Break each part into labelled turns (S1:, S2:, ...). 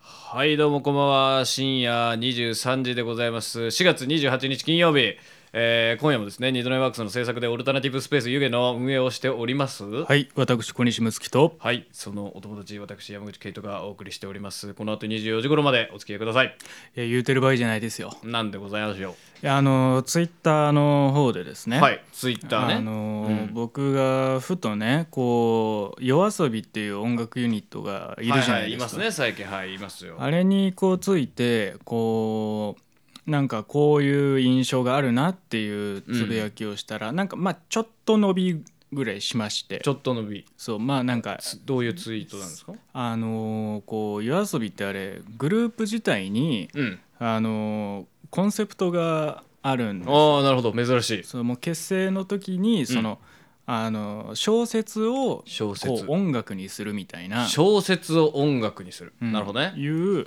S1: はいどうもこんばんは深夜23時でございます4月28日金曜日、えー今夜もですねニドネワークスの制作でオルタナティブスペース湯気の運営をしておりますはい、
S2: はい、私、小西睦月と、
S1: そのお友達私山口ケイトがお送りしておりますこの後24時頃までお付き合いください
S2: えー言うてる場合じゃないですよ。
S1: なんでございますよ
S2: いやあのツイッターの方でですね、
S1: はいツイッターね
S2: あの
S1: うん
S2: 僕がふとね、こう、夜遊びっていう音楽ユニットがいるじゃないですか。
S1: はいはい、いますね最近はいいますよ
S2: あれにこうついて、こう、なんかこういう印象があるなっていうつぶやきをしたら、なんかまあ、ちょっと伸びぐらいしまして
S1: ち、ょっと伸び
S2: そう、まあなんか、
S1: つどういうツイートなんですか
S2: あのこう、夜遊びってあれ、グループ自体に、
S1: うん
S2: あのーコンセプトがあるんで
S1: ああなるほど珍しい
S2: すそのもう結成の時にその、あのー小説を
S1: 小
S2: こ
S1: 説
S2: う音楽にするみたいな、
S1: 小説を音楽にする、
S2: うん
S1: なるほどね
S2: いう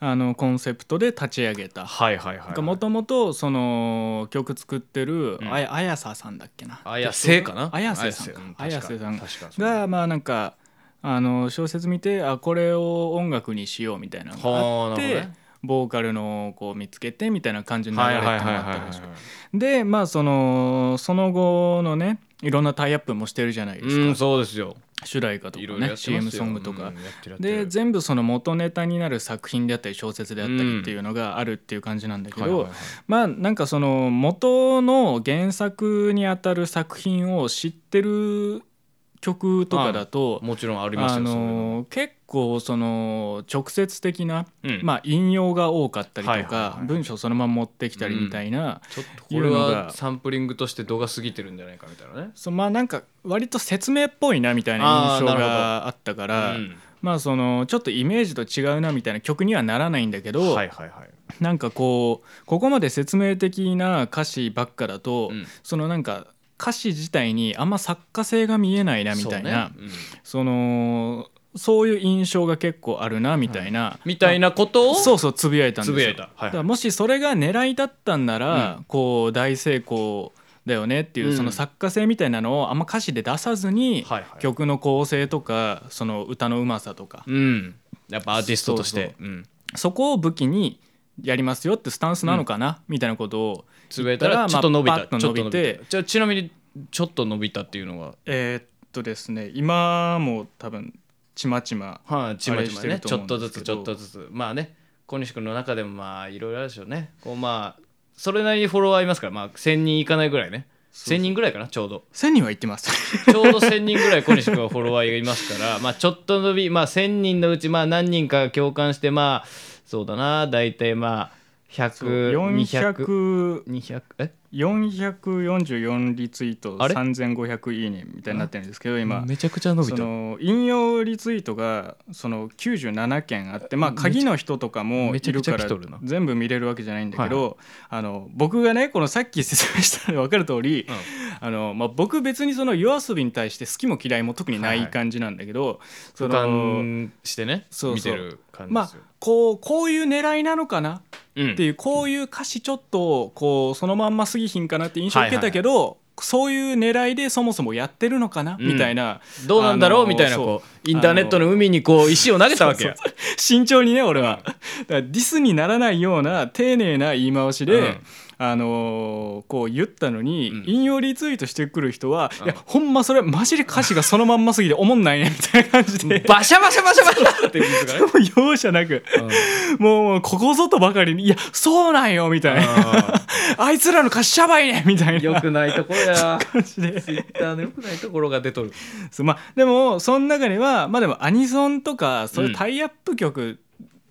S2: あのコンセプトで立ち上げた。
S1: はいはいはい、はい、
S2: もともとその曲作ってる
S1: うん
S2: あや,、あやささんだっけな
S1: 綾瀬かな
S2: 綾瀬さんか綾瀬さん
S1: 確か
S2: がまあなんかあの小説見てあこれを音楽にしようみたいなのがあって、
S1: はあなるほどね
S2: ボーカルの子を見つけてみたいな感じにな
S1: は
S2: れ
S1: い
S2: て
S1: はい
S2: も
S1: はいはい
S2: らっ
S1: はい
S2: たらしくてでまあそのその後のねいろんなタイアップもしてるじゃないですか、
S1: うんそうですよ
S2: 主題歌と
S1: い
S2: か
S1: ろいろやっ
S2: ね
S1: てま
S2: CM
S1: すよ
S2: ソングとか
S1: うん、やってるやって
S2: で
S1: る
S2: 全部その元ネタになる作品であったり小説であったりっていうのがあるっていう感じなんだけど、
S1: はいはいはい
S2: まあなんかその元の原作にあたる作品を知ってる曲とかだと、
S1: もちろんあります
S2: あ
S1: よ、
S2: の結構その直接的な、
S1: そういうのうん
S2: まあ、引用が多かったりとか、
S1: はいはいはい
S2: 文章そのまま持ってきたりみたいな、
S1: ちょっとこれ
S2: いうの
S1: は
S2: が
S1: サンプリングとして度が過ぎてるんじゃないかみたいなね
S2: そうまあなんか割と説明っぽいなみたいな印象があったから
S1: うん
S2: まあそのちょっとイメージと違うなみたいな曲にはならないんだけど、
S1: はいはいはい
S2: なんかこうここまで説明的な歌詞ばっかだと、
S1: うん
S2: そのなんか歌詞自体にあんま作家性が見えないなみたいな
S1: そうねうん
S2: そ,、のそういう印象が結構あるなみたいな、
S1: みたいなことを
S2: そうそうつぶやいたんです
S1: つ
S2: よ
S1: ぶやいたは
S2: だ
S1: い
S2: か
S1: は
S2: ら
S1: い
S2: もしそれが狙いだったんなら、こう大成功だよねっていう、
S1: うん
S2: その作家性みたいなのをあんま歌詞で出さずに、
S1: はいはい
S2: 曲の構成とかその歌のうまさとか、
S1: うんやっぱアーティストとして
S2: そう
S1: うん
S2: そこを武器にやりますよってスタンスなのかな、みたいなことを、
S1: つぶやいたらちょっと伸び
S2: ま
S1: た
S2: あパッと
S1: ちょっ
S2: 伸
S1: と伸
S2: び
S1: び
S2: て
S1: たじゃあちなみにちょっと伸びたっていうのは
S2: えーっとですね今も多分ちまちま
S1: はい、ちまちま
S2: あれして
S1: ね
S2: ると
S1: ちょ
S2: 思う
S1: っと
S2: んで
S1: ず
S2: す
S1: つ
S2: け
S1: ち
S2: ど
S1: ょっとずつまあね小西君の中でもまあいろいろあるでしょうねこうまあそれなりにフォロワーいますからまあ1000人いかないぐらいね
S2: そうそう
S1: 1000人ぐらいかなちょうど
S2: 1000人は行ってます
S1: ちょうど1000人ぐらい小西君はフォロワーがいますから まあちょっと伸びまあ1000人のうちまあ何人かが共感してまあそうだな大体まあ100200
S2: 400
S1: 200え
S2: 444リツイート
S1: あれ
S2: 3500いいねみたいになってるんですけど今
S1: めちゃくちゃ伸び
S2: そ
S1: た
S2: の引用リツイートがその97件あってまあ
S1: めちゃ
S2: 鍵の人とかも
S1: め
S2: い
S1: ちゃく
S2: る
S1: ちゃ
S2: から
S1: 来とるな
S2: 全部見れるわけじゃないんだけど、あの僕がねこのさっき説明した の分かる通り、あのまあ、僕別にその夜遊びに対して好きも嫌いも特にな
S1: はいはい
S2: い感じなんだけど、そ
S1: 俯
S2: の
S1: 瞰してね
S2: そうそう
S1: 見てる感じで
S2: ますあ
S1: よ、
S2: こうこういう狙いなのかな
S1: うん
S2: っていうこういう歌詞ちょっとこうそのまんま過ぎひんかなって印象を受けたけど、そういう狙いでそもそもやってるのかな、
S1: うん
S2: みたいな
S1: どうなんだろう、
S2: あのー
S1: みたいな
S2: そう
S1: こうインターネットの海にこう石を投げたわけ
S2: そう
S1: や
S2: そう 慎重にね俺は、だからディスにならないような丁寧な言い回しで、
S1: うん
S2: あのーこう言ったのに、
S1: うん
S2: 引用リツイートしてくる人は、
S1: うん
S2: いやほんまそれマジで歌詞がそのまんますぎておもんないねみたいな感じで。
S1: バシャバシャバシャバシャって言うんですかね。
S2: 容赦なくもうここぞとばかりに「いやそうなんよ」みたいな「あいつらの歌詞シャバいね」みたい
S1: よ
S2: な
S1: くないところや。
S2: 感じで
S1: ツイッターのよくないところが出とる。
S2: そうまあでもその中にはまあでもアニソンとかそういうタイアップ曲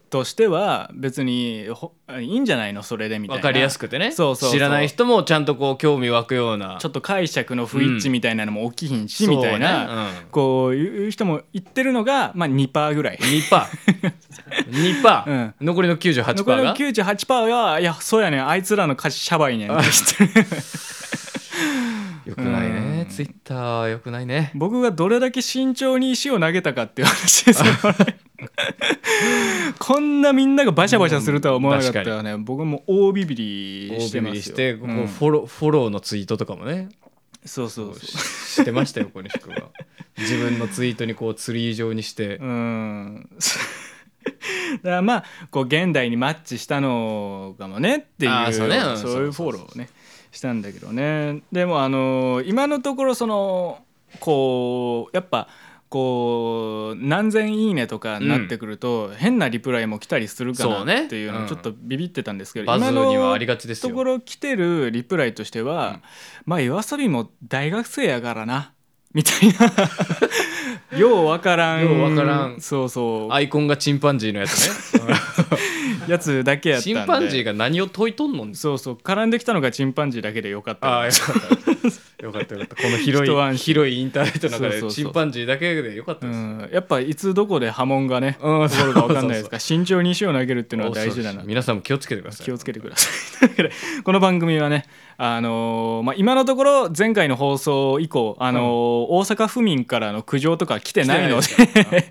S2: としては別にほいいんじゃないのそれでみたい
S1: わ
S2: な
S1: かりやすくてね。
S2: そうそうそう
S1: 知らない人もちゃんとこう興味湧くような。
S2: ちょっと解釈の不一致みたいなのも起きひんし、みたいな、
S1: な。
S2: こういう人も言ってるのが、まあ、2%ぐらい。
S1: 二パー。二パー。残りの九十八パ
S2: 残
S1: ー
S2: りの
S1: が。
S2: 98%は「いやそうやねんあいつらの歌詞シャバいねん」って言ってる
S1: よくないね
S2: う。ん
S1: ツイッターよくないね。
S2: 僕がどれだけ慎重に石を投げたかっていう話ですよ ねこんなみんながバシャバシャするとは思わなかったよね、僕も大ビビり
S1: 大
S2: して
S1: ビ
S2: ま
S1: ビ
S2: すよ
S1: りして、こ
S2: う
S1: うんフォローフォローのツイートとかもね。
S2: そうそうそ
S1: してま したよ小西君は。自分のツイートにこうツリー状にして
S2: うう。んからまあこう現代にマッチしたのかもねってい
S1: あー
S2: う
S1: そうねうん
S2: そういう
S1: そうそうそ
S2: フォ
S1: う
S2: ローをねしたんだけどねでもあのー今のところそのこうやっぱこう何千いいねとかになってくると、変なリプライも来たりするか
S1: そ
S2: な
S1: うね
S2: っていう
S1: う
S2: の
S1: ん
S2: ちょっとビビってたんですけど、
S1: バズ
S2: 今
S1: には
S2: の
S1: ありがちです
S2: とこ
S1: よ。
S2: ろ来てるリプライとしては、まあ夜遊びも大学生やからな みたいな ようわからん
S1: ようわからん
S2: そうそう
S1: アイコンがチンパンジーのやつ ね。
S2: やつだけやったんで
S1: チンパンジーが何を問いとんのんです
S2: そうそう絡んできたのがチンパンジーだけでよかった
S1: ああよかった。よかったよかった。この広
S2: 一安
S1: い
S2: 心
S1: 広いインターネットの中
S2: そうそう
S1: で
S2: そう
S1: チンパンジーだけでよかった
S2: う
S1: です。
S2: ん、やっぱいつどこで波紋が ね、
S1: うん
S2: 起こるかわかんないですから慎重に石を投げるっていうのは
S1: そうそう
S2: 大
S1: そう
S2: 事だな
S1: 皆さんも気をつけてください。
S2: 気をつけてください だからこの番組はね、あのーまあ、今のところ前回の放送以降、あのー大阪府民からの苦情とか来てないので
S1: 来てないですから。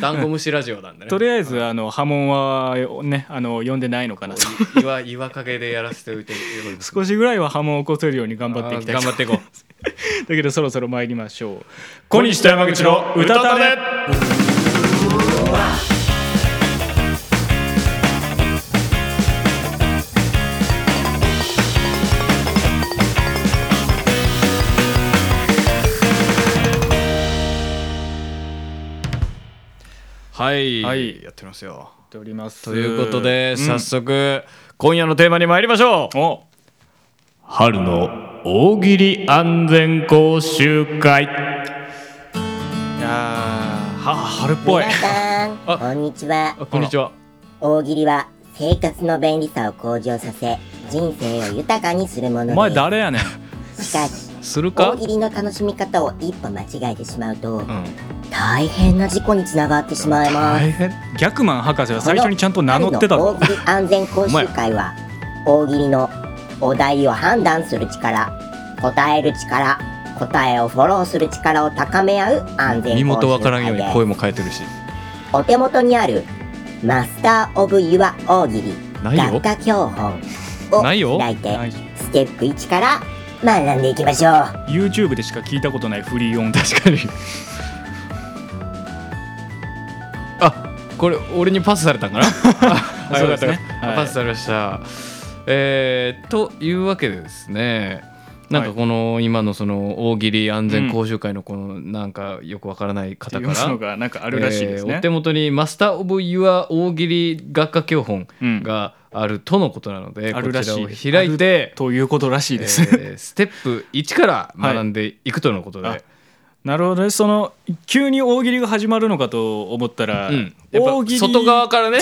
S1: ダンゴムシラジオなんで ね。
S2: とりあえずあの波紋はねあの読んでないのかなと
S1: い岩岩陰でやらせておいて
S2: 少しぐらいは波紋を起こせるように頑張っていきたい
S1: 頑張っていこう。
S2: だけどそろそろ参りましょう小西と山口の歌たね
S1: はい、
S2: はい
S1: やってますよ。
S2: ております
S1: ということで、
S2: うん
S1: 早速今夜のテーマに参りましょう。
S2: お
S1: 春の大喜利安全講習会。
S2: いやーは春っぽい
S3: 皆さん
S1: あ
S3: こんにちは
S1: あこんにちは。
S3: 大喜利は生活の便利さを向上させ人生を豊かにするもので
S2: お
S3: す
S2: 前誰やねん
S3: しかし
S1: するか
S3: 大。喜利の楽しみ方を一歩間違えてしまうと、
S1: うん
S3: 大変な事故につながってしまいます
S2: 大変ギャクマン博士は最初にちゃんと名乗ってた
S3: こ
S2: ぞ
S3: の大喜利安全講習会は大喜利のお題を判断する力答える力答えをフォローする力を高め合う安全講習会です
S1: 身元わからんように声も変えてるし。
S3: お手元にあるマスター・オブ・ユア・大喜利
S1: ないよ
S3: 学科教本を
S1: ないよ
S3: 開いて
S2: はい
S3: ステップ1から学んでいきましょう
S2: YouTube でしか聞いたことないフリー音楽
S1: 確かに。あ、これ俺にパスされたんか な。あ、よかったよか
S2: そうで
S1: っ
S2: すね
S1: た。
S2: はい
S1: あパスされました。えーというわけでですね。なんかこの今のその大喜利安全講習会のこのなんかよくわからない
S2: って
S1: 方
S2: い
S1: か
S2: うの
S1: ら。
S2: がなんかあるらしいで
S1: え
S2: す
S1: ー
S2: ね
S1: お手、元にマスター・オブ・ユア大喜利学科教本
S2: うん
S1: があるとのことなので、
S2: あ
S1: こ
S2: るら
S1: ち
S2: し
S1: ら
S2: い
S1: を
S2: です
S1: 開いて、
S2: ということらしい
S1: え
S2: です、
S1: ーステップ1から学んでいくとのことで、
S2: はいあなるほどねその急に大喜利が始まるのかと思ったら、
S1: うん、やっぱ
S2: 大喜利
S1: 外側 からね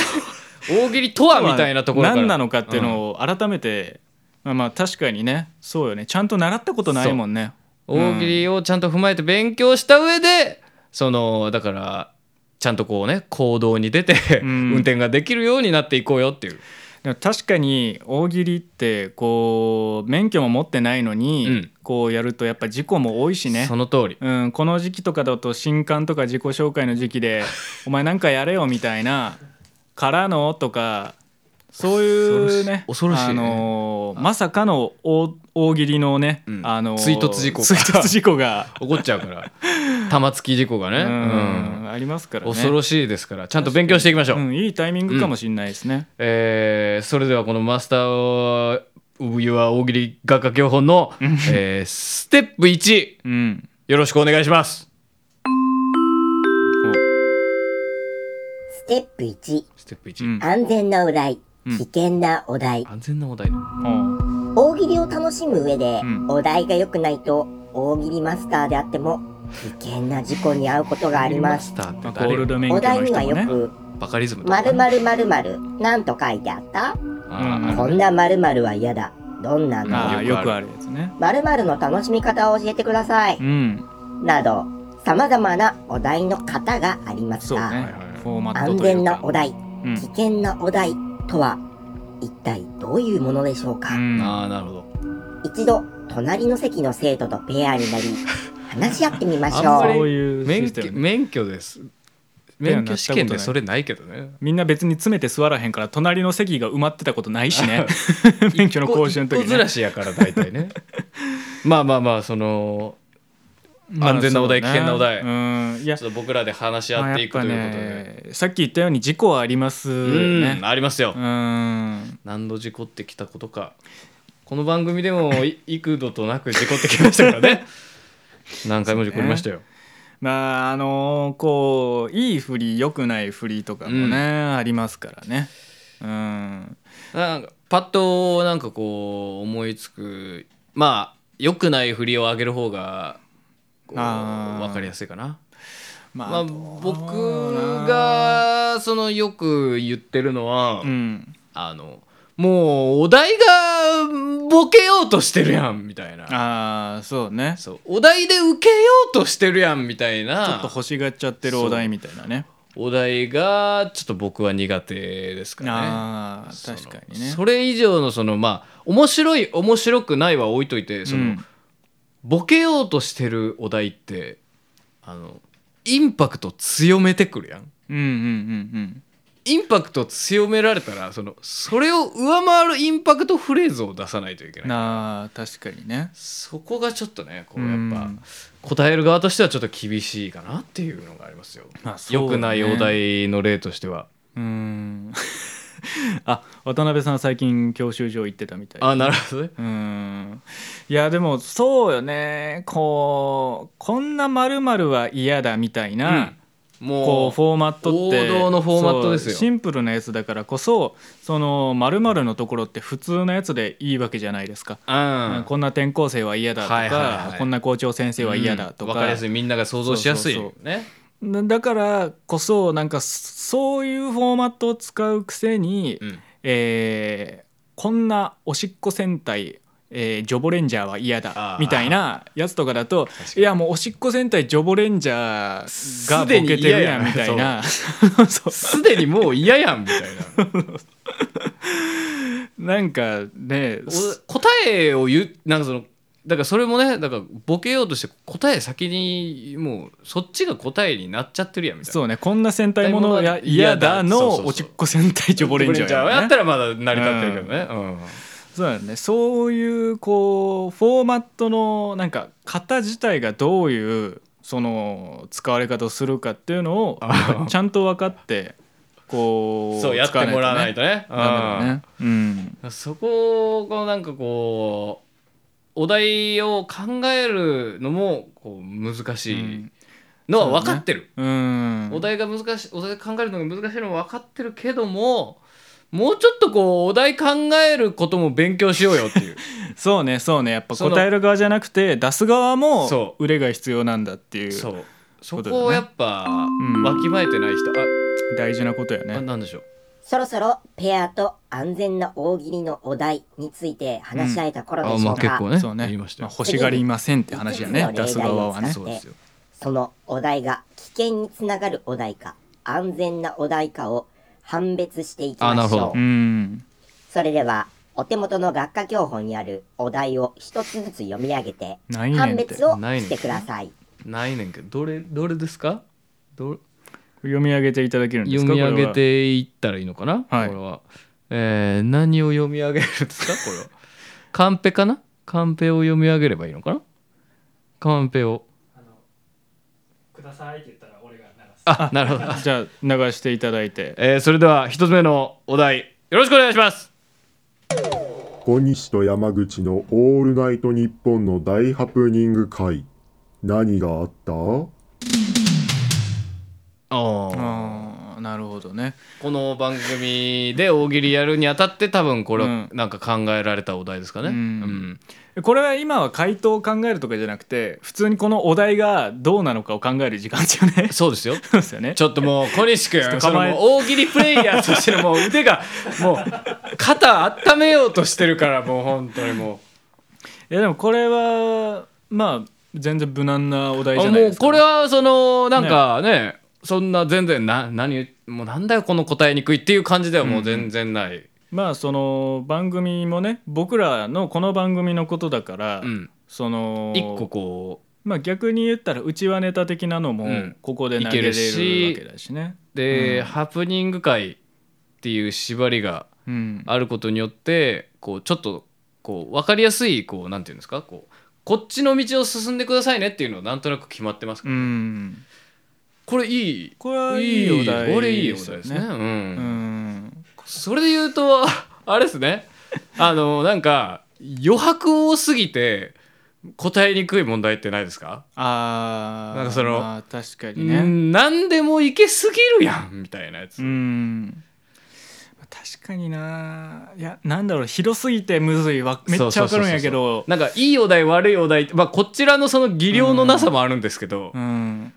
S1: 大喜利とはみたいなところから
S2: 何なのかっていうのを改めて、まあまあ確かにねそうよねちゃんと習ったことないもんね
S1: うん大喜利をちゃんと踏まえて勉強した上でそのだからちゃんとこうね行動に出て、
S2: ん
S1: 運転ができるようになっていこうよっていう、
S2: でも確かに大喜利ってこう免許も持ってないのに、
S1: うん
S2: こうやるとやっぱ事故も多いしね
S1: その通り
S2: うん、この時期とかだと新刊とか自己紹介の時期 で「お前なんかやれよ」みたいな「からの?」とかそういうね
S1: 恐ろしい恐ろしいね
S2: あのーまさかの大大喜利のね、
S1: うん
S2: あのー
S1: 追突事故が
S2: 追突事故が、
S1: 怒っちゃうから 玉突き事故が ね、
S2: う
S1: うん
S2: んありますからね
S1: 恐ろしいですからちゃんと勉強していきましょう、
S2: うん、いいタイミングかもしれないですね、
S1: えーそれではこのマスター・オブ・ユア大喜利学科教本の、えーステップ1
S2: うん
S1: よろしくお願いします
S3: ステップ1
S1: ステップ
S2: う
S1: 1、
S2: ん
S3: 安全なお題
S2: うん
S3: 危険なお題、
S1: 安全なお題だ
S2: うん
S3: 大喜利を楽しむ上で、
S2: うん
S3: お題が良くないと大喜利マスターであっても危険な事故に遭うことがありま
S1: ス
S3: す
S1: ターっ
S2: まあ、
S1: て
S2: ゴー
S1: 誰
S2: ルド免許
S3: お題
S2: の
S3: には
S2: 人もね
S3: よく
S1: バカリズム
S3: 「
S1: とか
S3: ま
S1: ね
S3: るまるまるまるなんと書いてあった
S1: あ
S2: うん
S1: ーあ
S3: こ
S1: る
S3: んなまるまるは嫌だどんな
S2: あ
S3: の
S2: あ
S1: よ
S2: よ
S1: く
S2: く
S1: あ
S2: あるやつね
S3: まるまるの楽しみ方を教えてください
S2: うん
S3: など様々なお題の型があります
S2: そうね、
S3: が、
S2: フォーマット
S3: 安
S2: とい
S3: 全
S2: う
S3: な
S2: か
S3: お題
S2: うん
S3: 危険なお題とは一体どういうものでしょうか、
S2: うん
S1: あーなるほど
S3: 一度隣の席の生徒とペアになり 話し合ってみまし
S1: あん
S3: ょ
S1: まり
S3: う
S2: そういうシ
S1: 免
S2: ステ
S1: 許
S2: ムね
S1: 免許です
S2: ペア
S1: 免
S2: にな
S1: 許
S2: った
S1: 試
S2: ことない
S1: 験でそれないけどね
S2: みんな別に詰めて座らへんから隣の席が埋まってたことないし ね免許の更新の時
S1: 一 個ずら
S2: ね
S1: しやから大体ねまあまあまあその
S2: まあ
S1: 安全なお題
S2: そう
S1: 危険なお題
S2: うんいや
S1: ちょっと僕らで話し
S2: ま
S1: 合っ
S2: あ
S1: て
S2: や
S1: い
S2: っ
S1: く
S2: ぱ
S1: ということで。
S2: ねさっき言ったように事故はあります
S1: うん、
S2: ね
S1: ありますよ、
S2: うん
S1: 何度事故ってきたことかこの番組でもい幾度となく事故ってきましたから ね何回も事故りましたよ、
S2: まああのこういい振り良くない振りとかもね、ありますからねうん
S1: なんかパッとなんかこう思いつくまあ良くない振りを上げる方がこう
S2: あー
S1: 分かりやすいかな
S2: ま
S1: まあ
S2: どう
S1: 僕がそのよく言ってるのは、
S2: うん
S1: あのもうお題がボケようとしてるやんみたいな
S2: ああそうねち
S1: そうお題で受けようとしてるやんみたい
S2: ょっと
S1: な
S2: 欲しがっちゃってるお題みたいなね
S1: お題がちょっと僕は苦手ですからね。
S2: ああ
S1: その
S2: 確かにね
S1: それ以上のそのまあ面白い面白くないは置いといてその、
S2: うん
S1: ボケようとしてるお題ってあのインパクト強めてくるやん。
S2: うんうんうん
S1: インパクト強められたらそのそれを上回るインパクトフレーズを出さないといけ
S2: うん
S1: ない
S2: なあ確かにね
S1: そこがちょっとねこうや
S2: う
S1: っ
S2: ん
S1: ぱ答える側としてはちょっと厳しいかなっていうのがありますよ、
S2: まあそうだね
S1: 良くないお題の例としては
S2: うーん あ渡辺さん最近教習所行ってたみたい
S1: あなるほどね
S2: うーんいやでもそうよねこうこんなまるは嫌だみたいな、こ
S1: も
S2: うフォーマットって
S1: 王道のフォーマットですよ
S2: そうシンプルなやつだからこそそのまるのところって普通のやつでいいわけじゃないですか、
S1: う、うん、
S2: こんな転校生は嫌だとか、
S1: はいはいはい
S2: こんな校長先生は嫌だとか、
S1: うんわかりやすいみんなが想像しやすいよね
S2: なだからこそなんかそういうフォーマットを使うくせに、
S1: うん
S2: えーこんなおしっこ戦隊、えージョボレンジャーは嫌
S1: あ
S2: だ
S1: ー
S2: みたいなやつとかだと
S1: かに
S2: いやもうおしっこ戦隊ジョボレンジャーがボケてるやんみたいな そう
S1: すでにもう嫌やんみたいな
S2: なんかね
S1: お答えを言うなんかそのだからそれもねだからボケようとして答え先にもうそっちが答えになっちゃってるやんみたいな
S2: そうねこんな戦隊ものや
S1: 嫌
S2: 嫌
S1: だそ
S2: だ
S1: う
S2: の
S1: そうそう
S2: おしっこ戦隊ジョボレンジャーやんね
S1: やったらまだ成り立ってるけどね、うん
S2: そうだねそういうこうフォーマットのなんか型自体がどういうその使われ方をするかっていうのを
S1: あ
S2: ちゃんと分かってこう
S1: そうやってもらわないと
S2: ね。
S1: ね
S2: ダメだねうん
S1: うんそこをなんかこうお題を考えるのもこう難しいのは分かってる、
S2: うん
S1: お題が難しいお題考えるのが難しいのは分かってるけどももうちょっとこうお題考えることも勉強しようよっていう
S2: そうねそうねやっぱ
S1: その
S2: 答える側じゃなくて出す側
S1: そ
S2: も
S1: う
S2: 腕が必要なんだっていう
S1: そうそ
S2: とだよね
S1: こをやっぱ
S2: うん
S1: わきまえてない人、
S2: 大事なことよ
S1: ああ
S2: ね。
S1: なんでしょう
S3: そろそろペアと安全な大喜利のお題について話し合えた頃でしょうか、
S1: うんあまあ結構ね
S2: そうね
S1: 言いましたよ
S2: あ欲しがりませんって話やね
S3: 次
S2: 出す側はね。
S1: そうですよ
S3: そのお題が危険につながるお題か安全なお題かを判別していき
S1: あな
S3: ま
S1: る
S3: し
S1: ほ
S3: ょ
S1: ど
S2: う
S3: うんそれではお手元の学科教本にあるお題を一つずつ読み上げて
S2: ないねん
S3: 判
S2: って
S3: 別をしてください
S1: ないねんけどどれどれですかど
S2: 読み上げていただけるんです
S1: 読
S2: か
S1: み上げ
S2: これは
S1: ていったらいいのかな、
S2: はい
S1: これは、えー何を読み上げるんですかこれは カンペかなカンペを読み上げればいいのかなカンペを
S4: くださいって言ったら俺が鳴らす。
S1: あなるほど
S2: じゃあ流していただいて
S1: えーそれでは一つ目のお題よろしくお願いします
S5: 小西と山口のオールナイトニッポンの大ハプニング会何があった
S1: こ
S2: ああなるほどね
S1: の番組で大喜利やるにあたって多分これ
S2: う
S1: は
S2: ん
S1: なんか考えられたお題ですかね、
S2: うん
S1: うん
S2: これは今は回答を考えるとかじゃなくて普通にこのお題がどうなのかを考える時間ですよね
S1: そうですよ
S2: そうですよね
S1: ちょっともう小西君
S2: ちょっと
S1: その
S2: 構え
S1: もう大喜利プレイヤーとしてのもう腕 がもう肩温めようとしてるからもう本当にも
S2: いやでもこれはまあ全然無難なお
S1: う
S2: 題じ
S1: あ
S2: ゃない
S1: も
S2: で
S1: う
S2: すか
S1: これはそのなんかねそんな全然な何もうなんだよこの答えにくいっていう感じではもう全然ない、
S2: まあその番組もね僕らのこの番組のことだから、
S1: うん
S2: その
S1: 一個こ
S2: まあ逆に言ったらうちはネタ的なのも
S1: うん
S2: ここで投げれるわけだしね、
S1: うで、
S2: うん
S1: ハプニング会っていう縛りが
S2: うん
S1: あることによってこうちょっとこう分かりやすいこうなんていうんですかこうこっちの道を進んでくださいねっていうのはなんとなく決まってますか
S2: う
S1: ら、
S2: ん
S1: これいい
S2: これはい
S1: い
S2: いお題
S1: これいいお題ですね
S2: ですよ
S1: う
S2: うんん
S1: それで言うと あれですねあのなんか余白多すぎて答えにくい問題ってないですか、
S2: あー
S1: なんかその
S2: まあ、確かにね
S1: ん何でもいけすぎるやんみたいなやつ、
S2: うん確かにないやなんだろう広すぎてむずいわめっちゃわかるんやけど
S1: なんかいいお題悪いお題、まあ、こちらのその技量のなさもあるんですけど、
S2: うん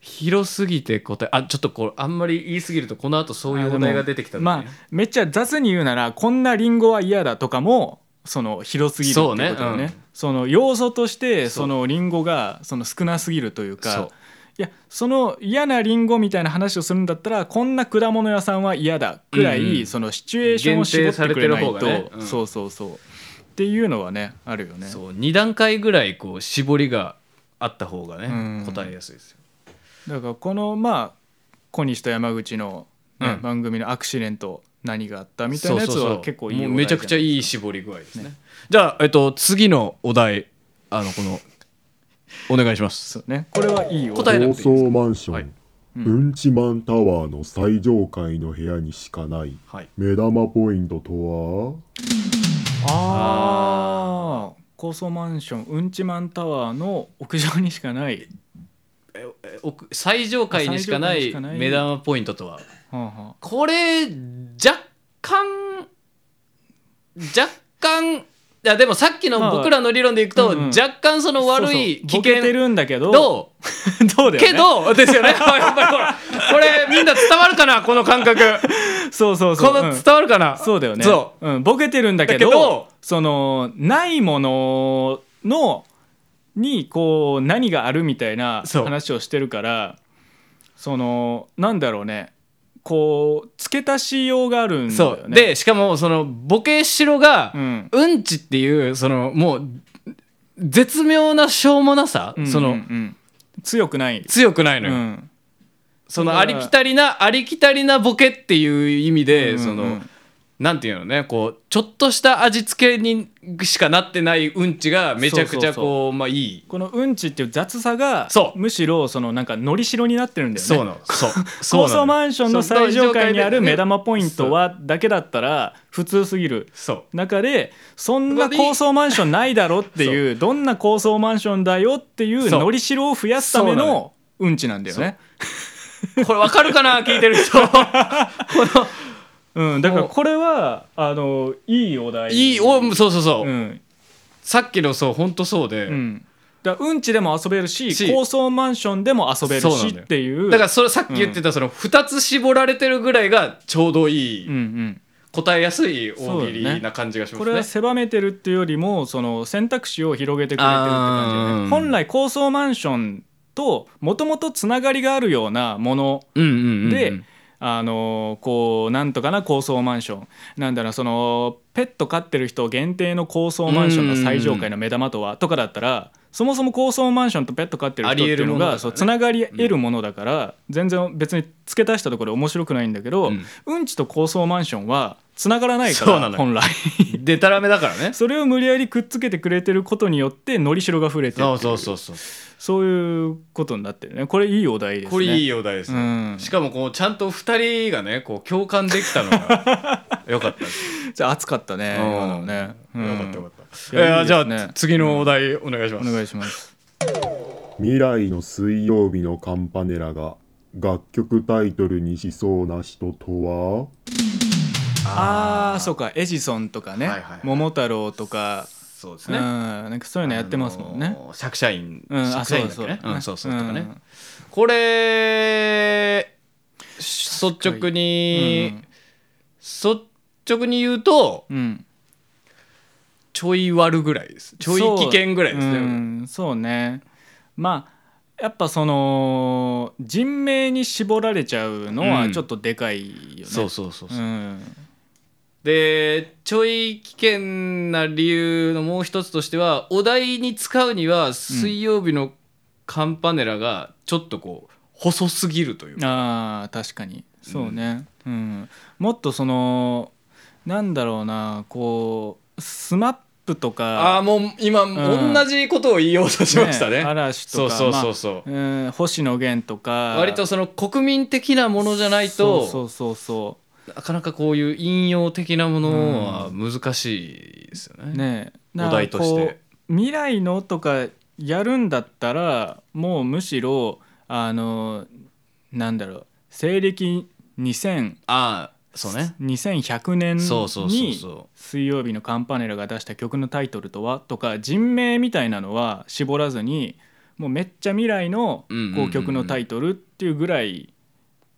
S1: 広すぎて答えあちょっとこれあんまり言いすぎるとこの後そういうお題が出てきた時に
S2: まあめっちゃ雑に言うならこんなリンゴは嫌だとかもその広すぎるってことだよね
S1: そ
S2: そう
S1: ねうん
S2: の要素として
S1: そう
S2: そのリンゴがその少なすぎるという
S1: そ
S2: か
S1: う
S2: いやその嫌なリンゴみたいな話をするんだったらこんな果物屋さんは嫌だくら
S1: うんう
S2: い
S1: ん
S2: そのシチュエーションを絞ってくれない
S1: 限定されてる方がねう
S2: と
S1: ん
S2: そうそうそうっていうのはねあるよね。
S1: そう2段階ぐらいこう絞りがあった方がね、
S2: うん
S1: 答えやすいですよ。
S2: だからこのまあ小西と山口のね、
S1: うん
S2: 番組のアクシデント何があったみたいなや
S1: そ
S2: つ
S1: うそうそ
S2: は
S1: う
S2: 結構いい
S1: も
S2: お
S1: う
S2: 題
S1: めちゃくちゃいい
S2: じ
S1: 絞り具合ですね。じゃあ、えっと、次のお題あのこのお願いします。
S2: ゃないですかねこれはいいお
S1: 答え
S2: 題
S1: な
S5: 高
S1: くていいです
S5: 層マンション、
S1: はいう
S5: うんん、ちマンタワーの最上階の部屋にしかない
S1: はい、
S5: 目玉ポイントとは
S2: ああ高層マンションうんちマンタワーの屋上にしかない、
S1: え奥最上階にしかない
S2: 最上階にしかない
S1: 目玉ポイントとは
S2: はあは
S1: これ若干若干いやでもさっきの
S2: まあ
S1: 僕らの理論でいくと、
S2: うんうん
S1: 若干その
S2: あ、
S1: 悪い危
S2: そうそうボ
S1: 険
S2: ケてるんだけど
S1: どう
S2: どうだよね
S1: けどです よねやっぱりほらこれみんな伝わるかなこの感覚
S2: そうそうそう
S1: この
S2: うん
S1: 伝わるかな、
S2: そうだよね、
S1: そう
S2: ん、ボケてるんだけど
S1: だけど
S2: そのないもののにこう何があるみたいな
S1: そう
S2: 話をしてるからそのなんだろうねこう付け足しようがあるん
S1: う
S2: だ
S1: そう
S2: よ、ね。
S1: でしかもそのボケしろが
S2: う、ん
S1: うん、ちっていうそのもう絶妙なしょうもなさ、
S2: うん
S1: そ
S2: うんう
S1: の
S2: ん強くない、
S1: 強くないうのよ、
S2: ん、
S1: そのありきたりなありきたりなボケっていう意味で、そ
S2: うんうん
S1: のなんていうのねこうちょっとした味付けにしかなってないうんちがめちゃくちゃこう
S2: そうそ
S1: まあいい
S2: このうんちっていう雑さが
S1: そう
S2: むしろそのなんかのりしろになってるんだよね。
S1: そうなのそう そうな
S2: 高
S1: の
S2: 層マンションの最上階にある目玉ポイントはだけだったら普通すぎる
S1: そう
S2: 中でそんな高層マンションないだろっていうどんな高層マンションだよっていう
S1: そう
S2: のりしろを増やすため
S1: そうなの
S2: のうんちなんだよね。
S1: これわかるかな聞いてる 人
S2: うん、だからこれはあのいいお題
S1: いいおそうそうそう、
S2: うん
S1: さっきのそう本当そうで、
S2: うん、だからうんちでも遊べるし
S1: し
S2: 高層マンションでも遊べる
S1: そうなん
S2: し
S1: だよ
S2: っていう
S1: だからそれさっき言ってたその2つ絞られてるぐらいがちょうどいい、
S2: うんうん、
S1: 答えやすい大喜
S2: そうだ
S1: 利な
S2: ね
S1: 感じがしますね
S2: これは狭めてるっていうよりもその選択肢を広げてくれてるって感じ
S1: あ
S2: よ
S1: ー
S2: ね本来高層マンションともともとつながりがあるようなもの
S1: うんうんうんうん
S2: で、あのーこうなんとかな高層マンションなんだろうそのペット飼ってる人限定の高層マンションの最上階の目玉とはとかだったらそもそも高層マンションとペット飼ってる人っていう
S1: あり得るも
S2: の
S1: のだからね
S2: がそうつながり得るものだから全然別に付け足したところで面白くないんだけど
S1: うん
S2: うんちと高層マンションはつながらないか
S1: そうな
S2: ら
S1: のよ
S2: 本来
S1: でたらめだからね
S2: それを無理やりくっつけてくれてることによってのりしろが触れてる
S1: そう
S2: ってい
S1: そううそうそう
S2: そういうことになってるねこれいいお題ですね。
S1: これいいお題ですね、
S2: うん
S1: しかもこうちゃんと2人がねこう共感できたのが よかったです
S2: じゃあ熱かったね今のね。
S1: よかった
S2: うん
S1: よかった、
S2: いや
S1: えー
S2: いい
S1: じゃ
S2: で
S1: あ、
S2: すね
S1: 次のお題お願いします
S2: お願いします。
S5: 未来の水曜日のカンパネラが楽曲タイトルにしそうな人と
S2: ああ、そうか、エジソンとかね、
S1: はいはいはい
S2: 桃太郎とか、
S1: そうです
S2: うん、
S1: ね、
S2: なんかそういうのやってますもん
S1: あ
S2: ね。
S1: のー。釈迦院、
S2: うん、あ、
S1: 釈
S2: そ
S1: 迦院
S2: う
S1: だっけ
S2: そう、
S1: ね。うん、そうそう
S2: う
S1: とか
S2: ん
S1: ね。これ率直に、率直に言うと
S2: うん、
S1: ちょい悪ぐらいです。ちょい危険ぐらいですね。
S2: そう,、ん、そうね。まあ、やっぱその人命に絞られちゃうの
S1: う
S2: は
S1: ん
S2: ちょっとでかいよね。
S1: そうそうそうそう。
S2: うん、
S1: でちょい危険な理由のもう一つとしてはお題に使うには水曜日のカンパネラがちょっとこう細すぎるというか。
S2: あー確かにそうね、うんもっとそのなんだろうなこうスマップと
S1: あ
S2: か
S1: あもう今、
S2: ん
S1: 同じことを言いようとしましたね
S2: 嵐
S1: そ
S2: と
S1: う
S2: か
S1: そうそうそう、
S2: まあうん星野源とか
S1: 割とその国民的なものじゃないと
S2: そうそうそうそう
S1: なかなかこういう引用的なものは難しいですよね。
S2: ねえ
S1: お題として
S2: なんかこう未来のとかやるんだったらもうむしろあのなんだろう西暦2000
S1: ああそうね。
S2: 2100年
S1: そうそうそう
S2: に
S1: そ
S2: 水曜日のカンパネラが出した曲のタイトルとはとか人名みたいなのは絞らずにもうめっちゃ未来の
S1: うんうんうんうん
S2: こう曲のタイトルっていうぐらい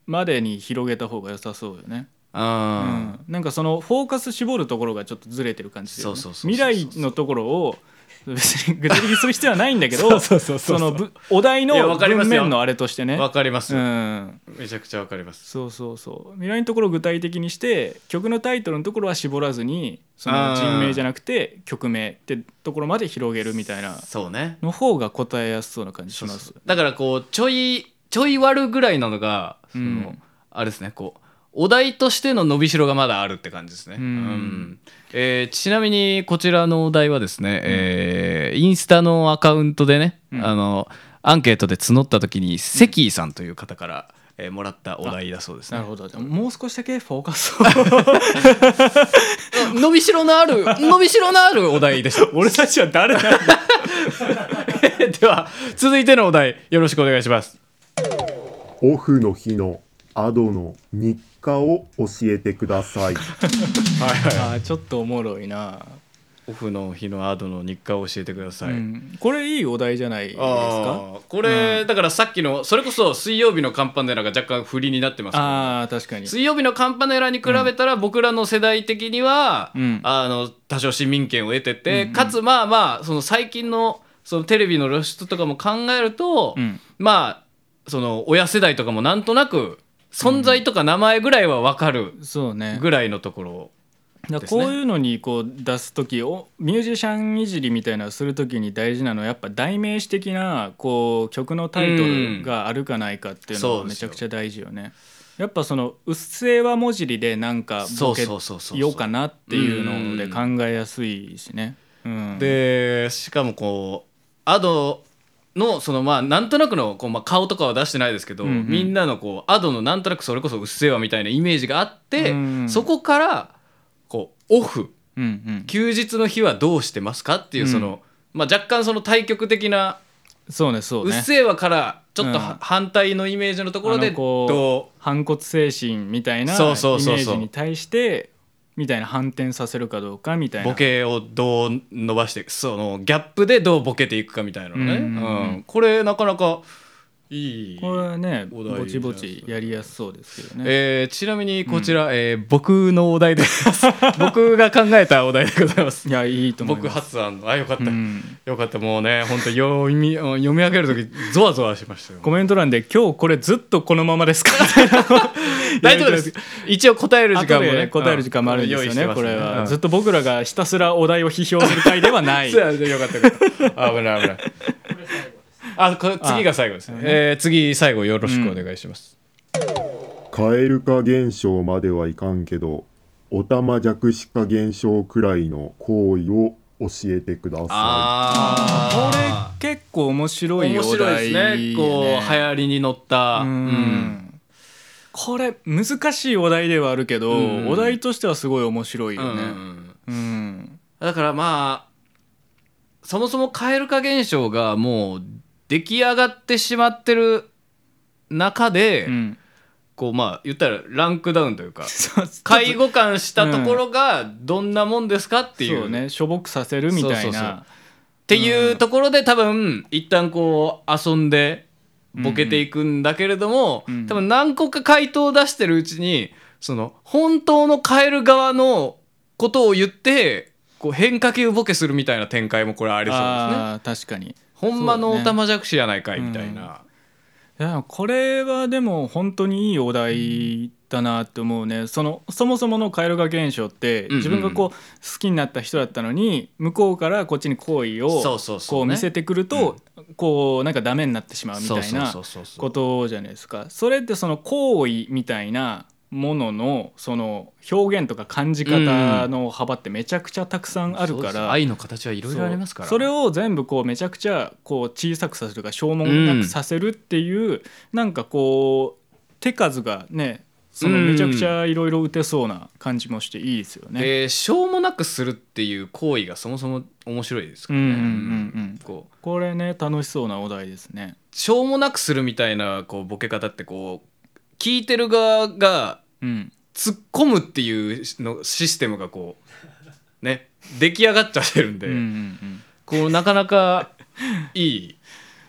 S2: までに広げた方が良さそうよ
S1: う。
S2: ね。
S1: あ
S2: うんなんかそのフォーカス絞るところがちょっとずれてる感じで、ね、
S1: そうそうそうそう
S2: 未来のところを別に具体的にする必要はないんだ け
S1: そ
S2: ど
S1: うそうそうそう
S2: そのぶお題
S1: いや
S2: の
S1: わかりま
S2: 文
S1: すよ
S2: 面のあれとして
S1: あ
S2: ね
S1: わ、かります、
S2: うん、
S1: めちゃくちゃわかります。
S2: そうそうそう未来のところを具体的にして曲のタイトルのところは絞らずにそ
S1: あ
S2: の
S1: ー
S2: 人名じゃなくて曲名ってところまで広げるみたいな
S1: そうね。
S2: の方が答えやすそうな感じし
S1: そう
S2: ま
S1: そう
S2: す。
S1: だからこうちょいちょい割るぐらいなのがその、
S2: うん
S1: あれですねこうお題としての伸びしろがまだあるって感じですね。
S2: うん
S1: えーちなみにこちらのお題はですね、えーインスタのアカウントでね、
S2: うん
S1: あのアンケートで募った時に関井さんという方から、えーもらったお題だそうです
S2: な
S1: ね
S2: る。ほどじゃあもう少しだけフォーカス を
S1: 伸びしろのあ る伸びしろのあるお題でした。
S2: 俺たちは誰だ
S1: では続いてのお題よろしくお願いします。
S5: オフの日のアドの日課を教えてください。
S2: あーちょっとおもろいな、
S1: オフの日のアドの日課を教えてください。
S2: うんこれいいお題じゃないですか
S1: あーこれ、だからさっきのそれこそ水曜日のカンパネラが若干不利になってますけど
S2: ああ確かに
S1: 水曜日のカンパネラに比べたら僕らの世代的には、
S2: うん
S1: あの多少市民権を得てて、
S2: うんうん
S1: かつまあまあその最近のそのテレビの露出とかも考えると、
S2: うん
S1: まあその親世代とかもなんとなく存在とか名前ぐらいは分かる
S2: そうね
S1: ぐらいのところ、
S2: だからこういうのにこう出す時をミュージシャンいじりみたいなのをする時に大事なのはやっぱ代名詞的なこう曲のタイトルがあるかないかっていうの
S1: う
S2: が
S1: ん
S2: めちゃくちゃ大事よね。やっぱその「うっせぇわ」文字りでなんか
S1: そ
S2: ボ
S1: う
S2: ケ
S1: そうそうそう
S2: ようかなっていうので考えやすいしね。うん、
S1: でしかもこうアドのそのまあなんとなくのこう、まあ、顔とかは出してないですけど、
S2: うんうん
S1: みんなのこうアドのなんとなくそれこそうっせぇわみたいなイメージがあって、
S2: うん
S1: そこからこうオフ
S2: うんうん、
S1: 休日の日はどうしてますかっていうその、まあ、若干その対極的な
S2: そうねそう
S1: うっ
S2: ね。
S1: せぇわからちょっとは、
S2: うん
S1: 反対のイメージのところ
S2: あ
S1: で
S2: のこう
S1: ど
S2: 反骨精神みたいなイメ
S1: そうそうそう
S2: ー
S1: そう
S2: ジに対してみたいな反転させるかどうかみたいうな
S1: ボケをどう伸ばしてそのギャップでどうボケていくかみたいなのね、
S2: うんうんうん
S1: うんこれなかなかいい
S2: これはね
S1: お題
S2: ぼちぼちやりやすそうですけどね、
S1: えーちなみにこちら、えー僕のお題でご ざいます。僕が考えたお題でございます
S2: い。やいいと思い
S1: 僕
S2: ます
S1: 発案のあよかった、
S2: うん
S1: よかったもうね本当読み 読み上げる時ゾワゾワしましたよ。」
S2: コメント欄で「今日これずっとこのままですか?
S1: 大丈夫です。一応答える時間
S2: 後
S1: もね
S2: で答える時間もあるんですよね、
S1: うん
S2: これは、
S1: うん
S2: ずっと僕らがひたすらお題を批評する回ではな い
S1: そうやねよかったよかった。危ない危ない。
S4: これ最後です。
S1: あこれ次が最後ですね。えー次最後よろしくお願いします。
S5: 蛙化現象まではいかんけど、おたまじゃくし化現象くらいの行為を教えてくださ
S1: あ
S2: 結構面白い
S1: 面
S2: お
S1: 白い
S2: 題
S1: ですね。こう流行りに乗った。
S2: うんこれ難しいお題ではあるけど、
S1: うん
S2: お題としてはすごい面白い
S1: うん
S2: よね、
S1: うん
S2: うん
S1: だからまあそもそも蛙化現象がもう出来上がってしまってる中で、
S2: うん、
S1: こうまあ言ったらランクダウンというか
S2: そう
S1: 介
S2: っ
S1: 護官したところがどんなもんですかってて
S2: い
S1: いうう
S2: ねしょぼくさせるみ
S1: そ
S2: た
S1: う
S2: い
S1: そうそう
S2: な
S1: っていうところで多分一旦こう遊んでボケていくんだけれども、
S2: うんうん
S1: 多分何個か回答を出してるうちにその本当のカエル側のことを言ってこう変化球ボケするみたいな展開もこれありそうですね。
S2: あー確かに
S1: ほんまの
S2: そう
S1: お
S2: だね
S1: たまじゃくしやないかいみたいな。
S2: いやこれはでも本当にいいお題だなって思うねそのそもそもの蛙化現象って
S1: んうん
S2: 自分がこう好きになった人だったのに向こうからこっちに好意
S1: そ
S2: を
S1: うそうそうね
S2: こう見せてくるとこうなんかダメになってしまうみ
S1: そう
S2: たい
S1: そう
S2: な
S1: そうそうそう
S2: ことじゃないですかそれってその好意みたいなもののその表現とか感じ方の幅ってめちゃくちゃたくさんある
S1: そう
S2: か
S1: そう
S2: ら、
S1: 愛の形はいろいろありますから
S2: そうそれを全部こうめちゃくちゃこう小さくさせるとか小問なくさせるっていう、なんかこう手数がねその
S1: うん
S2: めちゃくちゃいろいろ打てそうな感じもしていいですよね。
S1: でしょうもなくするっていう行為がそもそも面白いですからね、
S2: うんうんうんうん
S1: こう
S2: これね楽しそうなお題ですね。
S1: しょうもなくするみたいなこうボケ方ってこう聞いてる側が
S2: うん、
S1: 突っ込むっていうのシステムがこうね出来上がっちゃってるんで、
S2: うんうんうん
S1: こうなかなかいい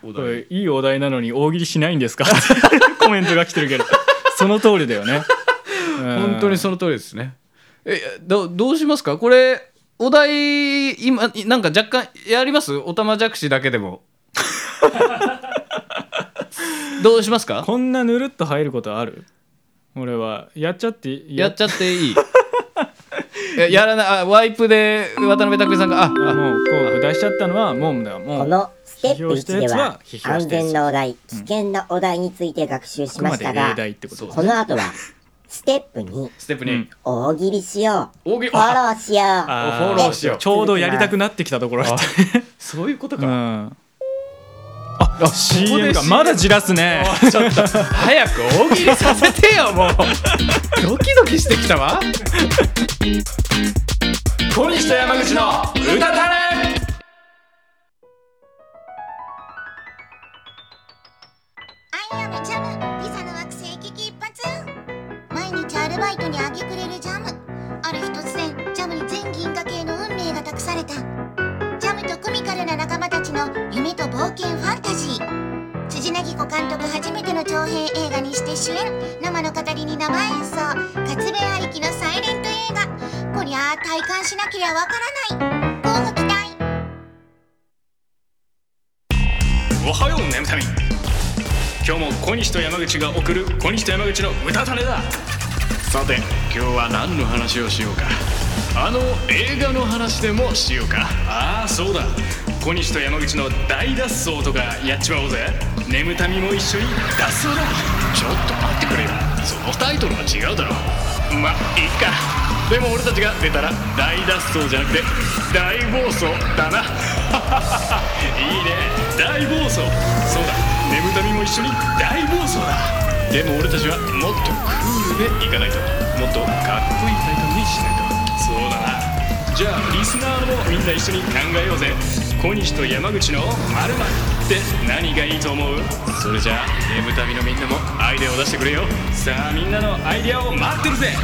S1: お
S2: こ
S1: 題
S2: れいいお題なのに大喜利しないんですか コメントが来てるけどその通りだよね。
S1: 本当にその通りですねえどどうしますかこれお題今なんか若干やりますおたまじゃくしだけでも どうしますか
S2: こんなぬるっと入ることある俺はやっちゃっていい
S1: やっちゃっていい いややらないあワイプで渡辺拓さんがあ
S2: ゃ
S1: あ
S2: もうこう出しちゃったのはもうだも
S3: こ
S2: う
S3: のステップ1
S2: 批評したや
S3: では
S2: つは批評し
S3: 安
S2: たやつ
S3: 全なお題、危険なお題について学習
S2: あ
S3: し
S2: く
S3: ま
S2: ま
S3: し
S2: で
S3: た
S2: 例
S3: が、
S2: 題ってこと
S1: そ
S3: この後はステップ2、
S1: ステップ
S2: う
S1: に
S2: ん
S3: 大喜利しよう。
S1: 大喜利
S3: フォローしよう。
S2: あー
S1: フォローしよう
S2: ちょうどやりたくなってきたところだった
S1: そういうこと
S2: う
S1: か、
S2: んあ CM が
S1: CM
S2: まだじらすね
S1: ちょっと早く大喜利させてよもう ドキドキしてきたわ小西と山口の歌たれ
S6: アイアムジャムリサの惑星危機一髪毎日アルバイトに明け暮れるジャムある日突然ジャムに全銀河系の運命が託されたジャムとコミカルな仲間たちの夢と冒険ファンタジー辻なぎ子監督初めての長編映画にして主演生の語りに生演奏活弁ありきのサイレント映画こりゃあ体感しなけりゃわからない候補期待
S2: おはよう眠たみ今日も小西と山口が送る小西と山口の歌種だ
S7: さて今日は何の話をしようかあの映画の話でもしようか
S2: ああそうだ小西と山口の大脱走とかやっちまおうぜ眠たみも一緒に
S7: 脱走だちょっと待ってくれよそのタイトルは違うだろまあいいかでも俺たちが出たら大脱走じゃなくて大暴走 だないいね大暴走そうだ眠たみも一緒に大暴走だでも俺たちはもっとクールでいかないともっとかっこいいタイトルにしないとそうだなじゃあリスナーもみんな一緒に考えようぜ小西と山口のまるって何がいいと思うそれじゃあ眠たみのみんなもアイデアを出してくれよさあみんなのアイデアを待ってるぜ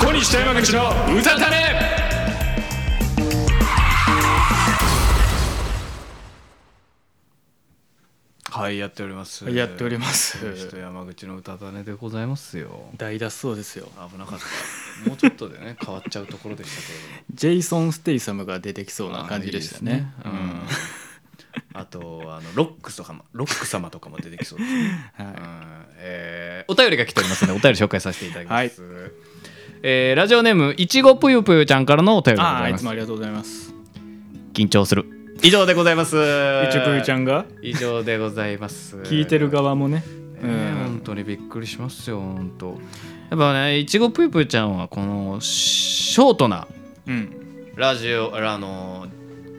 S7: 小西と山口の歌たれ
S1: はいやっております
S2: やっております
S1: 小西と山口の歌種でございますよ
S2: 大脱走ですよ
S1: 危なかったもうちょっとでね 変わっちゃうところでしたけれども
S2: ジェイソン・ステイサムが出てきそうな感じでしたね
S1: あーいいですねうんあとあのロックスとかもロック様とかも出てきそうですね。
S2: はい
S1: うんえーお便りが来ておりますのでお便り紹介させていただきます。えーラジオネームいちごぷゆぷゆちゃんからのお便りでご
S2: ああ
S1: ざ
S2: ー
S1: い
S2: い
S1: ま
S2: つ
S1: す
S2: もあ。りがとうございます
S1: 緊張する。以上でございます。
S2: ゆちゅぷゆちゃんが
S1: 以上でございます。
S2: 聞いてる側も
S1: ね
S2: ねう
S1: 本
S2: ん
S1: 当にびっくりしますよ本当。やっぱねいちごぷゆぷゆちゃんはこのショートな
S2: うん
S1: ラジオあの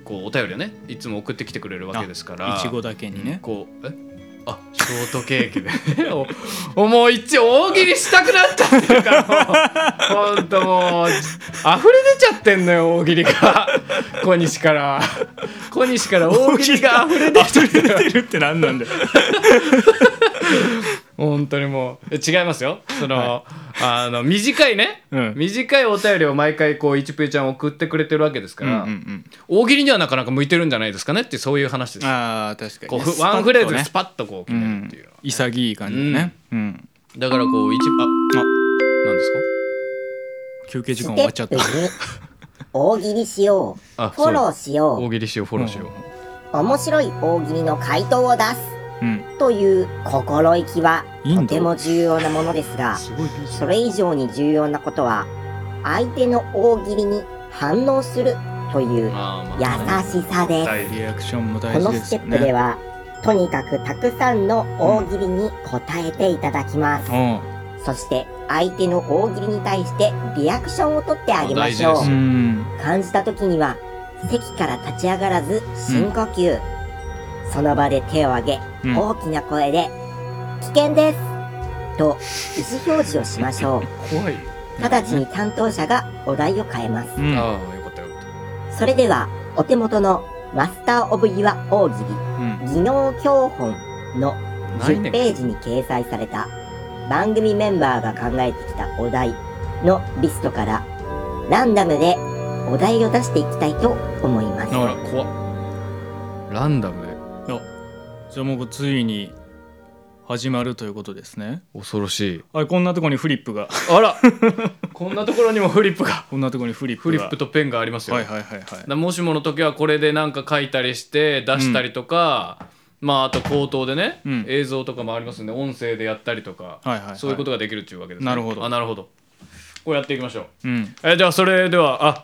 S1: こうお便りをねいつも送ってきてくれるわけですから
S2: いちごだけにね
S1: こうえあショートケーキで おもう一応大喜利したくなっちゃってるからもうほんともう溢れ出ちゃってんのよ大喜利が小西から小西から大喜利が溢れ出ちゃってる
S2: 出てるって何なんだよ
S1: 本当にもうえ違いますよその、あの短いね、
S2: うん
S1: 短いお便りを毎回こういちぷいちゃん送ってくれてるわけですか
S2: うんう
S1: ら、
S2: ん
S1: 大喜利にはなかなか向いてるんじゃないですかねってそういう話で
S2: うん
S1: す
S2: ああ確かに
S1: こう
S2: ね
S1: ふ
S2: スパッと
S1: ワンフレーズでス
S2: ね
S1: パッとこう決めるっていうのは、
S2: うん潔い感じだねうん
S1: だからこう一あ
S2: あ
S1: なんですか
S2: 休憩時間終
S3: ステ
S2: わっちゃ
S3: ッ
S2: った
S3: プ2、大喜利しよう。
S1: あ
S3: フォローしよ
S1: 大喜利しようフォローしよう、
S3: う。面白い大喜利の回答を出す。
S2: うん
S3: という心意気は
S2: インド
S3: とても重要なものですがそれ以上に重要なことは相手の大喜利に反応するという優
S1: あーまあ
S3: しさです
S2: リアクションも大
S3: こ
S2: 事
S3: の
S2: で
S3: ス
S2: す
S3: テ
S2: よ
S3: ップで
S2: ね
S3: はとにかくたくさんの大喜利に答えていただきます
S2: うん
S3: そして相手の大喜利に対してリアクションを取ってあげましょ
S1: 大事です
S3: う
S1: よ
S2: ん
S3: 感じた時には席から立ち上がらず深呼吸、その場で手を挙げ、
S2: うん
S3: 大きな声で「危険です!」と意思表示をしましょう
S1: 怖い、
S3: 直ちに担当者がお題を変えます
S2: うん
S1: ああよかったよかった
S3: それではお手元の「マスター・オブ・ユア・大喜利
S2: うん
S3: 技能教本」の
S1: ないね
S3: 10ページに掲載された番組メンバーが考えてきたお題のリストからランダムでお題を出していきたいと思います
S1: あら怖っランダムで
S2: じゃあもうついに始まるということですね
S1: 恐ろしい
S2: あこんなとこにフリップが
S1: あ らこんなところにもフリップが
S2: こんなとこにフリップ
S1: フ
S2: が
S1: リップとペンがありますよ、
S2: はいはいはいはい
S1: だもしもの時はこれでなんか書いたりして出したりとか、まああと口頭でね、
S2: うん
S1: 映像とかもありますんで音声でやったりとか、
S2: はいはいはい
S1: そういうことができるっていうわけです、
S2: なるほど
S1: あなるほどこうやっていきましょう
S2: うん
S1: えじゃあそれではあ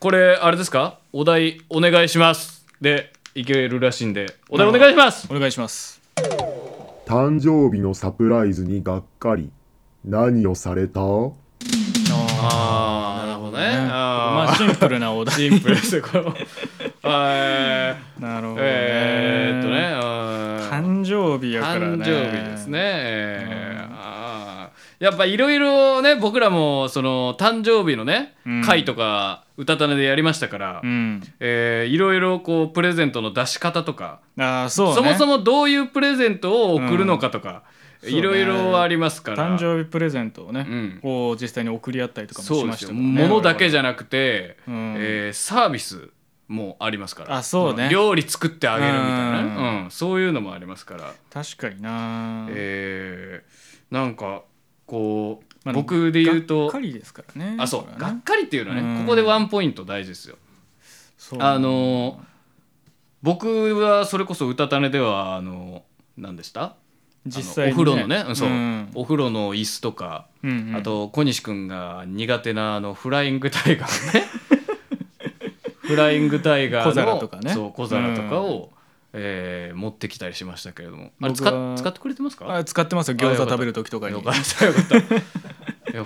S1: これあれですかお題お願いしますでいけるらしいんでお題お願いします
S2: お願いします
S5: 誕生日のサプライズにがっかり何をされた
S1: ああなるほどね
S2: ねま
S1: あ
S2: あシンプルなお題
S1: シンプルですよ これもえー
S2: なるほどね
S1: えーっとねあー
S2: 誕生日やからね
S1: 誕生日ですね、えーあーやっぱいろいろね僕らもその誕生日のね、
S2: うん
S1: 会とかうたた寝でやりましたから、
S2: うん
S1: えーいろいろこうプレゼントの出し方とか
S2: あーそうね
S1: そもそもどういうプレゼントを送るのかとか、
S2: うん
S1: いろいろありますから、
S2: 誕生日プレゼントをね、
S1: うん
S2: こう実際に送り合ったりとかも
S1: そ
S2: し
S1: うで
S2: ますし
S1: よ
S2: たもんね
S1: 物だけじ
S2: ゃ
S1: ゃなくて、
S2: うん
S1: えーサービスもありますから
S2: あそうね
S1: 料理作ってあげるみたいなね、
S2: うん
S1: うんそういうのもありますから、
S2: 確かにな、
S1: えーなんかこう、
S2: まあ
S1: 僕で言う
S2: が
S1: と
S2: っかりですからね
S1: あそう、
S2: これ
S1: が
S2: はね
S1: っかりっていうのはね、
S2: うん
S1: ここでワンポイント大事ですよ。
S2: そう
S1: あのー僕はそれこそうたた寝ではあの何でした
S2: 実際に、
S1: あのお風呂のね、うんそう、
S2: ん
S1: お風呂の椅子とか、
S2: うんうん
S1: あと小西君が苦手なあのフライングタイガーね フライングタイガーの
S2: 小皿とかね
S1: そう小皿とかを、えー持ってきたりしましたけれどもあれ
S2: 僕
S1: 使
S2: は
S1: っ使ってくれてますか
S2: あ使ってますよ餃
S1: あよ
S2: 子
S1: かった
S2: 食べる時とかに
S1: よかったよかったよかったよ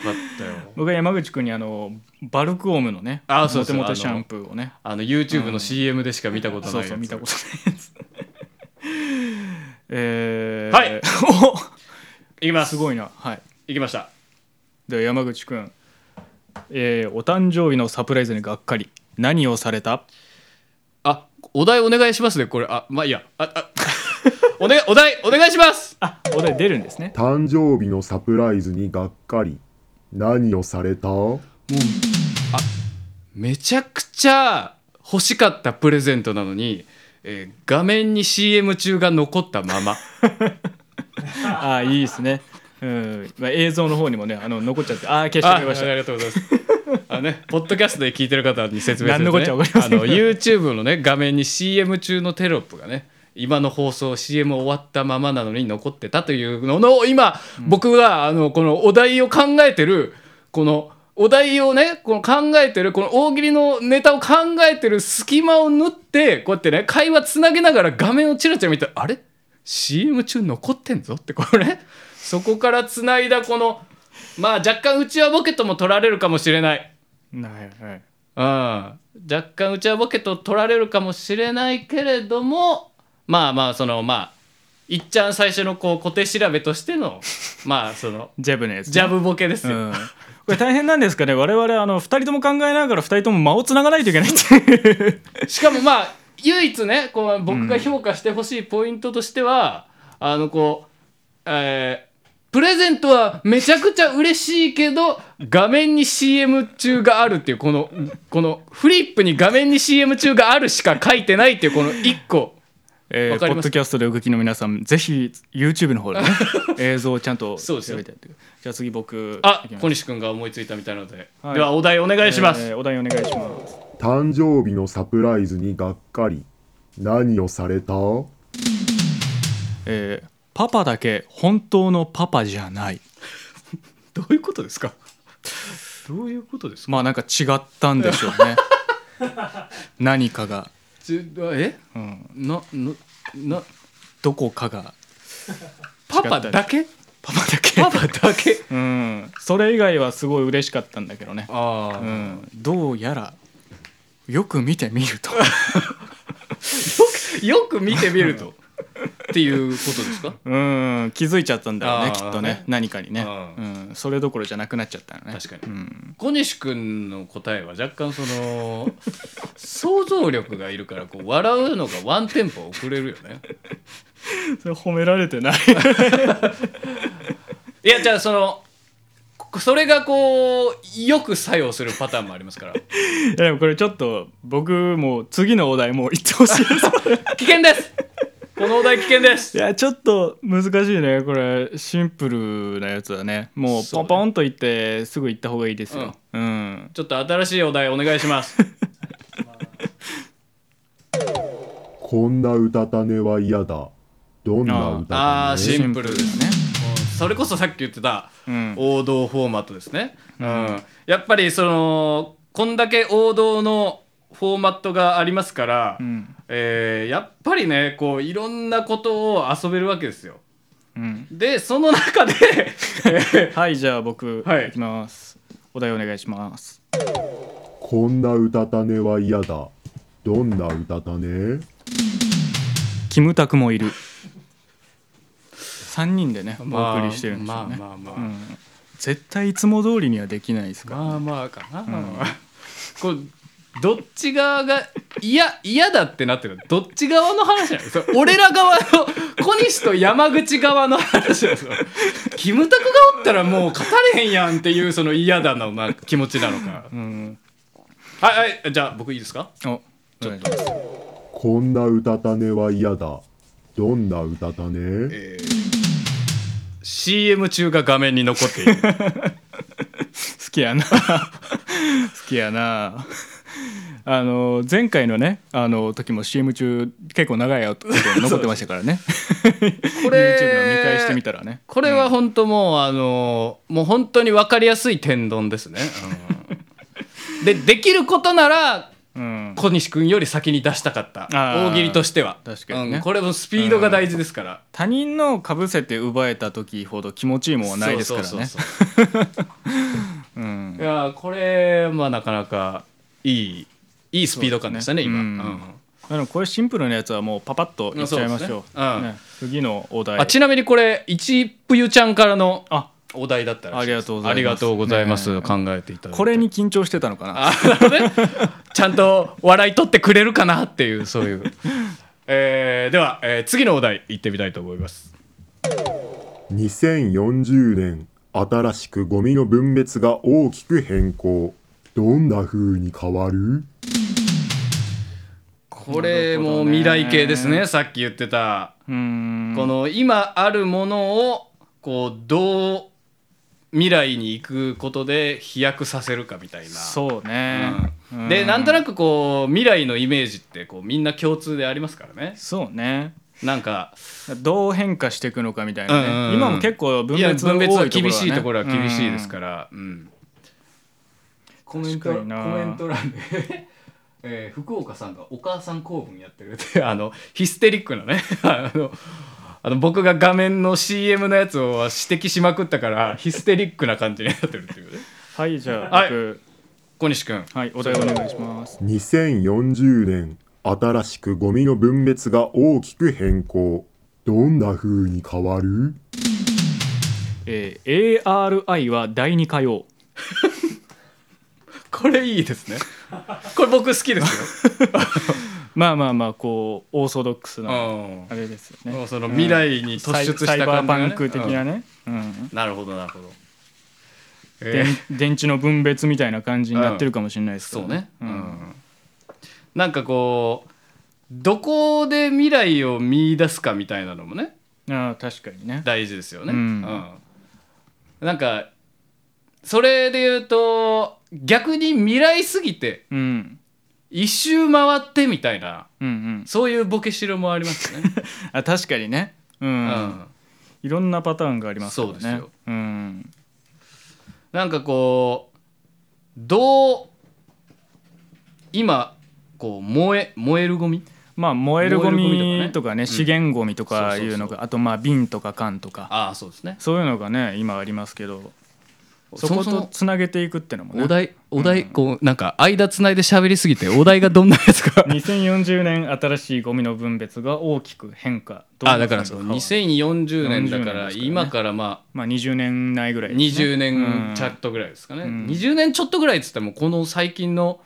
S2: 僕は山口君にあのバルクオムのね
S1: あそう
S2: モテ
S1: そう
S2: モテシャンプーをね
S1: あの YouTube の CM でしか見たことない
S2: そ
S1: や
S2: う
S1: つ、
S2: そう見たことないやつえー、
S1: はいいき
S2: お
S1: ます
S2: すごいなはい
S1: いきました
S2: では山口君、えー、お誕生日のサプライズにがっかり何をされた
S1: あお題お願いしますねこれあまあいいやあ あお,、ね、お題お願いします
S2: あお題出るんですね
S5: 誕生日のサプライズにがっかり何をされた
S1: めちゃくちゃ欲しかったプレゼントなのに、えー画面に CM 中が残ったまま
S2: あーいいですねうん、まあ、映像の方にもねあの残っちゃってああ消して
S1: あ
S2: みまし
S1: あ
S2: た
S1: りがとうございますあのね、ポッドキャストで聞いてる方に説明すると、
S2: 何のこ
S1: ね、
S2: っちゃわかりま
S1: あ
S2: せんけど
S1: の YouTube のね画面に CM 中のテロップがね今の放送 CM 終わったままなのに残ってたというのの今、僕があのこのお題を考えてるこのお題をねこの考えてるこの大喜利のネタを考えてる隙間を縫ってこうやってね会話つなげながら画面をチラチラ見てあれ CM 中残ってんぞってこれそこからつないだこのまあ若干うちはボケとも取られるかもしれない
S2: はいはい
S1: うん、若干うちはボケと取られるかもしれないけれどもまあまあそのまあいっちゃん最初のこう小手調べとして のまあその
S2: ジャブのやつね、
S1: ジャブボケです
S2: う
S1: よ、
S2: んこれ大変なんですかね我々あの2人とも考えながら2人とも間をつながないといけないっていう
S1: しかもまあ唯一ねこう僕が評価してほしいポイントとしては、あのこうえープレゼントはめちゃくちゃ嬉しいけど画面に CM 中があるっていうこのこのフリップに画面に CM 中があるしか書いてないっていうこの1個。
S2: え
S1: わ
S2: ー、
S1: かり
S2: ポッ
S1: ます
S2: ドキャストでお聞きの皆さんぜひ YouTube の 方で、ね、映像をちゃんと
S1: そう
S2: 調
S1: ですよ
S2: べてっていうじゃあ次僕
S1: あ
S2: いき、ます
S1: 小西くんが思いついたみたいなので、
S2: はい
S1: ではお題お願いします。
S2: えーお題お願いします
S5: 誕生日のサプライズにがっかり何をされた
S2: えーパパだけ本当のパパじゃない
S1: どういうことですか。どういうことですか。
S2: まあなんか違ったんでし ょうね何かが、
S1: ちえ、
S2: うん、
S1: な、な、な、
S2: どこかが
S1: パパだけ。
S2: パパだけ
S1: パパだけ
S2: うん、それ以外はすごい嬉しかったんだけどね、
S1: ああ、
S2: う
S1: よ
S2: ん、どうやらよく見てみる と
S1: くよく見てみるとっていうことですか
S2: うん気づいちゃったんだよね
S1: あ
S2: き
S1: ー
S2: っと
S1: ね
S2: ね何かにね、
S1: う
S2: うん、それどころじゃなくなっちゃったのね
S1: 確かに
S2: うん
S1: 小西君の答えは若干その想像力がいるからこう笑うのがワンテンポ遅れるよね
S2: それ褒められてない
S1: いやじゃあそのこそれがこうよく作用するパターンもありますから
S2: いやでもこれちょっと僕もう次のお題もう言ってほしいです
S1: 危険ですこのお題危険で
S2: い
S1: す
S2: やちょっと難しいねこれシンプルなやつだねもう
S1: そう
S2: ポ
S1: ね
S2: ンポンと言ってすぐ行った方がいいですよ、うん、
S1: ちょっと新しいお題お願いします
S5: こんなうたた寝は嫌だ。どんなう
S1: あ
S5: た
S1: ー
S5: た
S1: シ
S5: 寝
S1: ンプルですねそれこそさっき言ってた
S2: うん
S1: 王道フォーマットですね、うんやっぱりそのこんだけ王道のフォーマットがありますから、
S2: うん
S1: えーやっぱりねこういろんなことを遊べるわけですよ
S2: うん、
S1: でその中 で、え
S2: はいじゃあ僕、
S1: はい
S2: い、きますお題お願いします
S5: こんなうたた寝は嫌だ。どんなうたた寝
S2: キムタクもいる3人でね
S1: ー
S2: お送りしてるんです
S1: まあ
S2: よね、
S1: まあまあ、
S2: うん、絶対いつも通りにはできないですから、
S1: まあまあかな、こうどっち側が嫌嫌だってなってるのどっち側の話なのそれ俺ら 側の小西と山口側の話なのそれキムタクがおったらもう語れへんやんっていうその嫌だのな気持ちなのか
S2: うん、
S1: はいはいじゃあ僕いいですか
S2: おちょっと
S5: こんなうたた寝は嫌だ。どんなうたた寝
S1: CM 中が画面に残っている
S2: 好きやな 好きやなあの前回のねあの時も CM 中結構長 いやつ残ってましたからね
S1: こ
S2: YouTube の見返してみたらね
S1: これは本当もう、あのもう本当に分かりやすい天丼ですね、うんでできることなら
S2: うん
S1: 小西君より先に出したかった
S2: ー
S1: 大喜利としては
S2: 確かにね
S1: うんこれもスピードが大事ですから、
S2: 他人のかぶせて奪えた時ほど気持ちいいもんはないですから
S1: そう
S2: ね
S1: そうそうそう いやーこれまあなかなかいいいいスピード感でしたね
S2: そう
S1: 今、
S2: ね
S1: うん
S2: うんあのこれシンプルなやつはもうパパッといっちゃいましょう
S1: そうですねうん
S2: ね次のお題
S1: あちなみにこれ一冬ちゃんからの
S2: あ
S1: お題だったらしいです
S2: ありがとうございます
S1: ありがとうございます考えていただいて
S2: これに緊張してたのかな
S1: あなるほどねちゃんと笑い取ってくれるかなっていうそう いう、えーでは、えー次のお題いってみたいと思います
S5: 2040年、新しくゴミの分別が大きく変更。どんな風に変わる
S1: これも未来系ですねさっき言ってた、
S2: うーん
S1: この今あるものをこうどう未来に行くことで飛躍させるかみたいな
S2: そうね
S1: うんでなんと
S2: なく
S1: なくこう未来のイメージってこうみんな共通でありますからね
S2: そうね
S1: なんか
S2: どう変化していくのかみたいなね、
S1: うんうんうん
S2: 今も結構分
S1: いや
S2: 別
S1: 分別
S2: 多
S1: はい
S2: ところ
S1: 厳しいところは
S2: ね
S1: 厳しいですか
S2: うん
S1: ら、うんコ
S2: メント確かになコメント
S1: 欄で、 え福岡さんがお母さん公文やってるって あのヒステリックなね あのあの僕が画面の CM のやつを指摘しまくったからヒステリックな感じになってるって いうね
S2: はいじゃあ
S1: はい
S2: 僕
S1: 小西君
S2: はい、お題お願いします
S5: 2040年新しくゴミの分別が大きく変更どんな風に変わる
S2: えー ARI は第二火曜
S1: これいいですねこれ僕好きですよ、
S2: まあまあまあこ うオーソドックス
S1: う
S2: なんあれですよ
S1: も
S2: ね
S1: うその未来に突出した感じ
S2: サ
S1: が
S2: イサイ
S1: ね
S2: バーパンク的なね、うん
S1: なるほどなるほど、え
S2: で
S1: ー
S2: ん電池の分別みたいな感じになってるかもしれないですけ
S1: そ
S2: ど
S1: うね、うん
S2: ん
S1: なんかこうどこで未来を見出すかみたいなのもね
S2: ああ確かにね
S1: 大事ですよね、
S2: うん
S1: うんなんかそれで言うと逆に未来すぎて
S2: うん
S1: 一周回ってみたいな
S2: うんうん
S1: そういうボケしろもありますね、
S2: あ確かにねうん、
S1: うん、
S2: いろんなパターンがありますからね
S1: そうですよ
S2: うん
S1: なんかこうどう今こう燃え燃えるゴミ
S2: まあ、燃えるゴ
S1: 燃える
S2: ミ
S1: ゴミと
S2: と
S1: か
S2: か
S1: ね
S2: ね資源ゴミとかいう
S1: そうそ
S2: の
S1: うそ
S2: があとまあ瓶とか缶とか
S1: ああそうですね
S2: そういうのがね今ありますけどそ
S1: そも
S2: こ
S1: そ
S2: と
S1: も
S2: つなげていくってのもね
S1: お題お題、こうなんか間つないで喋りすぎてお題がどんなやつ か
S2: 2040年新しいゴミの分別が大きく変化ど
S1: あ
S2: な
S1: だからそう
S2: 変わる
S1: 2040年だか
S2: 40
S1: ら
S2: 年ですからね
S1: 今からま
S2: まあ20年内ぐら
S1: あ
S2: いですね
S1: 20
S2: うん
S1: 年ちょっとぐらいですかね、
S2: ん
S1: 20年ちょっとぐらいっつったらもうこの最近の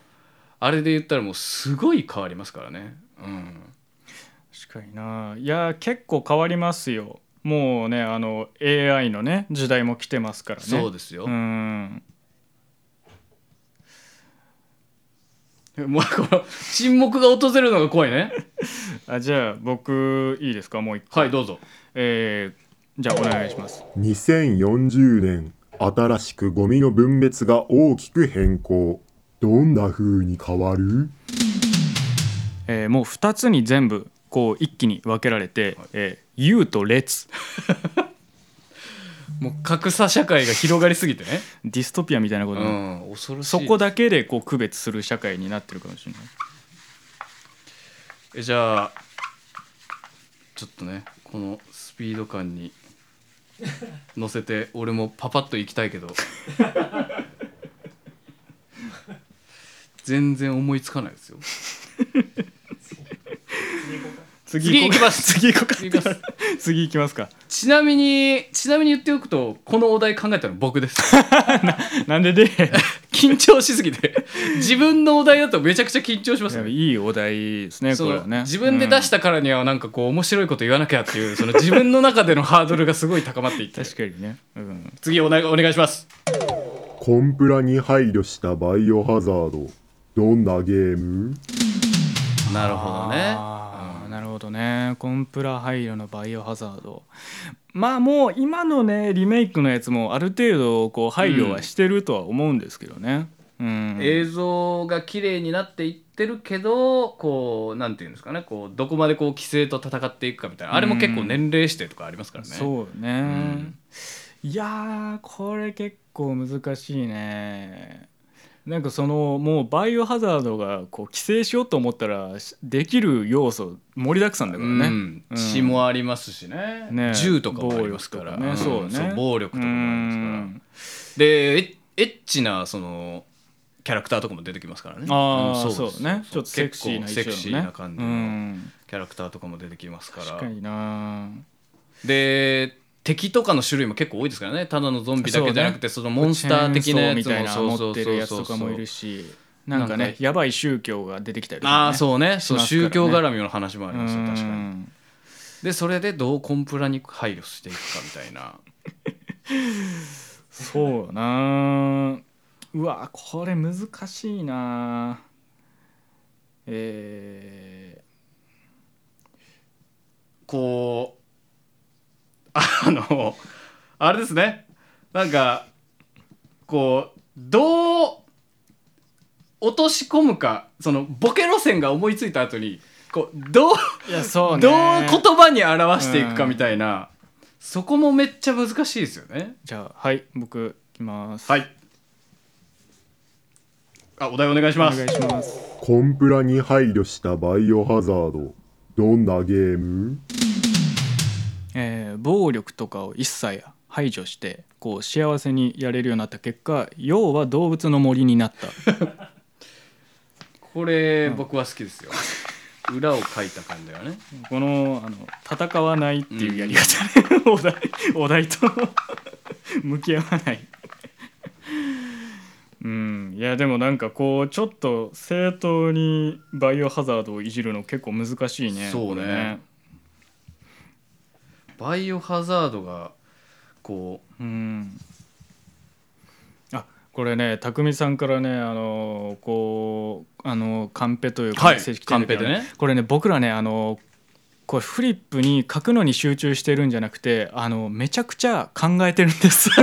S1: あれで言ったらもうすごい変わりますからねうん
S2: 確かにないや結構変わりますよもうねあの AI のね時代も来てますからね
S1: そうですよ、
S2: うん
S1: もうこの沈黙が訪れるのが怖いね
S2: あじゃあ僕いいですかもう一回
S1: はいどうぞ
S2: えーじゃあお願いします
S5: 2040年新しくゴミの分別が大きく変更どんな風に変わる
S2: えーもう2つに全部こう一気に分けられて「えー U」と「列
S1: もう格差社会が広がりすぎてね」
S2: ディストピアみたいなこと
S1: う
S2: になる、
S1: ん恐ろしい
S2: そこだけでこう区別する社会になってるかもしれない
S1: えじゃあちょっとねこのスピード感に乗せて俺もパパッと行きたいけど全然思いつかないですよ次行きます
S2: 次行こうか
S1: 次行きます
S2: 次行き ますか
S1: ちなみにちなみに言っておくとこのお題考えたの僕です
S2: なんでで
S1: 緊張しすぎて自分のお題だとめちゃくちゃ緊張しますよね
S2: いいお題ですね
S1: そ
S2: これ
S1: の
S2: はね
S1: 自分で出したからにはなんかこう面白いこと言わなきゃっていうその自分の中でのハードルがすごい高まっていって
S2: うん確かにね、うん、
S1: 次おなお願いします
S5: コンプラに配慮したバイオハザードどんなゲーム
S1: なるほどね
S2: あーなるほどねコンプラ配慮のバイオハザードまあもう今のねリメイクのやつもある程度こう配慮はしてるとは思うんですけどね、うん
S1: 映像が綺麗になっていってるけどこうなんていうんですかねこうどこまでこう規制と戦っていくかみたいなあれも結構年齢指定とかありますからね、
S2: そうね、
S1: ん
S2: いやーこれ結構難しいねなんかそのもうバイオハザードがこう規制しようと思ったらしできる要素盛りだくさんだからね、
S1: うん
S2: うん
S1: 血もありますしね
S2: ね
S1: 銃とかもありますから、
S2: 暴
S1: ん
S2: 力とかねそうね
S1: 暴力とかもありますか
S2: うん
S1: らでエッエッチなそのキャラクターとかも出てきますからね
S2: あ
S1: ん
S2: あ、
S1: そう
S2: そう
S1: です
S2: ねち
S1: そ
S2: ょ
S1: う
S2: っとセクシーな
S1: 結構セクシーな感じの
S2: うん、
S1: キャラクターとかも出てきますから
S2: 確かにな
S1: で敵とかの種類も結構多いですからねただのゾンビだけじゃなくてそのモンスター的なやつも
S2: チェーンソーみたいな持ってるやつとかもいる
S1: し
S2: しなんか
S1: なん
S2: ね
S1: か
S2: やばい宗教が出てきたりとか、ね、
S1: ああそうねそう
S2: しますからね
S1: 宗教絡みの話もありますよ
S2: うん
S1: 確かにでそれでどうコンプラに配慮していくかみたいな
S2: そうやなうわこれ難しいなえ
S1: こうあのあれですねなんかこうどう落とし込むかそのボケ路線が思いついた後にこうどう
S2: ー、いやそうね
S1: どう言葉に表していくかみたいな、そこもめっちゃ難しいですよね
S2: じゃあはい僕いきます
S1: はいあお題お願いし
S2: お
S1: ま
S2: 願
S1: す
S2: いします
S5: コンプラに配慮したバイオハザードどんなゲーム
S2: えー暴力とかを一切排除してこう幸せにやれるようになった結果要は動物の森になった
S1: これ、僕は好き ですよ裏を書いた感じだよね
S2: このあの戦わないっていうやり方ね、お題お題と向き合わないうんいやでもなんかこうちょっと正当にバイオハザードをいじるの結構難しいね
S1: そうね
S2: これ
S1: バイオハザードがこう
S2: うんあこれね匠さんからねあのこうあのカンペというか、
S1: はい
S2: 正式テレビから
S1: カンペでね
S2: これね僕らねあのこれフリップに書くのに集中してるんじゃなくてあのめちゃくちゃ考えてるんです
S1: そ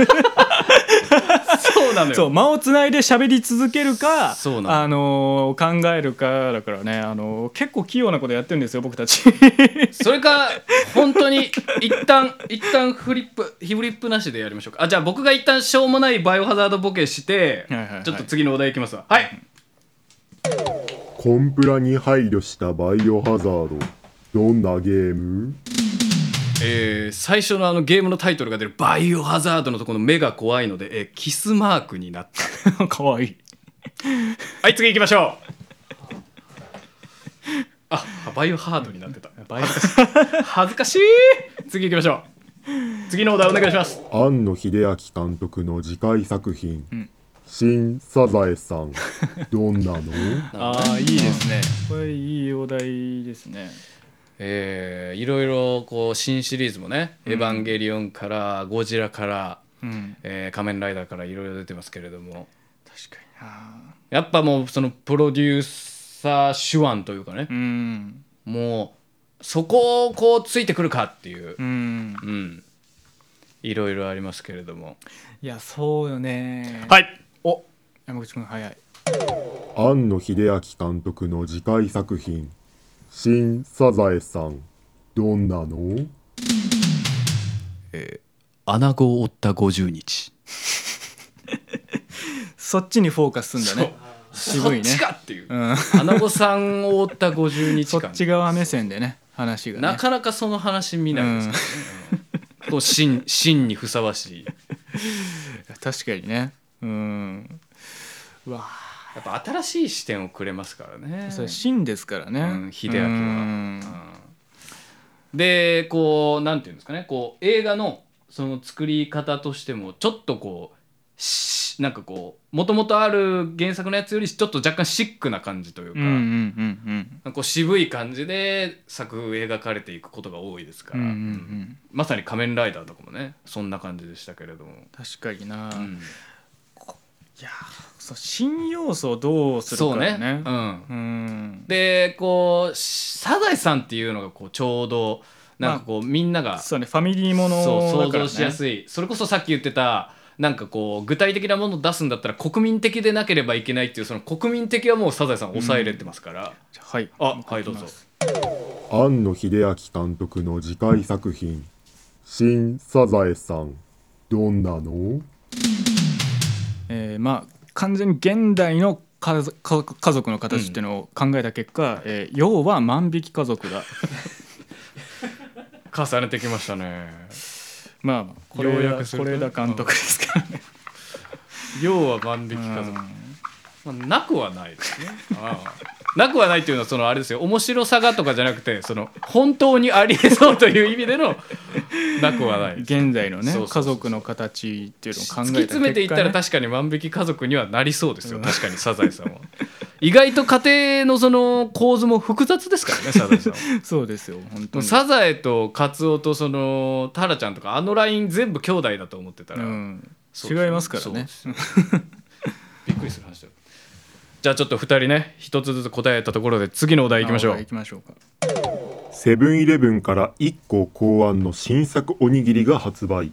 S1: うなのよ
S2: そう間をつないで喋り続けるか
S1: そうなの
S2: あの考えるかだからねあの結構器用なことやってるんですよ僕たち
S1: それか本当に一旦一旦フリップヒフリップなしでやりましょうかあじゃあ僕が一旦しょうもないバイオハザードボケして、
S2: はいはいはい
S1: ちょっと次のお題いきますわはい
S5: コンプラに配慮したバイオハザードどんなゲーム
S1: えー最初のあのゲームのタイトルが出る「バイオハザード」のところの目が怖いので、えーキスマークになった
S2: かわいい
S1: はい次行きましょうあバイオハードになって た
S2: バイオ
S1: 恥ずかしい次行きましょう次のお題お願いします
S5: 庵野秀明監督の次回作品「新サザエさん」どんなの
S2: ああいいですねこれいいお題ですね
S1: えーいろいろこう新シリーズもね「エヴァンゲリオン」から「ゴジラ」から
S2: うん
S1: 「えー仮面ライダー」からいろいろ出てますけれども
S2: 確かにな
S1: やっぱもうそのプロデューサー手腕というかね
S2: うん
S1: もうそこをこうついてくるかっていう
S2: う、ん
S1: うん、いろいろありますけれども
S2: いやそうよね
S1: はい
S2: お山口くん早い
S5: 庵野秀明監督の次回作品「新サザエさん」どんなの
S1: 穴子を追った50日
S2: そっちにフォーカスすんだね
S1: そ
S2: 渋い
S1: っ
S2: ね
S1: ちかっていう、
S2: うん
S1: 穴子さんを追った50日
S2: そ
S1: 間
S2: っち側目線でね話がね
S1: なかなかその話見ないですからね、こう真真にふさわしい
S2: 確かにねうんうわあ
S1: やっぱ新しい視点をくれますからね
S2: それ真ですからね、
S1: うん秀明は
S2: うん
S1: でこうなんていうんですかねこう映画のその作り方としてもちょっとこうしなんかこうもともとある原作のやつよりちょっと若干シックな感じという
S2: う
S1: か、
S2: んうん
S1: なんかこう渋い感じで作風描かれていくことが多いですか
S2: うんうんうん
S1: ら、
S2: うんう
S1: うん
S2: ん
S1: まさに「仮面ライダー」とかもねそんな感じでしたけれども、
S2: 確かにな、
S1: うん
S2: いやーそう新要素をどうする
S1: そう
S2: か
S1: ね
S2: だね
S1: うん、
S2: うん
S1: でこうしサザエさんっていうのがこうちょうどなんかこう、みんなが
S2: そうねファミリーもの
S1: そう想
S2: だ
S1: 像
S2: から、ね、
S1: しやすいそれこそさっき言ってたなんかこう具体的なものを出すんだったら国民的でなければいけないっていうその国民的はもうサザエさん抑えれてますから、
S2: はい
S1: あはいどうぞ
S5: 庵野秀明監督の次回作品「新サザエさん」どんなの
S2: えーまあ完全に現代の家族家族家族の形っていうのを考えた結果、えー要は万引き家族だ
S1: 重ねてきましたね
S2: まあまあこれ
S1: 要約すると
S2: これだ監督ですからね、
S1: 要は万引き
S2: う
S1: 家族、
S2: ん
S1: まあなくはないですねああなくはないっていうのはそのあれですよ面白さがとかじゃなくてその本当にありえそうという意味でのなくはないです
S2: 現在のね
S1: そうそうそう
S2: 家族の形っていうのを考
S1: 突
S2: えた結果、ね、
S1: き詰めていったら確かに万引き家族にはなりそうですよ、確かにサザエさんは意外と家庭のその構図も複雑ですからねサザエさんは
S2: そうですよ本当に
S1: サザエとカツオとそのタラちゃんとかあのライン全部兄弟だと思ってた
S2: う
S1: ら、
S2: ん、
S1: そう
S2: 違
S1: です
S2: いますからね
S1: そうですよびっくりする話だよじゃあちょっと2人ね一つずつ答えたところで次のお題いきましょ
S2: あはいう行きましょうか
S5: セブンイレブンから1個考案の新作おにぎりが発売、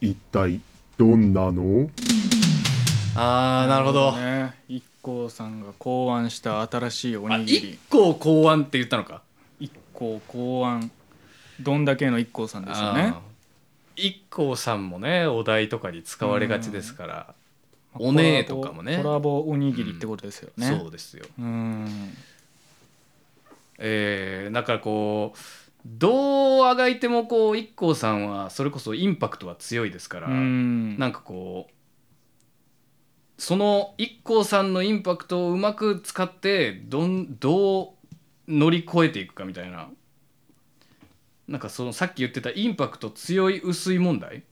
S5: 一体どんなの
S1: ああなるほど
S2: ね一光さんが考案した新しいお
S1: あ
S2: にぎり
S1: 一個考案って言ったのか
S2: 一光考案どんだけの一光さんですよね
S1: あー一 k さんもねお題とかに使われがちですから、
S2: コラボ
S1: おねえとかもね
S2: コラボおにぎりってことですよね、
S1: そうですよ、
S2: うん
S1: えー、なんかこうどうあがいてもこう一 k さんはそれこそインパクトは強いですから、
S2: うん
S1: なんかこうその一 k さんのインパクトをうまく使ってどんどう乗り越えていくかみたいななんかそのさっき言ってたインパクト強い薄い問題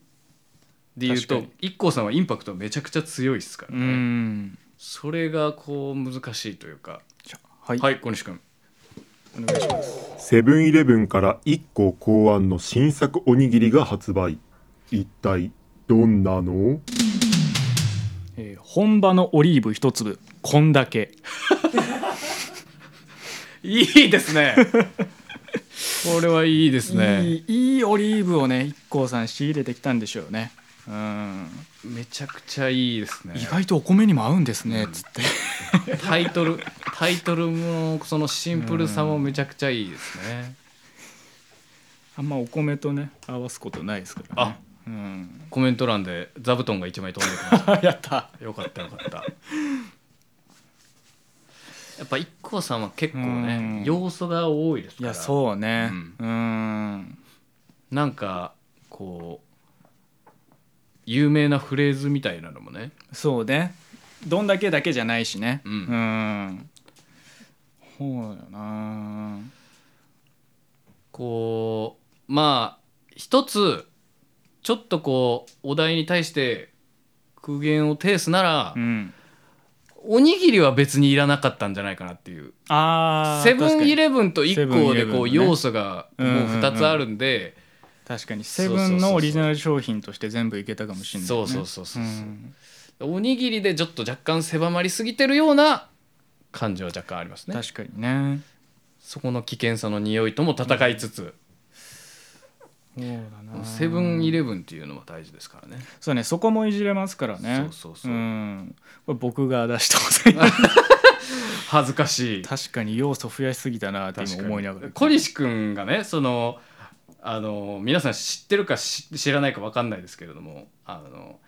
S1: で言う
S2: 確
S1: と
S2: か
S1: 一 k さんはインパクトめちゃくちゃ強いですから
S2: う
S1: ね、
S2: ん
S1: それがこう難しいというか
S2: じゃはい、
S1: はい小西君
S2: お願いします
S5: セブンイレブンから1個考案の新作おにぎりが発売一体どんなの
S2: えー本場のオリーブ一粒こんだ け
S1: いいですねこれはいいですね
S2: いいいいオリーブをね一光さん仕入れてきたんでしょうねうん
S1: めちゃくちゃいいですね
S2: 意外とお米にも合うんですね、つって
S1: タイトルタイトルもそのシンプルさもめちゃくちゃいいですね
S2: あんまお米とね合わすことないですから、ね、
S1: あ
S2: あうん
S1: コメント欄で座布団 が一枚飛んできまし
S2: やった
S1: たよかったよかったやっぱ IKKO さんは結構
S2: う
S1: ね
S2: ん
S1: 要素が多いです
S2: い
S1: から
S2: やそうねうん
S1: なんかこう有名なフレーズみたいなのもね
S2: そうねどんだけだけじゃないしね
S1: うん
S2: うんそうだよな
S1: こうまあ一つちょっとこうお題に対して苦言を呈すなら、
S2: うん
S1: おにぎりは別にいらなかったんじゃないかなっていう
S2: あー
S1: セブンイ
S2: 確かに
S1: レブンと1個で
S2: セブンイレブン
S1: こ
S2: の
S1: う
S2: ね
S1: 要素がもう2つあるんで、
S2: 確かに
S1: そう
S2: セ
S1: そうそうそう
S2: ブンのオリジナル商品として全部いけたかもしれないね
S1: そうそうそうそうそうんおにぎりでちょっと若干狭まりすぎてるような感じは若干ありますね
S2: 確かにね
S1: そこの危険さの匂いとも戦いつつ
S2: そうだな
S1: セブンイレブンっていうのは大事ですからね
S2: そうねそこもいじれますからね
S1: そうそうそうん
S2: これ僕が出したお題
S1: 恥ずかしい
S2: 確かに要素増やしすぎたなって今思いながら
S1: 小西君がねそのあの皆さん知ってるかし知らないか分かんないですけれどもあの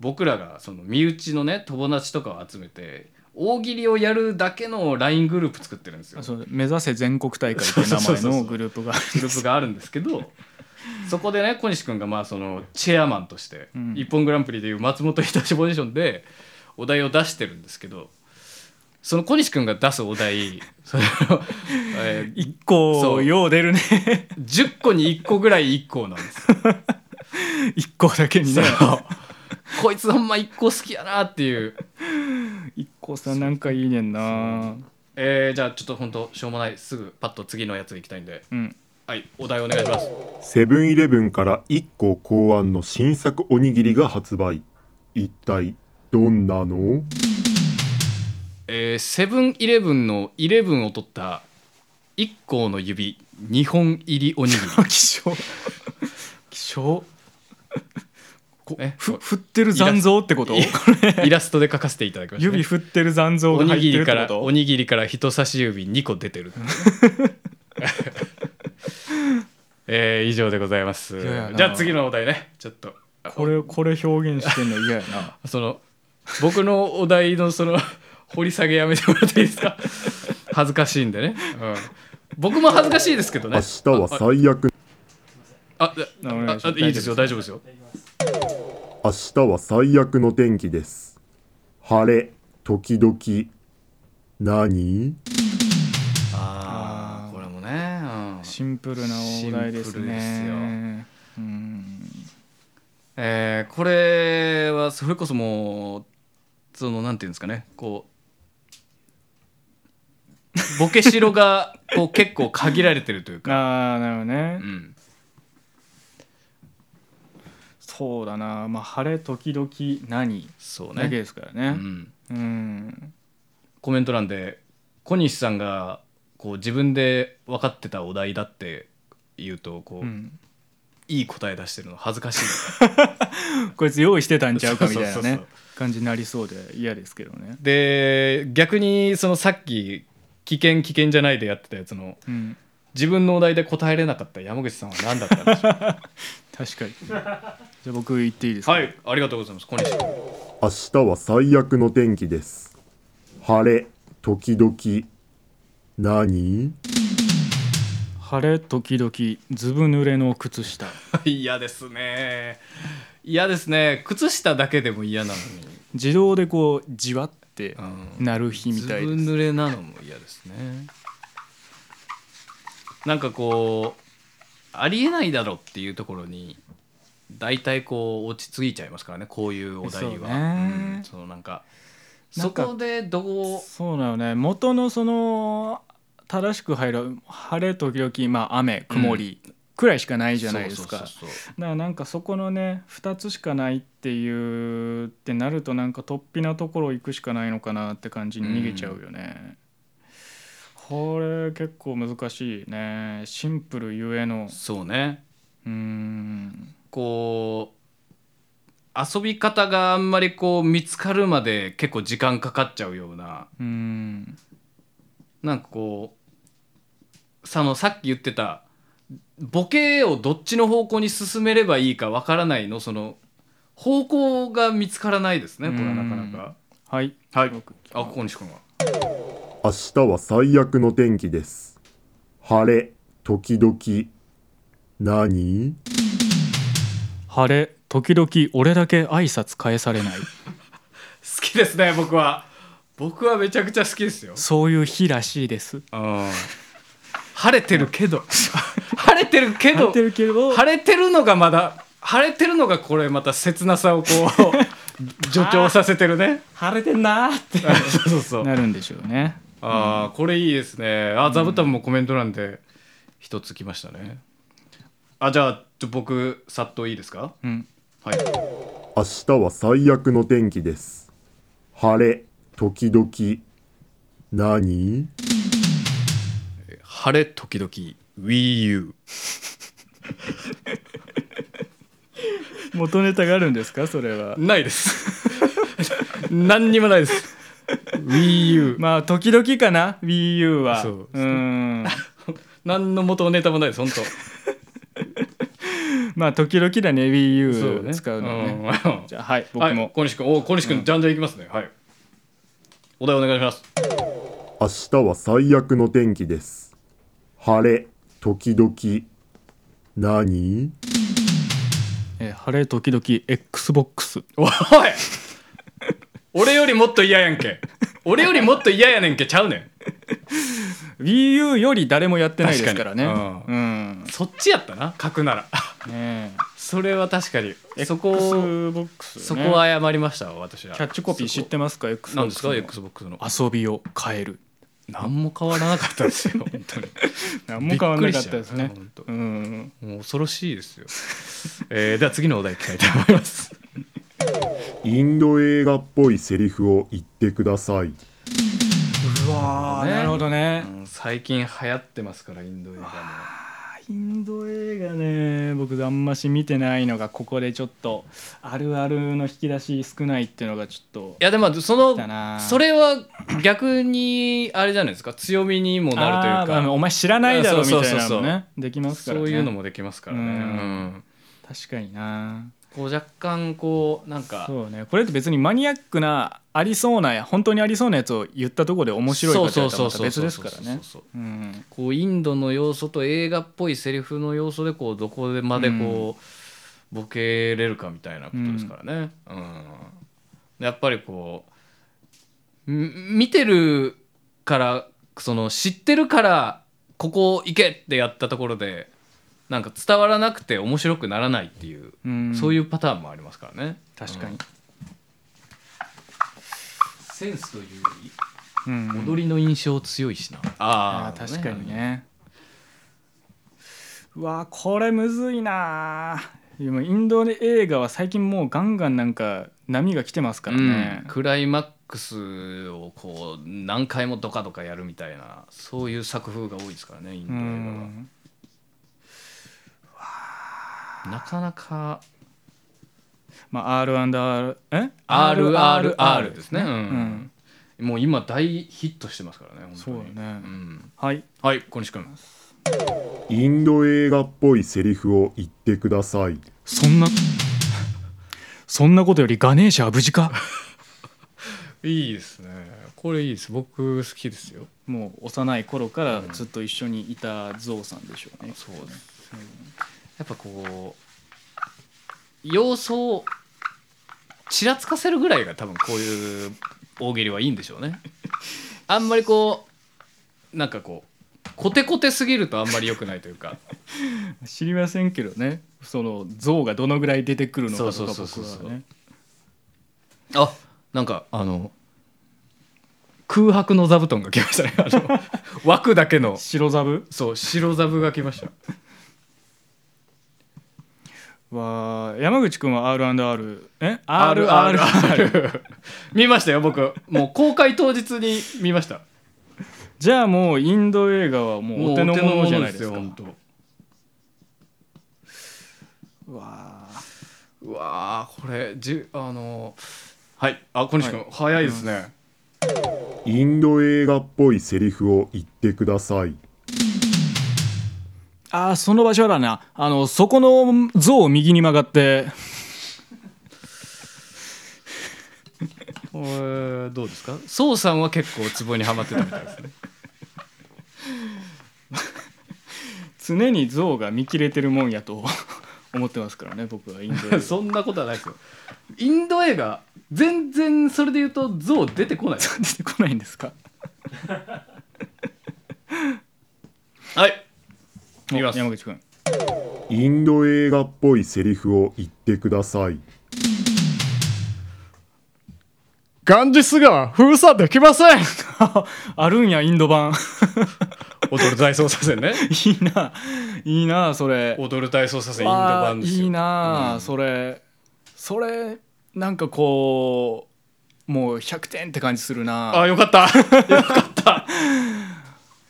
S1: 僕らがその身内のね友達とかを集めて大喜利をやるだけの LINE グループ作ってるんですよ
S2: あそう目指せ全国大会っていう
S1: そ
S2: 名
S1: うそう
S2: 前
S1: そうそ
S2: の
S1: う
S2: グループが
S1: グループがあるんですけどそこでね小西君がまあそのチェアマンとして「
S2: うん
S1: 一本グランプリ」でいう松本人志ポジションでお題を出してるんですけどその小西君が出すお題それを、 えー
S2: 一個よう出るね
S1: 10個に1個ぐらい1個なんですよ
S2: 一個だけにね
S1: そうこいつほんま1個好きやなっていう、
S2: 一個さなんかいいねんな
S1: えーじゃあちょっと本当しょうもないすぐパッと次のやついきたいんで
S2: うん
S1: はいお題お願いします
S5: セブンイレブンから1個考案の新作おにぎりが発売一体どんなの
S1: えーセブンイレブンのイレブンを取った1個の指2本入りおにぎり
S2: 希少希少こ
S1: え
S2: ふ振ってる残像ってこと
S1: イラストで描かせていただきました、ね、
S2: 指振ってる残像
S1: お
S2: が
S1: に
S2: 入
S1: ぎ
S2: ってる
S1: り
S2: っ
S1: か
S2: てこ
S1: らお
S2: と
S1: にぎりから人差し指2個出 てるえー以上でございます
S2: いやいやな
S1: じゃあ次のお題ねちょっと
S2: これこれ表現してんの嫌やな
S1: その僕のお題のその掘り下げやめてもらっていいですか恥ずかしいんでね、うん、僕も恥ずかしいですけどね
S5: 明日は最悪
S1: ああ
S2: お願いします
S1: あいいですよ大丈夫ですよ
S5: 明日は最悪の天気です晴れ時々何
S1: ああこれもね、うん
S2: シンプルなお題です
S1: シンプルですよ
S2: ねうん
S1: えーこれはそれこそもうそのなんていうんですかねこうボケしろがこう結構限られてるというか、
S2: ああなるほどね、
S1: うん、
S2: そうだなまあ晴れ時々何
S1: そう
S2: だけ
S1: ね、
S2: ですから
S1: う
S2: ね
S1: ん、
S2: うん、
S1: コメント欄で小西さんがこう自分で分かってたお題だって言うとこう、
S2: うん
S1: いい答え出してるの恥ずかしい
S2: こいつ用意してたんちゃうかみたいなね
S1: そうそうそうそう
S2: 感じになりそうで嫌ですけどね
S1: で逆にそのさっき危険危険じゃないでやってたやつの
S2: うん
S1: 自分のお題で答えれなかった山口さんは何だったんでしょう
S2: 確かにじゃあ僕言っていいですか、
S1: はいありがとうございます小西君
S5: 明日は最悪の天気です晴れ時々何
S2: 晴れ時々ずぶ濡れの靴下
S1: 嫌ですね嫌ですね靴下だけでも嫌なのに、
S2: 自動でこうじわって
S1: うん、
S2: なる日み
S1: ずぶ
S2: たいです
S1: 濡れなのも嫌ですねなんかこうありえないだろっていうところに大体こう落ち着いちゃいますからねこういうお題は
S2: そうね
S1: うんそのなんか
S2: なん
S1: そ
S2: か
S1: こでどう
S2: そうなのね元のその正しく入る晴れ時々、まあ、雨曇りくらいしかないじゃないですか、
S1: そうそうそうそう
S2: だからなんかそこのね2つしかないっていうってなるとなんか突飛なところ行くしかないのかなって感じに逃げちゃうよね、これ結構難しいねシンプルゆえの
S1: そうね
S2: うーん
S1: こう遊び方があんまりこう見つかるまで結構時間かかっちゃうような
S2: うーん
S1: なんかこうそのさっき言ってたボケをどっちの方向に進めればいいかわからないのその方向が見つからないですねこれはなかなか。
S2: はい
S1: はい
S2: 僕
S1: あ小西君は。
S5: 明日は最悪の天気です。晴れ、時々、何
S2: 晴れ時々俺だけ挨拶返されない
S1: 好きですね僕は僕はめちゃくちゃ好きですよ
S2: そういう日らしいで
S1: う
S2: す
S1: ん晴れてるけど晴れてるけ
S2: 晴
S1: ど
S2: れてるけど
S1: 晴れてるのがまだ晴れてるのがこれまた切なさをこ う助長させてるね
S2: 晴れてんなーって
S1: そうそうそう
S2: なるんでしょうね
S1: ああこれいいですねあ座布団もコメント欄で一つきましたねあじゃあちょ僕さっといいですか
S2: うん
S1: はい
S5: 明日は最悪の天気です。晴れ、時々、何
S1: 晴れ時々 WeeU
S2: 元ネタがあるんですかそれは
S1: ないです 何にもないです WeeU
S2: まあ時々かな WiiU は
S1: そう
S2: うん
S1: 何の元ネタもないです本
S2: まあ時々だね
S1: 当
S2: WiiU 使うのはね
S1: うん
S2: じゃあはい僕
S1: はい
S2: も、
S1: 小西君お小西君、じゃんじゃんいきますねはいお題お願いします
S5: 明日は最悪の天気です。晴れ、時々、何
S2: えー晴れ時々 XBOX
S1: おい俺よりもっと嫌やんけ俺よりもっと嫌やねんけちゃうねん
S2: WiiU より誰もやってないですからね
S1: 確かに
S2: うん
S1: そっちやったな書くなら
S2: ね
S1: それは確かにそこを
S2: XBOX
S1: そこは謝りましたわ私は
S2: キャッチコピー知ってますか XBOX
S1: なんですか
S2: の
S1: XBOX の
S2: 遊びを変える
S1: 何も変わらなかったですよ 本当に
S2: 何も変わんなかったです
S1: びっ
S2: ね
S1: くりしちゃう
S2: うん
S1: もう恐ろしいですよ、えー、では次のお題いきたいと思います
S5: インド映画っぽいセリフを言ってください。
S2: うわー
S1: ね
S2: なるほどね
S1: うん最近流行ってますからインド映画も
S2: インド映画ね僕あんまし見てないのがここでちょっとあるあるの引き出し少ないっていうのがちょっと
S1: いやでもその
S2: だな
S1: それは逆にあれじゃないですか強みにもなるという
S2: あー
S1: か
S2: まあお前知らないだろみたい
S1: そう
S2: な
S1: そ
S2: の
S1: うそう
S2: ねできますから
S1: そ
S2: ね
S1: ういうのもできますからね、
S2: う
S1: うんん
S2: 確かにな
S1: こう若干こうなんか
S2: そうねこれって別にマニアックなありそうな本当にありそうなやつを言ったところで面白いかと
S1: そ
S2: や
S1: う
S2: った
S1: そう
S2: ら
S1: そう
S2: また別ですから
S1: そうそ
S2: ね
S1: うそうそう
S2: うん
S1: こうインドの要素と映画っぽいセリフの要素でこうどこまでこう、ボケれるかみたいなことですからね、うんやっぱりこうん見てるからその知ってるからここ行けってやったところでなんか伝わらなくて面白くならないっていう、
S2: うん
S1: そういうパターンもありますからね
S2: 確かに、
S1: センスというより
S2: うん
S1: 踊りの印象強いしな、あ
S2: あー確かにねうわーこれむずいなーでもインド映画は最近もうガンガンなんか波が来てますからね
S1: うん、、クライマックスをこう何回もドカドカやるみたいなそういう作風が多いですからねイン
S2: う
S1: ド
S2: ん
S1: 映画はなかなか
S2: まあ、R&R え
S1: RRR ですね、う
S2: うんん
S1: もう今大ヒットしてますからね本当に
S2: そうだね
S1: ん
S2: はい
S1: はい小西君
S5: インド映画っぽいセリフを言ってください。
S2: そんなそんなことよりガネーシャは無事か
S1: いいですねこれいいです僕好きですよ
S2: もう幼い頃からずっと一緒にいたゾウさんでしょうね、
S1: そうですねやっぱこう様相をちらつかせるぐらいが多分こういう大喜利はいいんでしょうねあんまりこうなんかこうコテコテすぎるとあんまり良くないというか
S2: 知りませんけどねそのゾウがどのぐらい出てくるのかとか
S1: そう
S2: 僕
S1: そうそうそう
S2: はね
S1: あなんかあの空白の座布団が来ましたねあの枠だけの
S2: 白ザブ
S1: そう白座布が来ました
S2: は山口君は R&R え
S1: RRR 見ましたよ僕もう公開当日に見ました
S2: じゃあもうインド映画はもうお手の物じゃないですか
S1: もうお手の物よ本
S2: うわあ
S1: 当うわーこれじゅあのはいあ小西君、早いですね
S5: インド映画っぽいセリフを言ってください。
S2: あーその場所だなあのそこの像を右に曲がって
S1: これどうですか宋さんは結構ツボにはまってたみたいですね
S2: 常に像が見切れてるもんやと 思ってますからね僕はインド映 画
S1: そんなことはないですよインド映画全然それで言うと象出てこない
S2: 出てこないんですか
S1: はい
S2: お
S1: いきます
S2: 山口君
S5: インド映画っぽいセリフを言ってください
S7: ガンジス川封鎖できません
S2: あるんやインド版
S1: 踊る大捜査線ね
S2: いいないいなそれ
S1: 踊る大捜査線インド
S2: あ
S1: 版
S2: ー
S1: ですよ
S2: いいな、それそれなんかこうもう100点って感じするな
S1: あよかった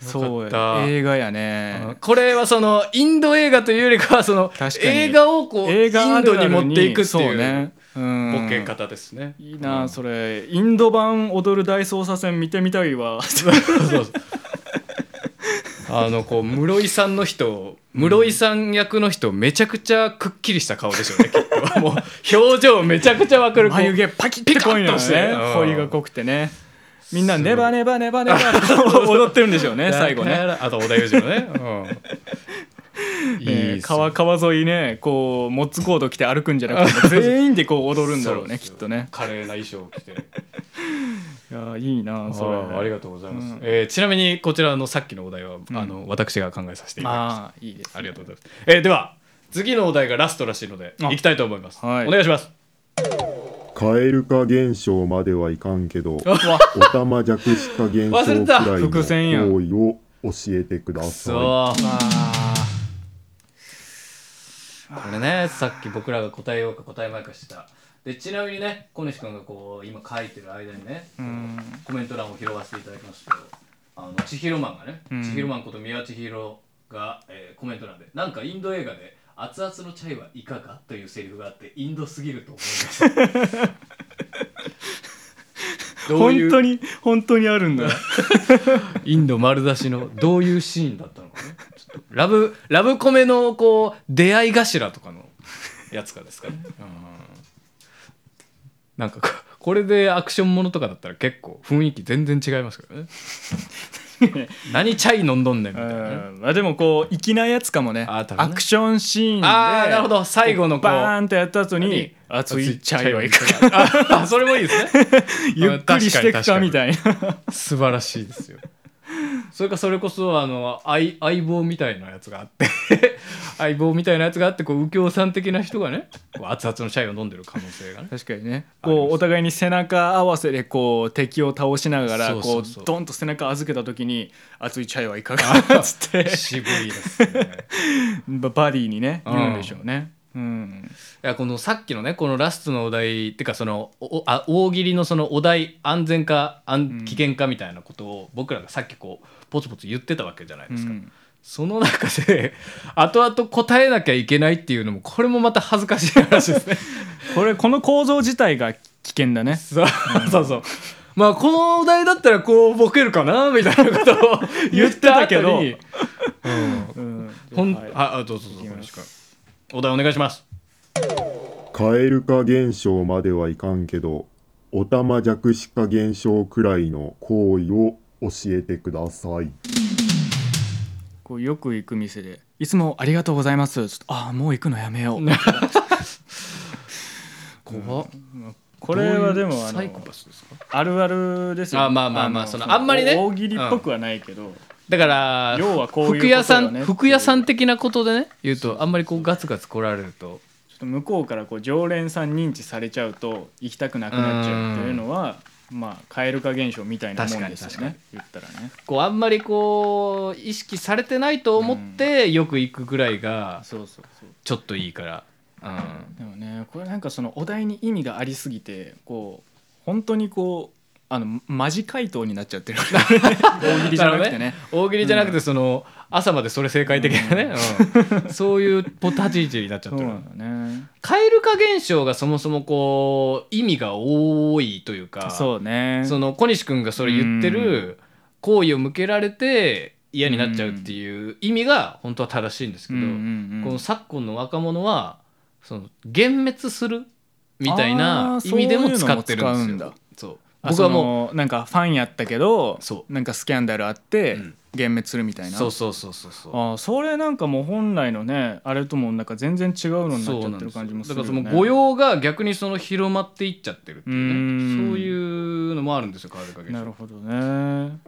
S2: そう
S1: よかった
S2: 映画やね
S1: これはそのインド映画というよりかはその
S2: 確かに
S1: 映画をこう
S2: 映画
S1: イ
S2: あ
S1: ン
S2: る
S1: ド
S2: あ
S1: に
S2: る
S1: 持っていくって
S2: そ
S1: いうう
S2: ね、うん、
S1: ボケ方ですね、
S2: いいな、それインド版踊る大捜査線見てみたい わ
S1: そうそうあのこう室井さんの人室井さん役の人めちゃくちゃくっきりした顔でしょうねきっともう表情めちゃくちゃわかるこう
S2: 眉毛パキッてこい
S1: ピカッ
S2: の
S1: として
S2: ね
S1: うん
S2: 彫りが濃くてねみんな
S1: すごい
S2: ネバネバネバネバ 踊ってるんでしょうね最後ね
S1: あと織田裕二のね、 うん、いい
S2: え
S1: っ
S2: ー
S1: すよ
S2: 川川沿いねこうモッツコード着て歩くんじゃなくて 全員でこう踊るんだろうね
S1: そ
S2: き
S1: です
S2: っ
S1: よ
S2: とね
S1: 華麗な衣装を着て
S2: いやーいいなそれ
S1: あーありがとうございます、
S2: うん
S1: えーちなみにこちらのさっきのお題は、あの私が考えさせていただきました
S2: あーいいです
S1: ありがとうございます。えーでは次のお題がラストらしいので
S2: あ
S1: 行きたいと思います。
S2: はい
S1: お願いします。
S5: 蛙化現象まではいかんけど
S2: わ
S5: おたまじゃくしか現象くらいの
S2: 伏線やん
S5: 行為を教えてください
S1: これねさっき僕らが答えようか答えまいかしてた。でちなみにね小西君がこう今書いてる間にね、コメント欄を拾わせていただきますけどあの千尋マンがね、千尋マンこと宮千尋が、えーコメント欄でなんかインド映画で熱々のチャイはいかがというセリフがあってインドすぎると思いました。どうい
S2: 本
S1: う
S2: 当に本当にあるん だ
S1: インド丸出しのどういうシーンだったのかねちょっとラブラブコメのこう出会い頭とかのやつかですかね、うんなんかここれでアクションものとかだったら結構雰囲気全然違いますからね 何チャイ飲んどんねんみ
S2: う
S1: たいなね、
S2: んまあでもこう粋なやつかもね
S1: あー多分ね
S2: アクションシーンで
S1: あーなるほど最後のこう
S2: バーンとやった後に熱いチャイはいかが
S1: あそれもいいですね
S2: ゆっくりしてくかみたいな
S1: 素晴らしいですよそれかそれこそあの相相棒みたいなやつがあって 相棒みたいなやつがあってこう右京さん的な人がねこう熱々のチャイを飲んでる可能性がね
S2: 確かにね
S1: ありま
S2: こ
S1: す
S2: うお互いに背中合わせでこう敵を倒しながら
S1: そうそうそう
S2: こうドンと背中預けた時に「熱いチャイはいかが?」っつって
S1: 渋いですね
S2: ババディにね
S1: うん
S2: 言うんでしょうね。うん、
S1: いやこのさっきのねこのラストのお題ってかそのおおあ大喜利のそのお題安全か安危険かみたいなことを僕らがさっきこうポツポツ言ってたわけじゃないですか、
S2: うん
S1: その中で後々答えなきゃいけないっていうのもこれもまた恥ずかしい話ですね
S2: これこの構造自体が危険だね。
S1: そうそうそう。まあこのお題だったらこうボケるかなみたいなことを言ってたけど、
S2: 言ってうん
S1: ほん
S2: はい
S1: ああどうぞどう
S2: い
S1: ぞ小
S2: きま
S1: 西君お題お願いします。
S5: 蛙化現象まではいかんけどおたまじゃくしか現象くらいの行為を教えてください
S2: こうよく行く店で「いつもありがとうございます」ちょっとああもう行くのやめよう」
S1: 怖っ
S2: これはでもあ
S1: サイ
S2: の
S1: コパスですか？
S2: あるあるですよ
S1: あまあまあまあそのあんまりね
S2: 大喜利っぽくはないけど、
S1: だから
S2: 要はこういうことよ
S1: 服
S2: ね
S1: 屋さ
S2: って
S1: ん
S2: いう
S1: 服屋さん的なことでね言うとあんまりこうガツガツ来られると
S2: ちょっと向こうからこう常連さん認知されちゃうと行きたくなくなっちゃうっていうのはまあ蛙化現象みたいなもんですよ
S1: 確かに
S2: ね言ったらね
S1: こうあんまりこう意識されてないと思ってよく行くぐらいが
S2: そうそうそう
S1: ちょっといいから。うん
S2: でもねこれなんかそのお題に意味がありすぎてこう本当にこうあのマジ回答になっちゃってる大喜利じゃなくてね
S1: 大喜利じゃなくてその、朝までそれ正解的なね、うんそういうポ立ち位置になっちゃ
S2: そ
S1: っ
S2: う
S1: てる
S2: なんだね
S1: 蛙化現象がそもそもこう意味が多いというか
S2: そうね
S1: その小西君がそれ言ってる行為を向けられて嫌になっちゃうっていう意味が本当は正しいんですけ
S2: う
S1: ど、
S2: んうんうん
S1: この昨今の若者はその幻滅するみたい
S2: あ
S1: な
S2: ー
S1: 意味でも使ってるんですよ。
S2: そういうのも使うんだ
S1: そう僕はもう
S2: うなんかファンやったけど
S1: そ
S2: なんかスキャンダルあって
S1: うん
S2: 幻滅するみたいな、
S1: そうそうそうそうそう
S2: あーそれなんかもう本来のねあれともなんか全然違うのになっちゃってる感じもす
S1: だ
S2: る
S1: か
S2: よ、
S1: ら
S2: ね、
S1: その御用が逆にその広まっていっちゃってるっていう
S2: うー
S1: ね
S2: ん
S1: そういうのもあるんですよ変わるかげ
S2: なるほどね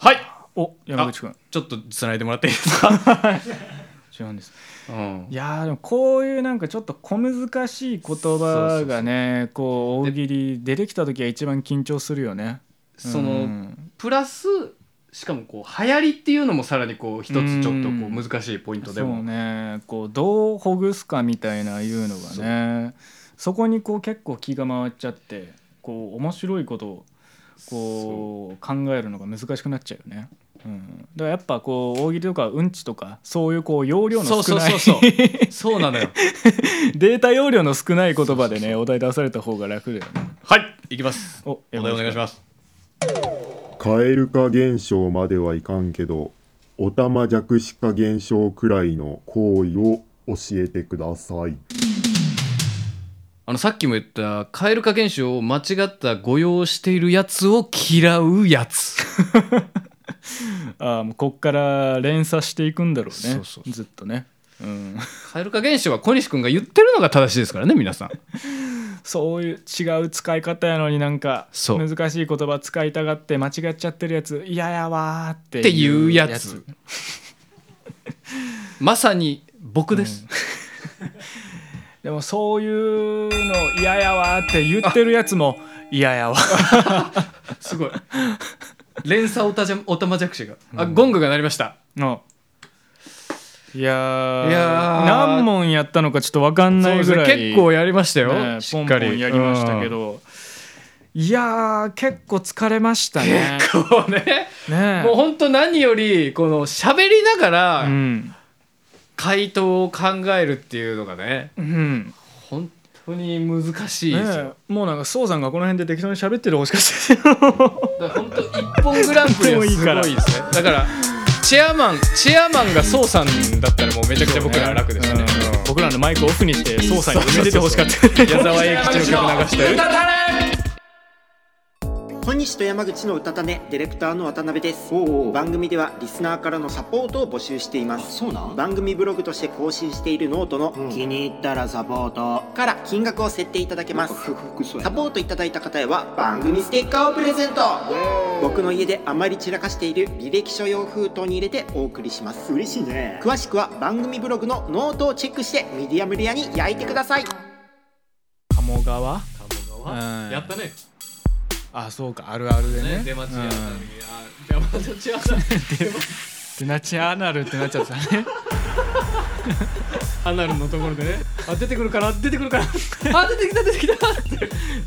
S1: はい
S2: お山口くん
S1: ちょっとつないでもらっていいですか、
S2: 違うんです
S1: うん
S2: い、やーでもこういうなんかちょっと小難しい言葉がねこう大喜利出てきた時は一番緊張するよね
S1: そうの
S2: ん
S1: プラスしかもこう流行りっていうのもさらにこう一つちょっとこう難しいポイントで
S2: そう
S1: も
S2: ねこうどうほぐすかみたいないうのがねそこにこう結構気が回っちゃってこう面白いことをこう考えるのが難しくなっちゃうよね。うん、だからやっぱこう大喜利とかうんちとかそういうこう容量の
S1: そうそう
S2: 少ない
S1: そうそうそうなの よ
S2: データ容量の少ない言葉でねお題出された方が楽だよね。
S1: はい行きます
S2: お
S1: お題お願いし
S2: ま
S1: ます
S5: 蛙化現象まではいかんけどおたまじゃくしか現象くらいの行為を教えてください
S1: あのさっきも言った蛙化現象を間違った誤用しているやつを嫌うやつ
S2: す。ああもうこっから連鎖していくんだろうね
S1: そうそうそう
S2: ずっとね。うん
S1: 蛙化現象は小西君が言ってるのが正しいですからね皆さん
S2: そういう違う使い方やのになんか
S1: そう
S2: 難しい言葉使いたがって間違っちゃってるやつ嫌やわーって
S1: っていうやつまさに僕です、
S2: でもそういうの嫌やわーって言ってるやつも 嫌やわ
S1: すごい連鎖おたじゃおたまじゃくしが、あゴングが鳴りました
S2: のいやー
S1: いやー
S2: 何問やったのかちょっと分かんないぐらい、
S1: そうですね結構やりましたよ、
S2: ね
S1: し
S2: ポ
S1: っ
S2: ン
S1: か
S2: ポ
S1: り
S2: ンやりましたけ、ど、いやー結構疲れましたね
S1: うんこうね
S2: ね
S1: もう本当何よりこの喋りなが
S2: う
S1: ら
S2: ん
S1: 回答を考えるっていうのがね
S2: うん
S1: 本当に難しいですよ、
S2: ねえもうなんかそうさんがこの辺で適当に喋ってるほし かし
S1: だから本当一本グランプリはすごいですねだからチェアマンチェアマンがソウさんだったらもうめちゃくちゃ僕ら楽ですよね
S2: 僕らのマイクオフにして操作に埋めててほしかった
S1: 矢沢永吉の曲流して
S8: 小西と山口の歌たねディレクターの渡辺です番組ではリスナーからのサポートを募集しています番組ブログとして更新しているノートの、気に入ったらサポートから金額を設定いただけますサポートいただいた方へは番組ステッカーをプレゼント僕の家であまり散らかしている履歴書用封筒に入れてお送りします嬉しいね詳しくは番組ブログのノートをチェックしてミディアムレアに焼いてください
S2: 鴨川うん
S1: やったね
S2: あそうかあるあるでね
S1: 出待ちやった時
S2: うん
S1: あ出待ちチェアマン
S2: デナチアナルってなっちゃったね
S1: アナルのところでねあ出てくるから出てくるからあ出てきた出てきたって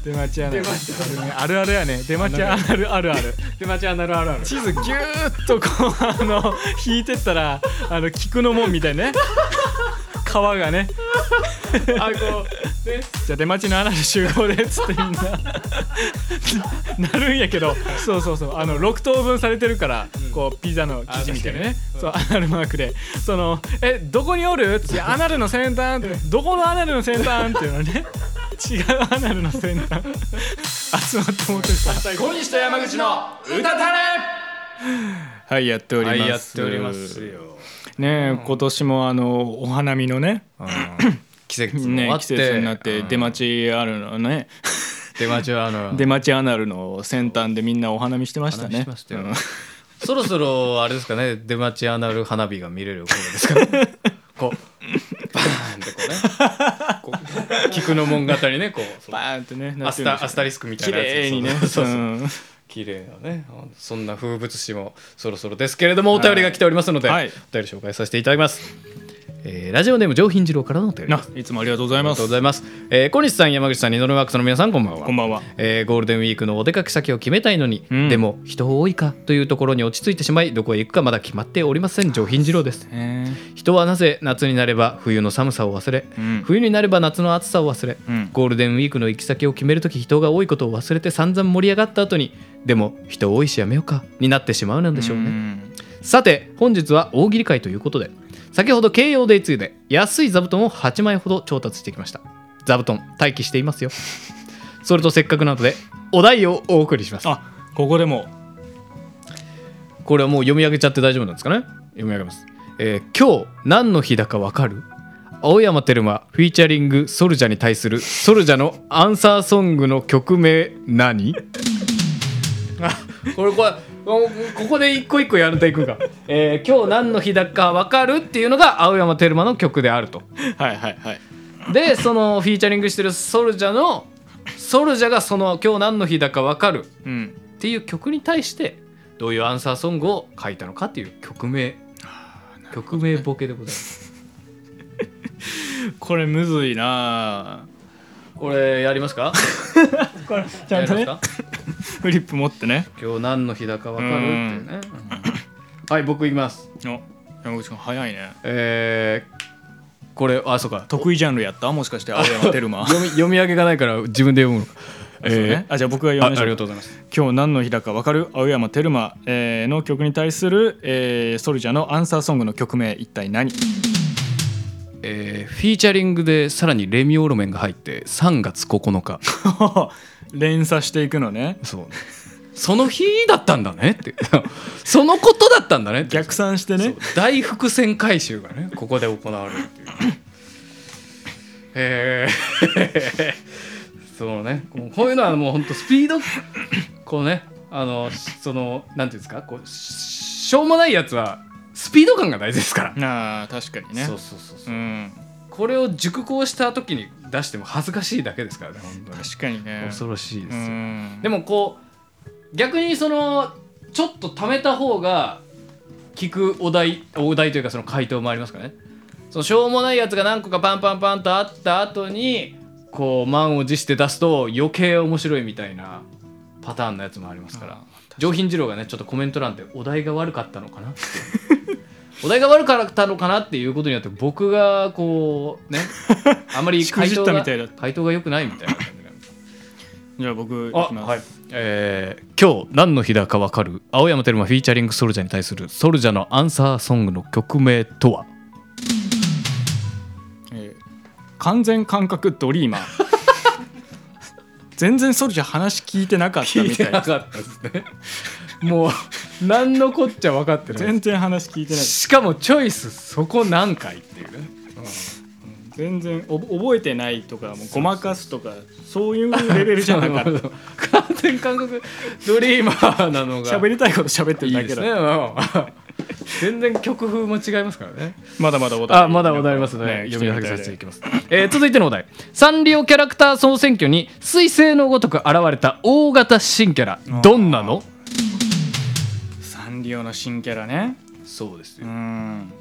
S2: デナチアナル
S1: 出待ち
S2: あるねあるあるやねデマチアナルあるある
S1: 出待ちアナルあるある
S2: 地図ギューッとこうあの引いてったらあの菊の門みたいね川がね
S1: あこうね
S2: じゃあ出待ちのアナル集合でっつってみんな なるんやけどそうそうそうあの6等分されてるから、こうピザの生地みたいなねそうアナルマークでその「えどこにおる?」って「アナルの先端」どこのアナルの先端?」っていうの ね違うアナルの先端集まってもってた
S1: 小西と山口の歌たれ
S2: はいやっております
S1: はいやっておりますよ
S2: ねえ今年もあのお花見のね
S1: 季節も終
S2: ね
S1: わ
S2: 季節になって出
S1: ち
S2: 待ちあるのね
S1: 出待ちはあの
S2: 出待ちアナルの先端でみんなお花見してましたね
S1: 花見しましたよ
S2: うん
S1: そろそろあれですかね出待ちアナル花火が見れる頃ですかね こうバーンってこうね こう菊の門型にねこう
S2: バーンってね
S1: アスタアスタリスクみたい
S2: 綺
S1: なやつ
S2: 麗にね
S1: そうそうそう
S2: うん
S1: 綺麗なねそんな風物詩もそろそろですけれどもお便りが来ておりますので、
S2: はい
S1: お便り紹介させていただきます、えーラジオネーム上品次郎からのお便りです
S2: ないつもありがとうござい
S1: あり
S2: ま
S1: がとう
S2: す
S1: ございます、えー小西さん山口さんニノルワークスの皆さんこんばんは
S2: こんばんは
S1: えーゴールデンウィークのお出かけ先を決めたいのに、
S2: うん
S1: でも人多いかというところに落ち着いてしまいどこへ行くかまだ決まっておりません上品次郎です人はなぜ夏になれば冬の寒さを忘れ、
S2: うん
S1: 冬になれば夏の暑さを忘れ、
S2: うん
S1: ゴールデンウィークの行き先を決めるとき人が多いことを忘れて散々盛り上がった後にでも人多いしやめようかになってしまうなんでしょうね、
S2: うん
S1: さて本日は大喜利会ということで先ほど京葉デイツーで安い座布団を8枚ほど調達してきました座布団待機していますよそれとせっかくなのでお題をお送りします
S2: あここでも
S1: これはもう読み上げちゃって大丈夫なんですかね読み上げます、えー今日何の日だかわかる青山テルマフィーチャリングソルジャに対するソルジャのアンサーソングの曲名何あこれこれここで一個一個やるといくんか、えー今日何の日だかわかるっていうのが青山テルマの曲であると
S2: はいはいはい
S1: でそのフィーチャリングしてるソルジャのソルジャがその今日何の日だかわかる
S2: うん
S1: っていう曲に対してどういうアンサーソングを書いたのかっていう曲名曲名ボケでございます
S2: これむずいなあ
S1: これやりますか
S2: これち
S1: や
S2: ゃん
S1: り
S2: と
S1: ます
S2: ね
S1: か
S2: フリップ持ってね
S1: 今日何の日だかわかるっていうねうんはい僕いきます
S2: お山口君早いね
S1: えーこれあそうか
S2: 得意ジャンルやったもしかして青山テル マ
S1: 読み読み上げがないから自分で読むのかえ
S2: そう
S1: ー
S2: ねあじゃあ僕が
S1: あ
S2: 読
S1: あ
S2: み
S1: り
S2: ましょう
S1: がとうございます
S2: 今日何の日だか分かる青山テルマ、えーの曲に対する、えーソルジャーのアンサーソングの曲名一体何
S1: えーフィーチャリングでさらにレミオロメンが入って3月9日
S2: 連鎖していくのね
S1: そう その日だったんだねって そのことだったんだねって
S2: 逆算してね
S1: そう大伏線回収がねここで行われるっていうえー そうねこうこういうのはもうほんとスピードこうねあのそのなんていうんですかこうししょうもないやつはスピード感が大事ですから、
S2: なあ確かにね
S1: そうそうそうそうう、
S2: ん
S1: これを熟考した時に出しても恥ずかしいだけですからね本当に
S2: 確かにね
S1: 恐ろしいです
S2: う
S1: よ、
S2: ん
S1: でもこう逆にそのちょっと貯めた方が聞くお題お題というかその回答もありますからねそのしょうもないやつが何個かパンパンパンとあった後にこう満を持して出すと余計面白いみたいなパターンのやつもありますから上品次郎がねちょっとコメント欄でお題が悪かったのかなって お題が悪かったのかなっていうことによって僕がこ うねあんまり回答
S2: しくじった
S1: が
S2: みたいだった
S1: 回答が良くないみたいな感じなんで
S2: じゃあ僕いき
S1: あ
S2: ます、
S1: はいえー今日何の日だかわかる青山テルマフィーチャリングソルジャーに対するソルジャーのアンサーソングの曲名と は
S2: えー完全感覚ドリーマー全然ソルジャー話聞いてなかったみたいな
S1: かったですねもう何のこっちゃ分かってない
S2: 全然話聞いてない
S1: しかもチョイスそこ何回って いうね
S2: 全然おぼ覚えてないとかもうごまかすとかそういうレベルじゃ なかった
S1: た完全韓国ドリーマーなのが
S2: 喋りたいこと喋ってる
S1: い
S2: だ
S1: い
S2: け
S1: です
S2: だ
S1: ねうん全然曲風も違いますからね
S2: まだまだお題
S1: あまだお題ありますので、
S2: ね
S1: 読み上げさせていきます、えー続いてのお題サンリオキャラクター総選挙に彗星のごとく現れた大型新キャラどんなの
S2: サンリオの新キャラね
S1: そうです
S2: うーん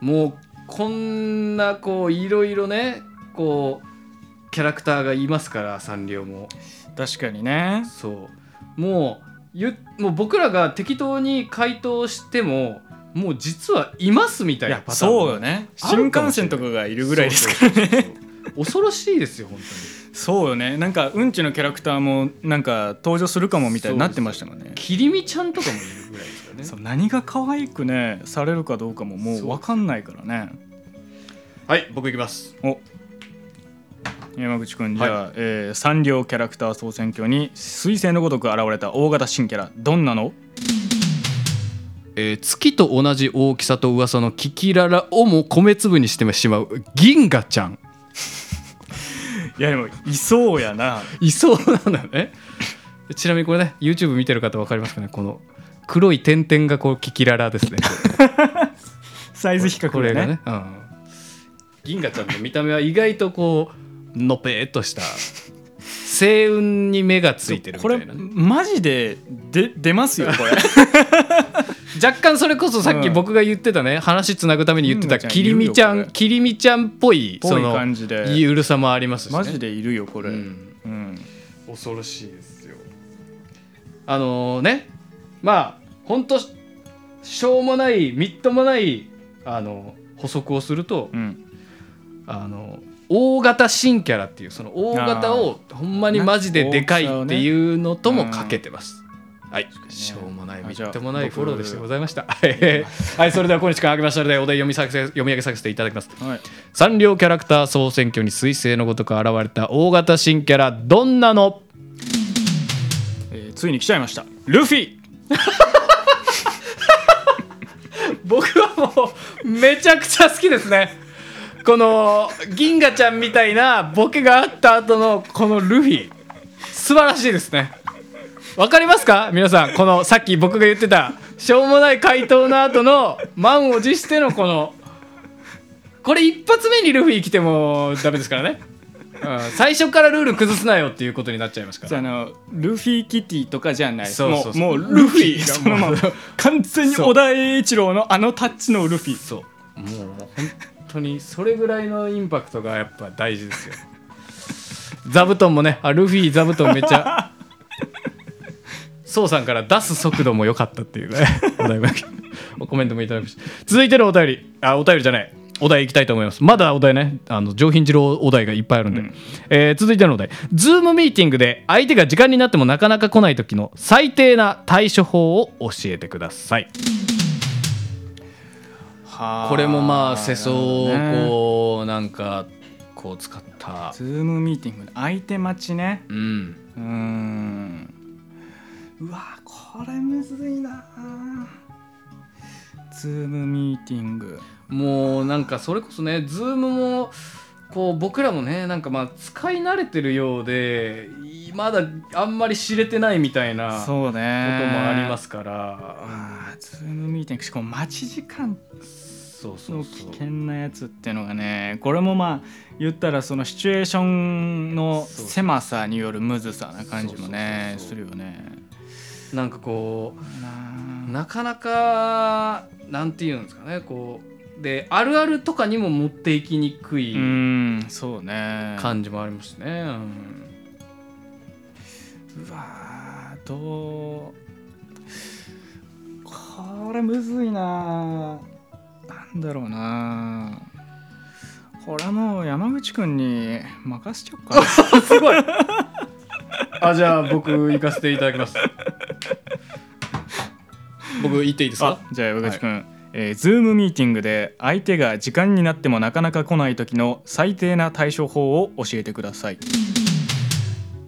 S1: もうこんなこういろいろねこうキャラクターがいますからサンリオも
S2: 確かにね
S1: そうもうゆもう僕らが適当に回答してももう実はいますみた
S2: い
S1: いな
S2: や
S1: パターン
S2: そうよね
S1: あ
S2: 新
S1: るかも
S2: 幹
S1: しれ
S2: 線
S1: ない
S2: とかがいるぐらいですから
S1: らね恐ろしいですよ本当に
S2: そうよねなんかうんちのキャラクターもなんか登場するかもみたいになってましたもんね
S1: キリミちゃんとかもいるぐらいですからね
S2: そう何が可愛くねされるかどうかももう分かんないからね
S1: はい僕いきます
S2: お山口君じゃあ、えーサンリオキャラクター総選挙に彗星のごとく現れた大型新キャラどんなの
S1: えー月と同じ大きさと噂のキキララをも米粒にしてしまう銀河ちゃん
S2: いやでもいそうやない
S1: そうなんだよね ちなみにこれね YouTube 見てる方わかりますかねこの黒い点々がこうキキララです ね
S2: サイズ比較
S1: これが
S2: でね
S1: ね、うん、銀河ちゃんの見た目は意外とこうのぺーっとした星雲に目がついてるみ
S2: こ
S1: た
S2: れ
S1: いなね、
S2: マジでで出ますよこれ
S1: 若干それこそさっき
S2: うん
S1: 僕が言ってたね、話つなぐために言ってた
S2: 銀河ちゃん
S1: キリミちゃ
S2: い
S1: ん
S2: るよこれ
S1: キリミちゃんっぽい
S2: ぽい感じで
S1: そのゆるさもありますし、ね、
S2: マジでいるよこれ、
S1: うん
S2: うん
S1: 恐ろしいですよあのねまあほんとしょうもないみっともないあの補足をすると、
S2: うん
S1: あの大型新キャラっていうその大型をほんまにマジででかいっていうのともかけてます。はい、しょうもないみっともないフォローでしてございました。はい、それでは小西君あげましたのでお題読みさせ読み上げさせていただきます。
S2: はい、
S1: サンリオキャラクター総選挙に彗星のごとく現れた大型新キャラどんなの
S2: ついに来ちゃいましたルフィ
S1: 僕はもうめちゃくちゃ好きですねこの銀河ちゃんみたいなボケがあった後のこのルフィ素晴らしいですねわかりますか皆さんこのさっき僕が言ってたしょうもない回答の後の満を持してのこのこれ一発目にルフィ来てもダメですからね、うん、最初からルール崩すなよっていうことになっちゃいますから
S2: あのルフィキティとかじゃない
S1: そうそうそう
S2: もうもうルフィ
S1: ルフィが
S2: そのまま
S1: もう
S2: 完全に
S1: そう
S2: 小田栄一郎のあのタッチのルフィ
S1: そうもう本当にそれぐらいのインパクトがやっぱ大事ですよ座布団もねあルフィ座布団めっちゃ 宋さんから出す速度も良かったっていうねお題もコメントもいただきました続いてのお便りあお便りじゃないお題いきたいと思いますまだお題ねあの上品次郎お題がいっぱいあるんで、えー続いてのお題ズームミーティングで相手が時間になってもなかなか来ない時の最低な対処法を教えてくださいこれもまあ世相をこうなんかこう使った
S2: ズームミーティングで相手待ちね
S1: うん
S2: うーんうわこれむずいなズームミーティング
S1: もうなんかそれこそねズームもこう僕らもねなんかまあ使い慣れてるようでいまだあんまり知れてないみたいなことも
S2: そうね
S1: ありますから
S2: あーズームミーティングしかも待ち時間
S1: そうそう
S2: の
S1: そ
S2: 危
S1: う
S2: 険なやつっていうのがねこれもまあ言ったらそのシチュエーションの
S1: そう
S2: 狭さによるむずさな感じもね
S1: そうそ
S2: す
S1: う
S2: るよね。
S1: なんかこう
S2: な
S1: なかなかなんていうんですかねこうであるあるとかにも持っていきにく
S2: う
S1: い
S2: んそうね。
S1: 感じもありますね。うん
S2: うわーどうこれむずいななんだろうなこれはもう山口くんに任せちゃおうかな。
S1: すごい。あ、じゃあ僕行かせていただきます。僕行っていいです
S2: あ
S1: か？
S2: じゃあ山口君、えー、ズームミーティングで相手が時間になってもなかなか来ない時の最低な対処法を教えてください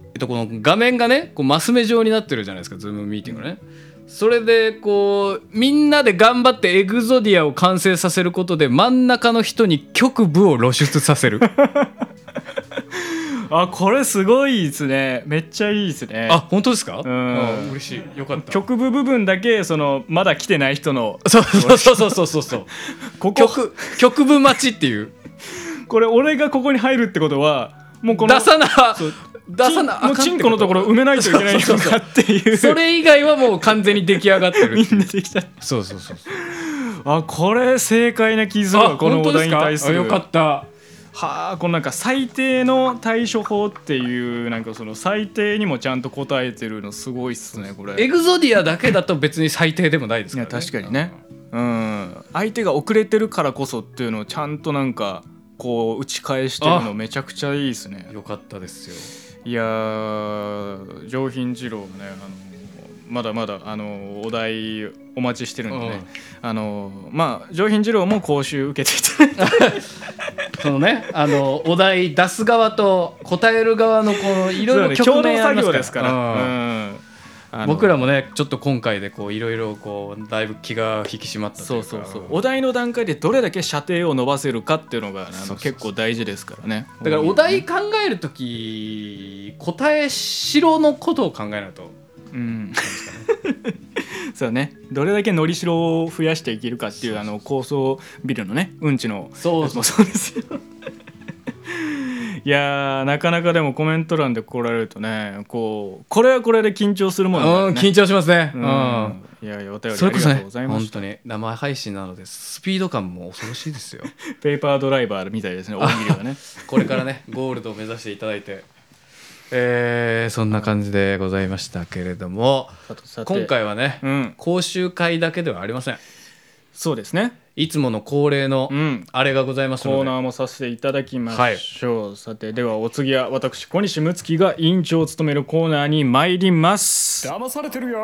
S1: えっとこの画面がね、こうマス目状になってるじゃないですか、ズームミーティングね。それでこうみんなで頑張ってエグゾディアを完成させることで真ん中の人に局部を露出さ せる
S2: あこれすごいですねめっちゃいいですね
S1: あ本当ですか
S2: ん
S1: あ嬉しいよかった
S2: 局部部分だけそのまだ来てない人の
S1: そうそうそうそうそう そう
S2: ここ
S1: 局局部待ちっていう
S2: これ俺がここに入るってことはもうこの
S1: 出さな出
S2: チ
S1: さ
S2: ン
S1: なあかんっ
S2: もう
S1: て
S2: チンコのところ埋めないといけない
S1: そ
S2: の
S1: うそうそ
S2: か
S1: う
S2: っ ていう
S1: それ以外はもう完全に出来上がってる
S2: みんなできた
S1: そうそうそうそう
S2: あこれ正解な気するわこのお題に対する
S1: 本当ですかあよかっ
S2: はあこのなんか最低の対処法っていうなんかその最低にもちゃんと答えてるのすごいっすねこ
S1: たエ
S2: れ。
S1: グゾディアだけだと別に最低でもないですから、ね、
S2: いや確かにねうん相手が遅れてるからこそっていうのをちゃんとなんかこう打ち返してるのめちゃくちゃいいですね
S1: うん。よかったですよ
S2: いやー上品次郎がねあのまだまだあのお題お待ちしてるんでね、あのまあ上品次郎も講習受けていただいて
S1: そのねあのお題出す側と答える側のこのいろいろ共
S2: 共同
S1: 鳴あ
S2: 作
S1: りま
S2: 業
S1: す
S2: ですから、
S1: うん
S2: うんあの
S1: 僕らもねちょっと今回でこういろいろこうだいぶ気が引き締まったとい
S2: そうう
S1: か
S2: そうそうお題の段階でどれだけ射程を伸ばせるかっていうのがあの結構大事ですからね
S1: だからお題考える時答えしろのことを考えないと
S2: うん そうねどれだけのりしろを増やしていけるかっていうあの高層ビルのねうんちの
S1: そう
S2: もそうですよいやーなかなかでもコメント欄で来られるとねこうこれはこれで緊張するもの
S1: うん緊張しますねうん
S2: んいやいやお便り
S1: そ
S2: あ
S1: れこ
S2: り
S1: そ
S2: がと
S1: ね
S2: うございま
S1: 本
S2: した、
S1: 当に生配信なのでスピード感も恐ろしいですよ
S2: ペーパードライバーみたいですねおにぎりは ね
S1: これからねゴールドを目指していただいてえーそんな感じでございましたけれども
S2: さてさて
S1: 今回はね、
S2: うん
S1: 講習会だけではありません
S2: そうですね
S1: いつもの恒例の
S2: うん
S1: あれがございます
S2: コー
S1: ので、
S2: ナーもさせていただきましょう、さてではお次は私小西睦月が委員長を務めるコーナーに参ります
S7: 騙されてるよ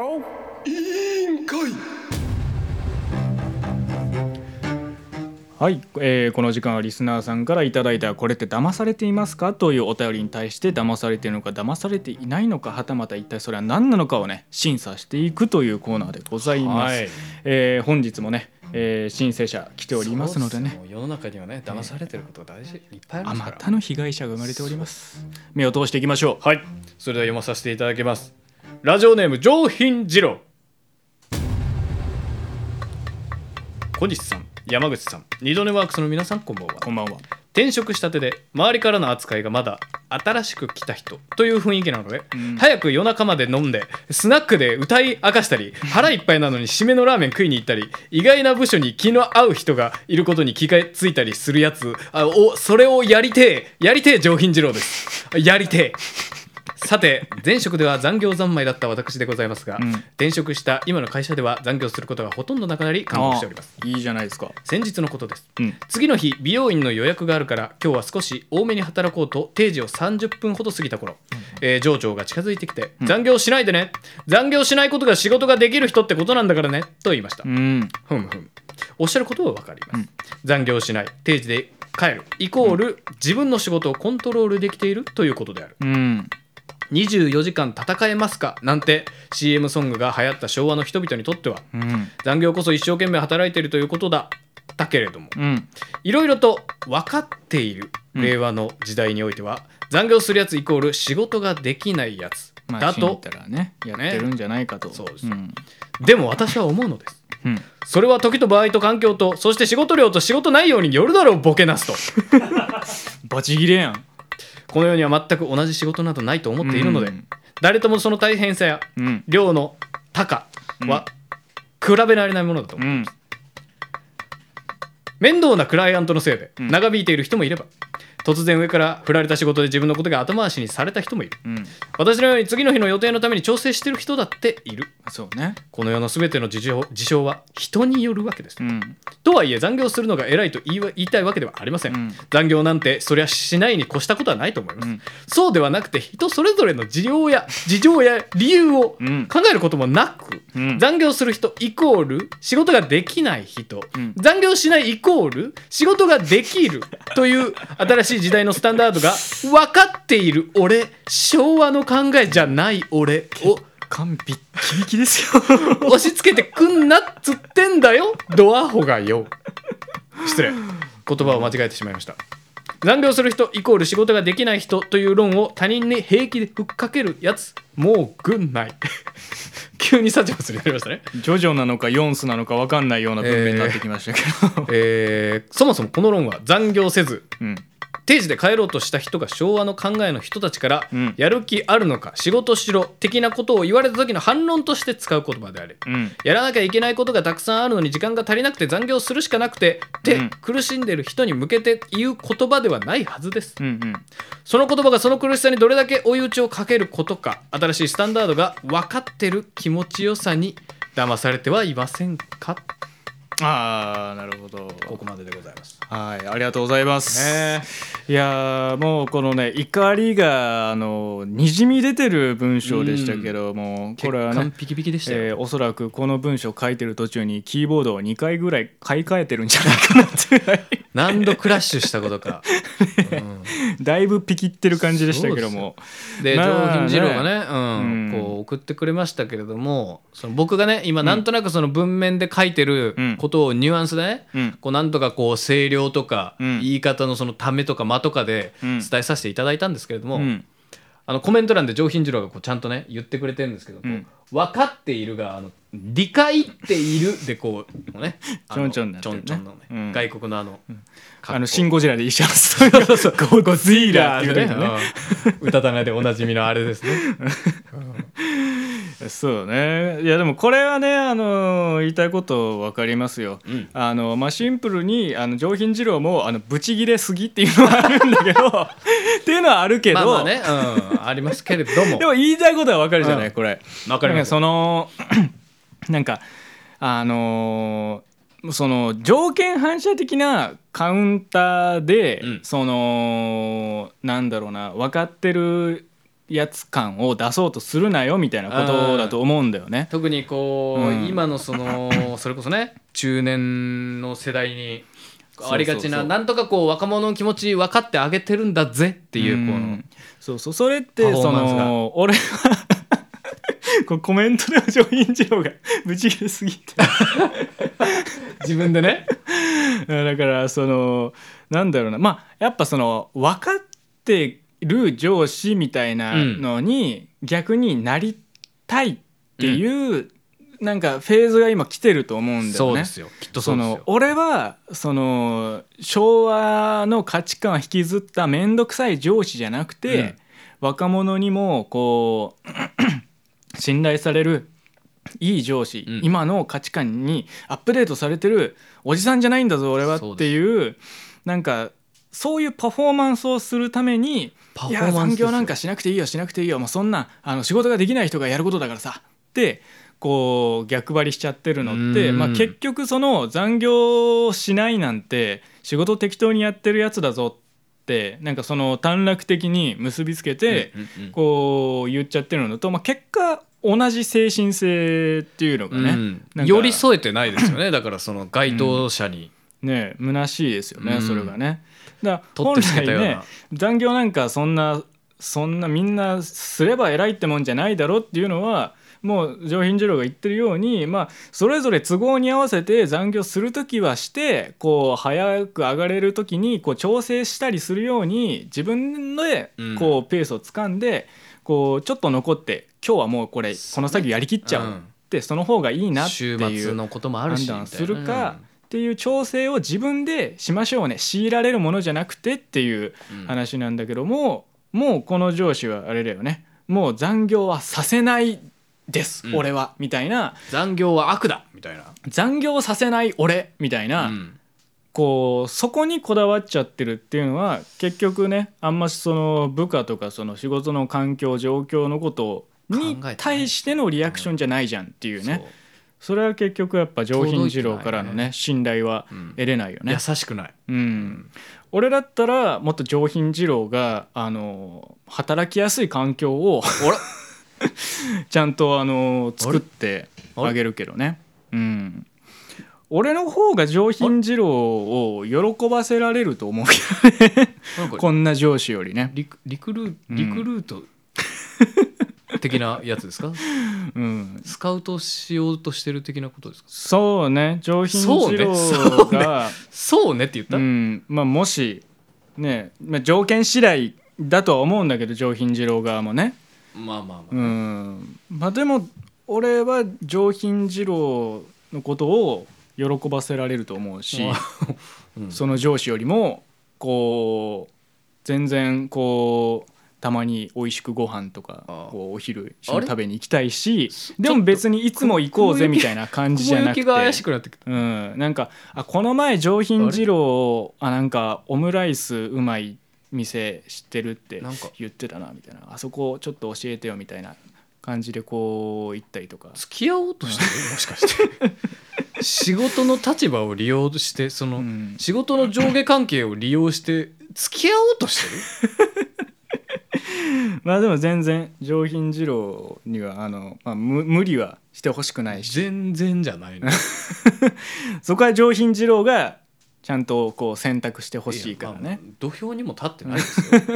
S2: はい、えーこの時間はリスナーさんからいただいたこれって騙されていますかというお便りに対して騙されているのか騙されていないのかはたまた一体それは何なのかをね審査していくというコーナーでございます、
S1: はい
S2: えー本日もね、えー申請者来ておりますのでね
S1: そうっすよ世の中にはね騙されてることが大事いっぱいありま
S2: あ
S1: す
S2: ま
S1: から
S2: たの被害者が生まれております目を通していきましょうはい
S1: それでは読まさせていただきますラジオネーム上品次郎小西さん山口さん二度寝ワークスの皆さんこんばんは
S2: こんばんは
S1: 転職したてで周りからの扱いがまだ新しく来た人という雰囲気なので、
S2: ん
S1: 早く夜中まで飲んでスナックで歌い明かしたり腹いっぱいなのに締めのラーメン食いに行ったり意外な部署に気の合う人がいることに気がついたりするやつあおそれをやりてえやりてえ上品次郎です やりてえさて前職では残業三昧だった私でございますが、
S2: うん
S1: 転職した今の会社では残業することがほとんどなくなり感服しております
S2: あーいいじゃないですか
S1: 先日のことです、
S2: うん
S1: 次の日美容院の予約があるから今日は少し多めに働こうと定時を30分ほど過ぎた頃、えー上長が近づいてきて、残業しないでね残業しないことが仕事ができる人ってことなんだからねと言いました、
S2: うん
S1: ふむふむおっしゃることは分かります、残業しない定時で帰るイコール、自分の仕事をコントロールできているということである
S2: うん
S1: 24時間戦えますかなんて CM ソングが流行った昭和の人々にとっては
S2: うん
S1: 残業こそ一生懸命働いているということだだけれども
S2: うん
S1: いろいろと分かっている
S2: うん
S1: 令和の時代においては、残業するやつイコール仕事ができないやつ
S2: まあ
S1: だ
S2: 死に
S1: と、
S2: たらねやってるんじゃないかと、
S1: そうです
S2: ん
S1: でも私は思うのです
S2: うん
S1: それは時と場合と環境とそして仕事量と仕事内容によるだろうボケなすと
S2: バチギレやん
S1: この世には全く同じ仕事などないと思っているので、
S2: うん
S1: 誰ともその大変さや
S2: うん
S1: 量の高は比べられないものだと思う、
S2: うん
S1: 面倒なクライアントのせいで
S2: うん
S1: 長引いている人もいれば突然上から振られた仕事で自分のことが後回しにされた人もいる
S2: うん
S1: 私のように次の日の予定のために調整してる人だっている
S2: そうね
S1: この世の全ての事情事象は人によるわけです、
S2: うん
S1: とはいえ残業するのが偉いと言いわ言いたいわけではありません、
S2: うん
S1: 残業なんてそりゃしないに越したことはないと思います、
S2: うん
S1: そうではなくて人それぞれの事情や 事情や理由を
S2: うん
S1: 考えることもなく、
S2: うん
S1: 残業する人イコール仕事ができない人、
S2: うん
S1: 残業しないイコール仕事ができるという新しい時代のスタンダードが分かっている俺昭和の考えじゃない俺を
S2: 完璧響きですよ
S1: 押し付けてくんなっつってんだよドアホがよ失礼言葉を間違えてしまいました残業する人イコール仕事ができない人という論を他人に平気でふっかけるやつもう軍内 急にサチモスになりましたね
S2: ジョジョなのかヨンスなのか分かんないような文明になってきましたけど、
S1: えーそもそもこの論は残業せず
S2: うん
S1: 定時で帰ろうとした人が昭和の考えの人たちから、
S2: うん
S1: やる気あるのか仕事しろ的なことを言われた時の反論として使う言葉である
S2: うん
S1: やらなきゃいけないことがたくさんあるのに時間が足りなくて残業するしかなくてって、
S2: うん
S1: 苦しんでる人に向けて言う言葉ではないはずです
S2: うんうん
S1: その言葉がその苦しさにどれだけ追い打ちをかけることか新しいスタンダードが分かってる気持ちよさに騙されてはいませんか
S2: ああなるほど
S1: ここまででございます
S2: はいありがとうございます、
S1: ね
S2: いやーもうこのね怒りがあのにじみ出てる文章でしたけども、これはね
S1: ピキピキでし
S2: えーおそらくこの文章書いてる途中にキーボードを2回ぐらい買い替えてるんじゃないかなっていうぐら い
S1: 何度クラッシュしたことか
S2: だいぶピキってる感じでしたけども
S1: で上
S2: まあ
S1: 品次郎がね、
S2: うん
S1: うんこう送ってくれましたけれどもその僕がね今なんとなくその文面で書いて
S2: うん
S1: ることをニュアンスでね、
S2: うん
S1: こうなんとかこう声量とか
S2: うん
S1: 言い方のそのためとか間とかで
S2: うん
S1: 伝えさせていただいたんですけれども、
S2: うん
S1: あのコメント欄で上品次郎がこうちゃんとね言ってくれてるんですけど、こう
S2: うん
S1: 分かっているがあの理解っているでこうもうねあの
S2: ちょんちょんになって
S1: ちょ
S2: るね
S1: んちょんのね、
S2: うん
S1: 外国のあの、
S2: あのシン・ゴジラで石原さんがゴゴジー
S1: ラ
S2: ラっ
S1: ー
S2: ていう
S1: ね
S2: のね
S1: うんうたたなでおなじみのあれですね。
S2: そうねいやでもこれはねあのー言いたいこと分かりますよ、
S1: ん
S2: あのまあシンプルにあの上品二郎もあのブチギレすぎっていうのはあるんだ けどっていうのはあるけ
S1: ま
S2: ど、
S1: あまあね、うん、ありますけれども
S2: で。も言いたいことは分かるじゃない、
S1: うん
S2: これ
S1: わかります
S2: なんその なんかあのーその条件反射的なカウンターで、
S1: うん
S2: そのなんだろうな分かってるやつ感を出そうとするなよみたいなことだと思うんだよね。
S1: 特にこう、
S2: うん
S1: 今のそのそれこそね中年の世代に
S2: そうそう
S1: ありがちな
S2: そう
S1: なんとかこう若者の気持ち分かってあげてるんだぜっていうこの
S2: んそうそうそれっ
S1: パ
S2: て
S1: フォー
S2: そ
S1: マンスが
S2: の俺は こうコメントの上品事情が ぶち切れすぎて
S1: 自分でね
S2: だからそのなんだろうなまあやっぱその分かってる上司みたいなのに逆になりたいっていう、なんかフェーズが今来てると思うんだ
S1: そ
S2: よ
S1: う
S2: ね
S1: で。すよきっとそ
S2: そう
S1: です
S2: の
S1: よ
S2: 俺はその昭和の価値観を引きずった面倒くさい上司じゃなくて、
S1: うん
S2: 若者にもこう 信頼されるいい上司、
S1: うん
S2: 今の価値観にアップデートされてるおじさんじゃないんだぞ俺は
S1: そうです
S2: っていうなんかそういうパフォーマンスをするために
S1: パフ
S2: い
S1: ォ
S2: や
S1: ーマン
S2: 残
S1: スですよ
S2: 業なんかしなくていいよしなくていいよもうそんなあの仕事ができない人がやることだからさってこう逆張りしちゃってるのって、
S1: うん
S2: まあ、結局その残業しないなんて仕事適当にやってるやつだぞってなんかその短絡的に結びつけて
S1: うんうんうん
S2: こう言っちゃってるのと、まあ、結果同じ精神性っていうのがね,、
S1: う
S2: なん
S1: ん、
S2: か
S1: 寄り添えてないですよねだからその該当者に
S2: ね虚しいですよね、
S1: うん
S2: それがね。だから
S1: 取って
S2: 本
S1: つけ
S2: 来
S1: たよう
S2: ね
S1: な、
S2: 残業なんかそんなそんなみんなすれば偉いってもんじゃないだろっていうのはもう上品次郎が言ってるように、まあ、それぞれ都合に合わせて残業する時はしてこう早く上がれる時にこう調整したりするように自分で
S1: うん
S2: こうペースをつかんで、こうちょっと残って今日はもうこれこの作業やりきっちゃうってその方がいいなってい
S1: 週
S2: う。
S1: 末のこともあるし
S2: 判断
S1: みたいな
S2: するかっていう調整を自分でしましょうね強いられるものじゃなくてっていう
S1: うん
S2: 話なんだけども、もうこの上司はあれだよねもう残業はさせないです、
S1: うん
S2: 俺はみたいな
S1: 残業は悪だみたいな、
S2: 残業させない俺みたいな、
S1: うん
S2: こうそこにこだわっちゃってるっていうのは結局ねあんまその部下とかその仕事の環境状況のことに
S1: 考えてない
S2: 対してのリアクションじゃないじゃんっていうね、
S1: そう
S2: それは結局やっぱ上品二郎か
S1: 届いてな
S2: らの
S1: い
S2: ね
S1: ね
S2: 信頼は
S1: うん
S2: 得れないよね。
S1: 優しくない
S2: うん、俺だったらもっと上品二郎があの働きやすい環境を ちゃんとあの作ってあげるけどね、うん、俺の方が上品二郎を喜ばせられると思うけ
S1: なんか
S2: どこんな上司よりね、
S1: リクリクルー
S2: うん
S1: リクルート的なやつですか
S2: うん、
S1: スカウトしようとしてる的なことですか
S2: そうね上品二郎
S1: そうね
S2: が
S1: そうねって言っ
S2: う
S1: た、
S2: んまあ、もしね、まあ、条件次第だとは思うんだけど上品二郎側もね
S1: まあまあまあ、
S2: うんまあでも俺は上品二郎のことを喜ばせられると思うし、
S1: うん
S2: その上司よりもこう全然こうたまに美味しくご飯とか
S1: ああ
S2: こうお昼一
S1: あ
S2: 緒
S1: れ
S2: に食べに行きたいし
S1: ょっ
S2: で
S1: と
S2: も別にいつも行こうぜ
S1: 雲
S2: み
S1: 行き
S2: たいな感じじ
S1: 雲
S2: ゃな
S1: 行
S2: くて
S1: きが怪しくなってきた
S2: うん、なんかあこの前上品二郎あなんかオムライスうまい店知ってるって
S1: なんか
S2: 言ってたなみたいなあそこちょっと教えてよみたいな感じでこう行ったりとか
S1: 付き合おうとして るもしかして仕事の立場を利用してその、
S2: うん
S1: 仕事の上下関係を利用して付き合おうとしてる
S2: まあでも全然上品二郎にはあの、まあ、無無理はしてほしくないし
S1: 全然じゃないね
S2: そこは上品二郎がちゃんとこう選択してほしいから
S1: いや
S2: ね、
S1: まあ土俵にも立ってないです よ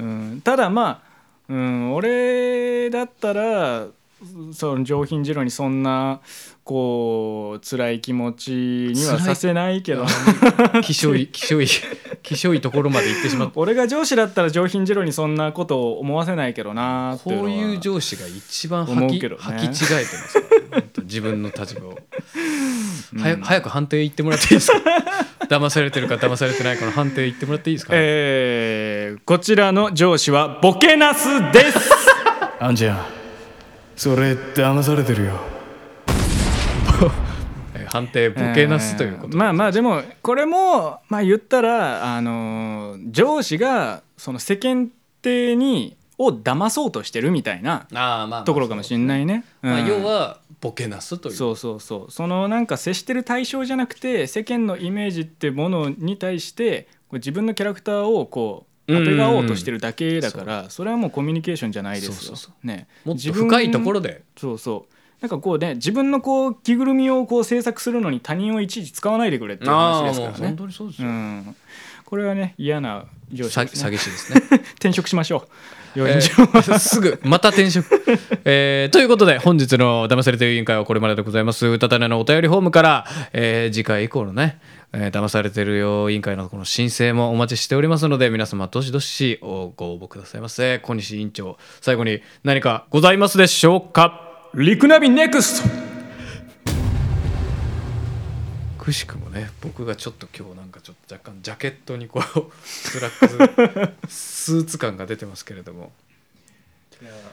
S2: うん、ただまあ、うん、俺だったらその上品二郎にそんなこう辛い気持ちには
S1: 辛い
S2: させないけど
S1: きしょいきしょいきしょいところまで行ってしまった
S2: 俺が上司だったら上品二郎にそんなことを思わせないけどなって
S1: こ
S2: いうのは
S1: ういう上司が一番
S2: 思
S1: 履
S2: う
S1: き,、
S2: けどね
S1: 履き違えてますからね本当自分の立場 を、早く早く判定言ってもらっていいですか 騙されてるか騙されてないかの判定言ってもらっていいですか、
S2: えーこちらの上司はボケナスです
S7: あんちゃんそれ騙されてるよ
S1: えー判定 ボケなすということで、
S2: えーまあまあでもこれもまあ言ったらあのー上司がその世間体にを騙そうとしてるみたいな
S1: ああまあ
S2: ところかもしれないね。
S1: まあ
S2: うん
S1: 要はボケなすという
S2: そうそうそうそのなんか接してる対象じゃなくて世間のイメージってものに対してこう自分のキャラクターをこう
S1: うん
S2: 当てがおうとしてるだけだからそれはもうコミュニケーションじゃないですよ。
S1: そうそうそ
S2: ね
S1: もっと深いところ
S2: ろ
S1: で
S2: そうそうなんかこうね自分のこう着ぐるみをこう制作するのに他人をいちいち使わないでくれっていう話ですから
S1: あーもう
S2: ね
S1: 本。当にそうです
S2: う
S1: よ、
S2: ん、これはね嫌な上司
S1: 詐
S2: で
S1: 欺
S2: す
S1: 詐
S2: ね、
S1: 欺師ですね、
S2: 転職しましょう。
S1: え
S2: 4人上
S1: ー すぐまた転職、えーということで本日の「騙されてる委員会」はこれまででございますうたたねのお便りフォームから、えー次回以降のね、えー騙されてるよ委員会のこの申請もお待ちしておりますので皆様どしどしおご応募くださいませ小西委員長最後に何かございますでしょうか
S2: リクナビネクスト
S1: くしくもね僕がちょっと今日なんかちょっと若干ジャケットにこうスラックススーツ感が出てますけれども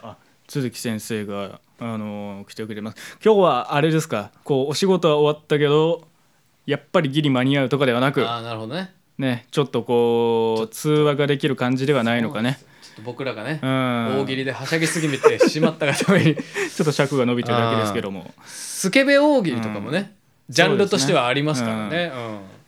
S2: あ鈴木先生が、あのー来てくれます今日はあれですかこうお仕事は終わったけどやっぱりギリ間に合うとかではなく
S1: ああなるほどね
S2: ねちょっとこう通話ができる感じではないのかね
S1: ちょっと僕らがね、
S2: うん
S1: 大喜利ではしゃぎすぎてしまったがため に
S2: ちょっと尺が伸びてるだけですけども
S1: スケベ大喜利とかもね、ジャンルとしてはありますからね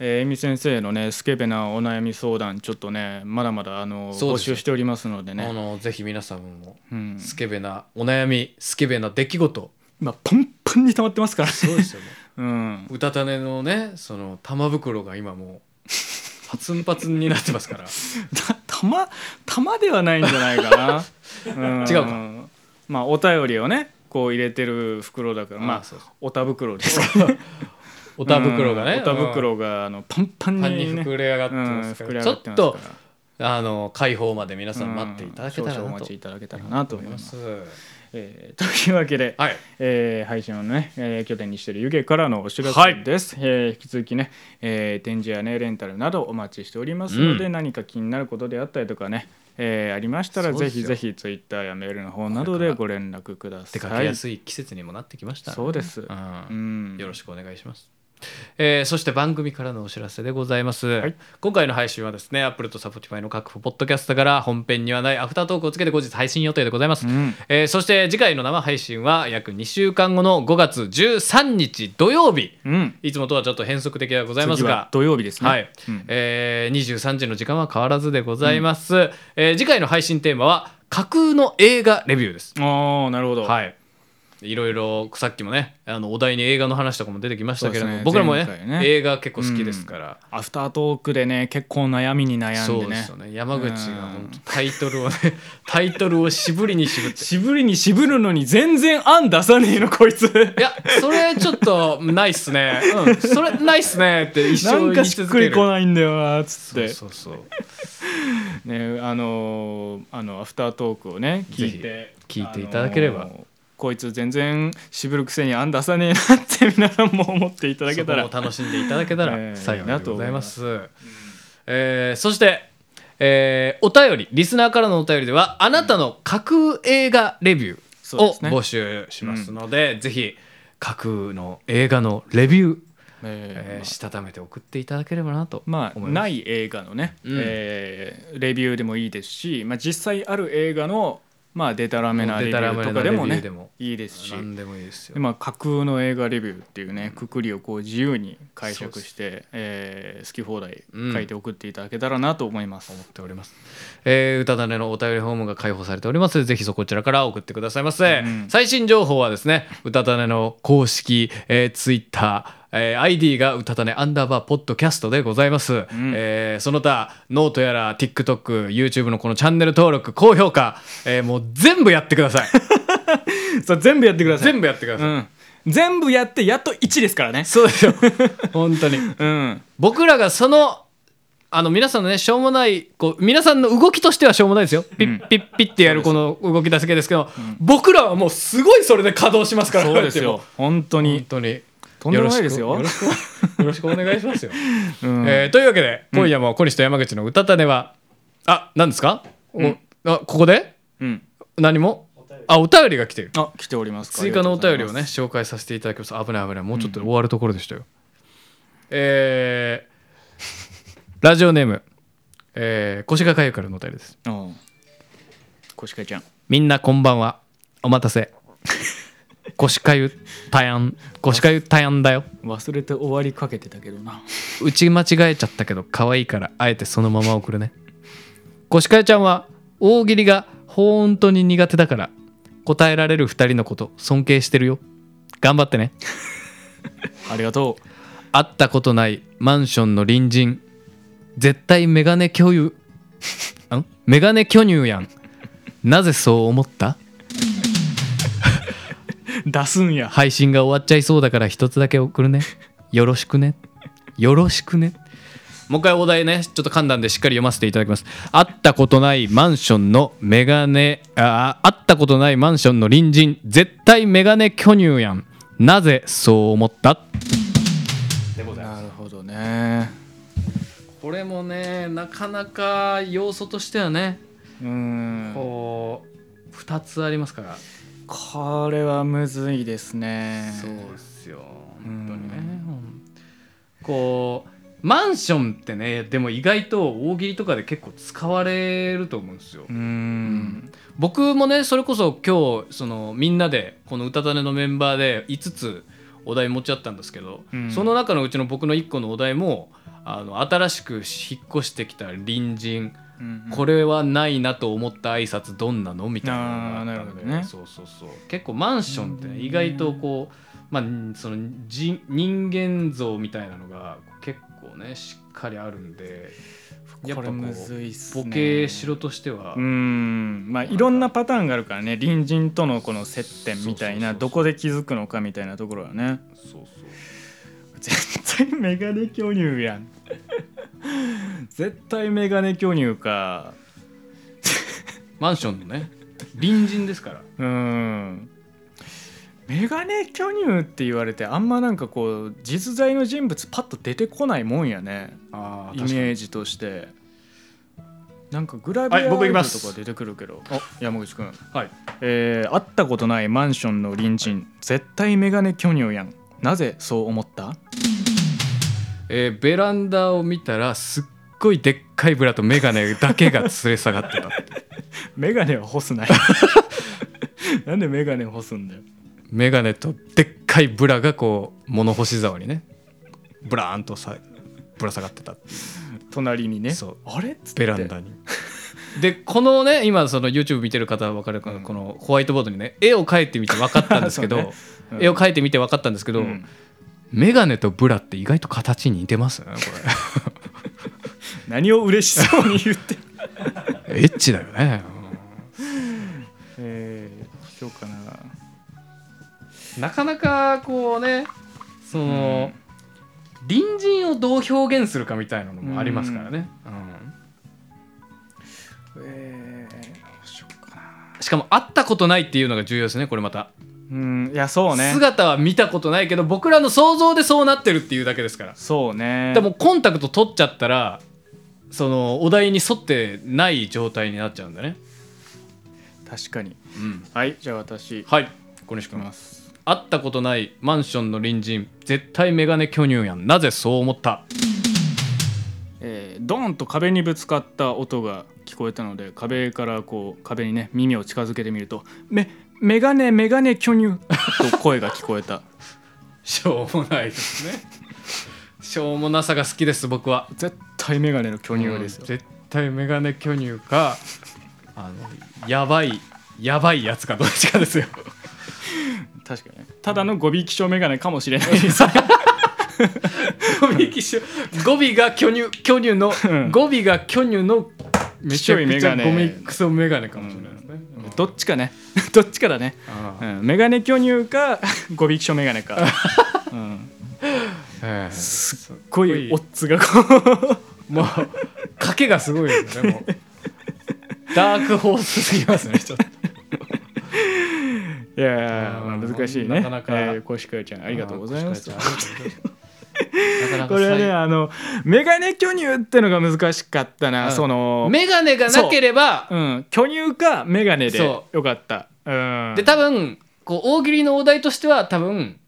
S2: えー、えみ先生のねスケベなお悩み相談ちょっとねまだまだあのー
S1: そう
S2: 募
S1: ですよ
S2: 集しておりますので
S1: うんあ
S2: ね、
S1: のぜひ皆さんも
S2: うん、
S1: スケベなお悩みスケベな出来事
S2: 今パンパンに溜まってますからね
S1: そうですよね
S2: うん
S1: うたた寝のねその玉袋が今もうパツンパツンになってますから
S2: た玉玉ではないんじゃないかな、ん
S1: 違う
S2: まあお便りをねこう入れてる袋だ からまあ
S1: あそうそう
S2: おた袋です
S1: おた袋がね
S2: おた袋があのパンパン
S1: パンに
S2: にね
S1: 膨れ上がってますか
S2: うん膨れ
S1: ら
S2: 上
S1: ちょ
S2: が
S1: って
S2: ますから
S1: とあの解放まで皆さん待っていただけたら
S2: うん少々
S1: な
S2: お待
S1: と
S2: ちいただけたらなと思
S1: 思
S2: い
S1: い
S2: ま
S1: ますす。
S2: えーというわけで、
S1: はい
S2: えー配信をね、えー拠点にしている湯気からのお知らせです、えー引き続きね、えー展示やねレンタルなどお待ちしておりますので、
S1: うん
S2: 何か気になることであったりとかね、えーありましたら
S1: そうで
S2: ぜ
S1: す
S2: ひ
S1: よ
S2: ぜひツイッターやメールの方などでご連絡くださ
S1: 出
S2: い。
S1: かけやすい季節にもなってきましたね、
S2: そうです
S1: ん
S2: うん、
S1: よろしくお願いします。えーそして番組からのお知らせでございます、
S2: い
S1: 今回の配信はですね Apple と Spotify の各ポッドキャストから本編にはないアフタートークをつけて後日配信予定でございます、
S2: うん
S1: えーそして次回の生配信は約2週間後の5月13日土曜日
S2: うん、
S1: いつもとはちょっと変則的ではございます
S2: 次は
S1: が
S2: 土曜日ですね。
S1: はい、
S2: うん
S1: えー23時の時間は変わらずでございます、えー次回の配信テーマは架空の映画レビューです
S2: ああなるほど。
S1: はい。いろいろさっきもねあのお題に映画の話とかも出てきましたけれども、
S2: そうですね
S1: 僕らもね
S2: 前回ね
S1: 映画結構好きですから、
S2: アフタートークでね結構悩みに悩ん
S1: そ
S2: で
S1: うで
S2: ね
S1: すよね山口が
S2: うん
S1: 本当タイトルをね タイトルを渋りに渋って
S2: 渋りに渋るのに全然案出さねえの こいつ
S1: いやそれちょっとないっすね、うん、それないっすねって 一
S2: な
S1: 生
S2: ん
S1: 言
S2: か
S1: い
S2: しっ
S1: 続
S2: く
S1: け
S2: り
S1: る
S2: こないんだよなつっ
S1: そう
S2: て
S1: そうそう
S2: ねあのーあのアフタートークをね聞いて
S1: 聞いていただければ
S2: あのーこいつ全然渋るくせに案出さねえなって皆さんも思っていただけたら
S1: そこも楽しんでいただけた
S2: え
S1: ら
S2: え
S1: 幸いでございます。えーそして、えーお便りリスナーからのお便りではあなたの架空映画レビュー
S2: そう
S1: を
S2: ですね
S1: 募集しますのでぜひ架空の映画のレビュー、え
S2: え
S1: ー
S2: ー
S1: したためて送っていただければなと思い
S2: ま
S1: ます。
S2: あ、ない映画のね、
S1: うん
S2: えーレビューでもいいですし、まあ、実際ある映画の、まあ、デタラメなレビューとかでも
S1: デタラメな
S2: ね
S1: レビューでも
S2: いいですし
S1: 何でもいいですよ
S2: で。まあ、架空の映画レビューっていうねくくりをこう自由に解釈して、えー好き放題
S1: うん
S2: 書いて送っていただけたらなと思い ます。
S1: 思っております。えー、歌種のお便りフォームが開放されておりますので、ぜひそこちらから送ってくださいませ。
S2: うん
S1: 最新情報はですね、歌種の公式、えー、ツイッター、えー、ID が歌種アンダーバーポッドキャストでございます。えーその他、ノートやら TikTok、YouTube のこのチャンネル登録、高評価、えーもう全部やってください。
S2: さあ全部やってください。
S1: 全部やってくださ
S2: う
S1: い。
S2: ん、全部やってやっと1ですからね。
S1: そうですよ。本当に。
S2: うん、
S1: 僕らがそのあの皆さんのねしょうもないこう皆さんの動きとしてはしょうもないですよピッピッピッってやるこの動きだけですけど、僕らはもうすごいそれで稼働しますから
S2: そうですよ
S1: こ。
S2: 本当
S1: うやってもう本
S2: に。
S1: 当に
S2: とんでもないですよ
S1: よろしくよろしくよろしくお願いしますよ、
S2: うん
S1: えーというわけで今夜も小西と山口の歌種は、あ何ですか、お
S2: うん
S1: あここで
S2: うん、
S1: 何もあお便りが来てる
S2: あ来ておりますか。
S1: 追加のお便りをね
S2: あ
S1: 紹介させていただきます危ない危ないもうちょっと終わるところでしたよ、えー ラジオネーム、えー、腰がかゆからのお便りです
S2: りがとうございます。うんコシカちゃん。
S1: みんなこんばんはお待た せ腰かゆたやん腰かゆたやんだよ
S2: 忘れて終わりかけてたけどな。
S1: 打ち間違えちゃったけど可愛いからあえてそのまま送るねコシカヤちゃんは大喜利が本当に苦手だから答えられる2人のこと尊敬してるよ頑張ってね
S2: ありがとう
S1: 会ったことないマンションの隣人絶対メガネ巨 乳んメガネ巨乳やんなぜそう思った
S2: 出すんや
S1: 配信が終わっちゃいそうだから一つだけ送るねよろしくねよろしくねもう一回お題ねちょっと簡単でしっかり読ませていただきます会ったことないマンションのメガネあー会ったことないマンションの隣人絶対メガネ巨乳やんなぜそう思った
S2: なるほどね
S1: これもねなかなか要素としてはね
S2: うん
S1: こう2つありますから
S2: これはむずいですね
S1: そうですよ本当にねこうマンションってねでも意外と大喜利とかで結構使われると思うんですよ、
S2: うん
S1: 僕もねそれこそ今日そのみんなでこの「うたた寝」のメンバーで5つお題持ち合ったんですけど、
S2: うん
S1: その中のうちの僕の1個のお題もあの新しく引っ越してきた隣人
S2: うん
S1: これはないなと思った挨拶どんなのみたいなのがあったので
S2: あーなるほどね
S1: そうそうそう結構マンションってね意外とこう、まあ、んその人人間像みたいなのが結構ねしっかりあるんでやっ
S2: こ
S1: ぱこ
S2: れ
S1: う
S2: むずいっすね
S1: ボケしろとしては、
S2: うんまあいろんなパターンがあるからね隣人とのこの接点みた
S1: そうそう
S2: いな
S1: そうそう
S2: どこで気づくのかみたいなところはね
S1: そうそう
S2: 絶対メガネ巨乳やん 絶対メガネ巨乳か
S1: マンションのね隣人ですから
S2: うんメガネ巨乳って言われてあんまなんかこう実在の人物パッと出てこないもんやね
S1: あ
S2: イメージとしてなんかグラビアア
S1: は
S2: イ
S1: い
S2: ド
S1: 僕行
S2: ル
S1: き
S2: と
S1: ます
S2: か出てくるけど、あ山口くん、
S1: はい
S2: えー会ったことないマンションの隣人、絶対メガネ巨乳やんなぜそう思った
S1: えーベランダを見たらすっごいでっかいブラとメガネだけが連れ下がってた
S2: メガネは干す なよなんでメガネ干すんだよ
S1: メガネとでっかいブラがこう物干し竿にねブラーンとさぶら下がってた
S2: 隣にね
S1: そう
S2: あれっつって
S1: ベランダに。 でこのね今その YouTube 見てる方は分かるかな、
S2: うん
S1: このホワイトボードにね絵を描いてみて分かったんですけど、
S2: そうねうん
S1: 絵を描いてみて分かったんですけど、
S2: うん
S1: メガネとブラって意外と形に似てますよね
S2: 何を嬉しそうに言ってる
S1: これ エッチだよね、
S2: えー、しようかな
S1: なかなかこうねその、隣人をどう表現するかみたいなのもありますからね、
S2: えー、どうしようかな
S1: しかも会ったことないっていうのが重要ですねこれまた、
S2: うんいやそうね
S1: 姿は見たことないけど僕らの想像でそうなってるっていうだけですから
S2: そうね
S1: でもコンタクト取っちゃったらそのお題に沿ってない状態になっちゃうんだね、
S2: 確かに
S1: うん、
S2: はいじゃあ私
S1: はい小西
S2: いき
S1: 君
S2: ます
S1: 会ったことないマンションの隣人絶対メガネ巨乳やんなぜそう思った
S2: えー、ドーンと壁にぶつかった音が聞こえたので壁からこう壁にね耳を近づけてみると「めメガネメガネ巨乳」と声が聞こえた
S1: しょうもないですね しょうもなさが好きです僕は
S2: 絶対メガネの巨乳です
S1: うん
S2: よ、
S1: 絶対メガネ巨乳かあのやばいやばいやつかどっちかですよ
S2: 確かにねただのゴビ気象メガネかもしれないですね
S1: 語尾機種語尾が巨乳巨乳の
S2: うん
S1: 語尾が巨乳のめちゃく
S2: メ
S1: ち
S2: ガ
S1: ゃ
S2: ネ
S1: ゴミクソメガネかもしれないですね、うん
S2: どっちかねどっちかだね、
S1: あ
S2: う
S1: あ
S2: ん、メガネ巨乳かゴビ気象メガネ か、うん、
S1: ええ
S2: すっごいオッズがこう
S1: もう賭けがすごいです ねもうダークホースすぎますねちょっと
S2: いやー、まあ、難しいね
S1: なかなか
S2: えー、コシカヨちゃんありがとうございます
S1: ああ腰掛けちゃうなかなか
S2: これはね
S1: 最
S2: あのメガネ巨乳ってのが難しかった
S1: う
S2: な、
S1: ん
S2: その
S1: メガネがなければ
S2: うん巨乳かメガネで
S1: そ
S2: よかったうん
S1: で多分こう大喜利のお題としては多分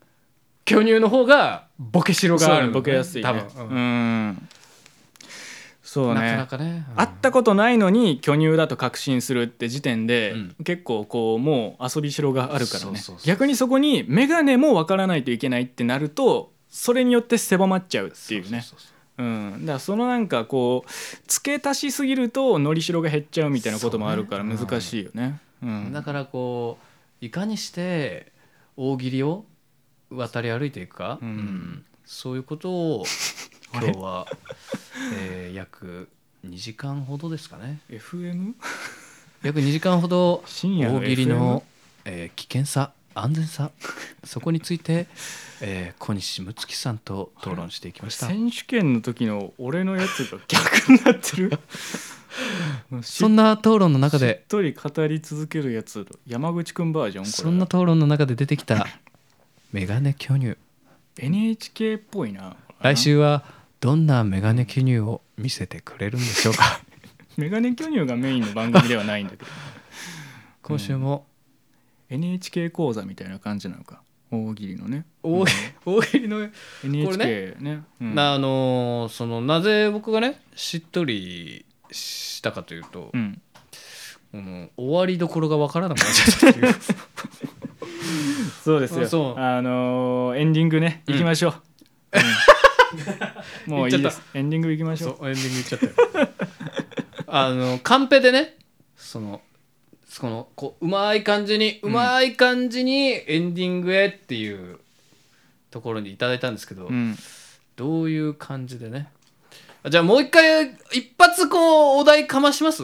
S1: 巨乳の方がボケしろが
S2: そ
S1: あ
S2: う
S1: る
S2: ね
S1: の
S2: ボケやすい、ね、
S1: 多分、
S2: う
S1: うん
S2: んそうね
S1: なかなかね、うん
S2: 会ったことないのに巨乳だと確信するって時点で、
S1: うん
S2: 結構こうもう遊びしろがあるから
S1: そう
S2: ね
S1: そうそう
S2: 逆にそこにメガネもわからないといけないってなるとそれによって狭まっちゃうっていうね
S1: そうそうそう
S2: うん、だからそのなんかこう付け足しすぎるとのりしろが減っちゃうみたいなこともあるから
S1: そうねうん
S2: 難しいよね。う
S1: だ
S2: ん、
S1: からこういかにして大喜利を渡り歩いていくか、
S2: うん
S1: そういうこと を今日は、えー約2時間ほどですかね
S2: FM
S1: 約2時間ほど
S2: 深夜の
S1: 大喜利の、えー危険さ安全 さそこについて、えー小西睦月さんと討論していきました。
S2: 選手権の時の俺のやつが逆になっ てる
S1: そんな討論の中
S2: し
S1: で
S2: っとり語り続けるやつ山口くんバージョンこれ
S1: そんな討論の中で出てきたメガネ巨乳
S2: NHK っぽいな
S1: 来週はどんなメガネ巨乳を見せてくれるんでしょうか
S2: メガネ巨乳がメインの番組ではないんだけど
S1: 今週も
S2: NHK 講座みたいな感じなのか大喜利のね
S1: 大大喜利の、こ
S2: NHK
S1: れ
S2: ねうん
S1: なあのーそのなぜ僕がねしっとりしたかというと、
S2: うん
S1: この終わりどころがわからなくなっちゃったっていう
S2: そうです
S1: あそ
S2: よ
S1: う
S2: あのーエンディングね
S1: うん
S2: 行きましょう、 うんもういい
S1: 言
S2: で
S1: っちゃ
S2: すエンディング行きましょ
S1: そう
S2: う
S1: エンディング言っちゃったよあのカンペでねそのそのこううまい感じにうまい感じにエンディングへっていうところにいただいたんですけど、
S2: うん
S1: どういう感じでねあじゃあもう一回一発こうお題かまします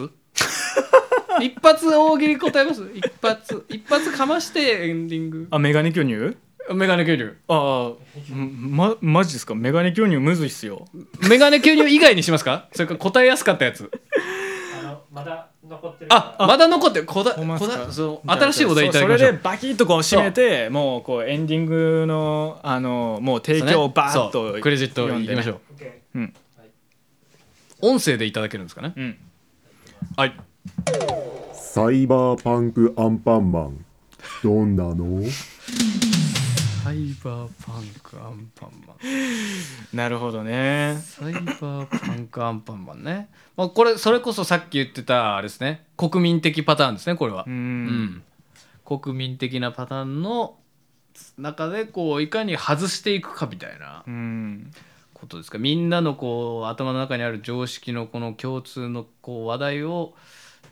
S1: 一発大喜利答えます一発一発かましてエンディング
S2: あメガネ巨乳
S1: メガネ巨乳
S2: ああまマジですかメガネ巨乳むずいっすよ
S1: メガネ巨乳以外にしますかそれから答えやすかったやつ
S4: あのまだ残ってるから
S1: あまだ残ってるこだ
S2: ほんまっす
S1: こ
S2: か
S1: だその新しいお題いただきまし
S2: そ
S1: ょ
S2: そうれでバキッとこう締めてもうこうエンディングのあのもう提供をバーッ
S1: そう
S2: と
S1: クレジット
S2: 読ん
S1: い
S2: で
S1: きましょう
S4: OK
S1: 音声でいただけるんですかね
S2: う、ん
S1: はい
S5: サイバーパンクアンパンマンどんなの
S1: サイバーパンクアンパンマン
S2: なるほどね
S1: サイバーパンクアンパンマンね、まあ、これそれこそさっき言ってたあれですね国民的パターンですねこれは
S2: う
S1: うんん国民的なパターンの中でこういかに外していくかみたいな
S2: うん
S1: ことですかみんなのこう頭の中にある常識のこの共通のこう話題を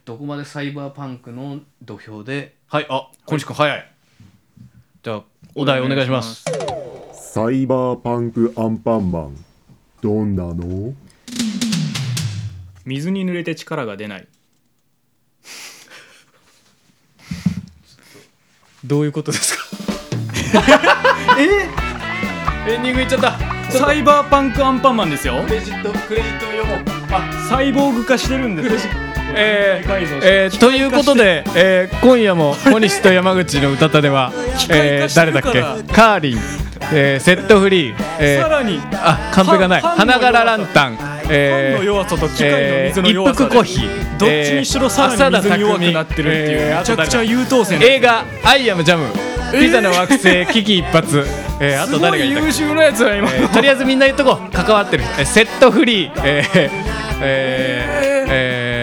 S1: どこまでサイバーパンクの土俵ではいあ小西君早いじゃあお題お願いします
S5: サイバーパンクアンパンマンどんなの
S2: 水に濡れて力が出ない
S1: どういうことですか えエンディングいっちゃった
S2: サイバーパンクアンパンマンですよ
S1: クレジットクレジットを読もう
S2: サイボーグ化してるんですよ
S1: えー
S2: 改造して
S1: えーということで、えー今夜も小西と山口の歌たで は、えー誰だっけカーリン、えーセットフリー、えー
S2: さらに
S1: あカンペがない
S2: パンの
S1: 花柄ランタン、
S2: パン
S1: え
S2: の
S1: ー
S2: 弱さと機
S1: えー
S2: 械の水の
S1: 一
S2: 弱さ
S1: 服
S2: で
S1: コーヒー
S2: どっちにしろさらに水に弱くなってるっていうめちゃくちゃ
S1: う
S2: 優等生
S1: 映画「アイアムジャム」ピザの惑星危機一髪、えーあ
S2: す
S1: と
S2: ご
S1: 誰がい
S2: い
S1: たっ
S2: 優
S1: け
S2: 秀なやつだ今
S1: えーとりあえずみんな言っとこう関わってる、えーセットフリー、えーえーえー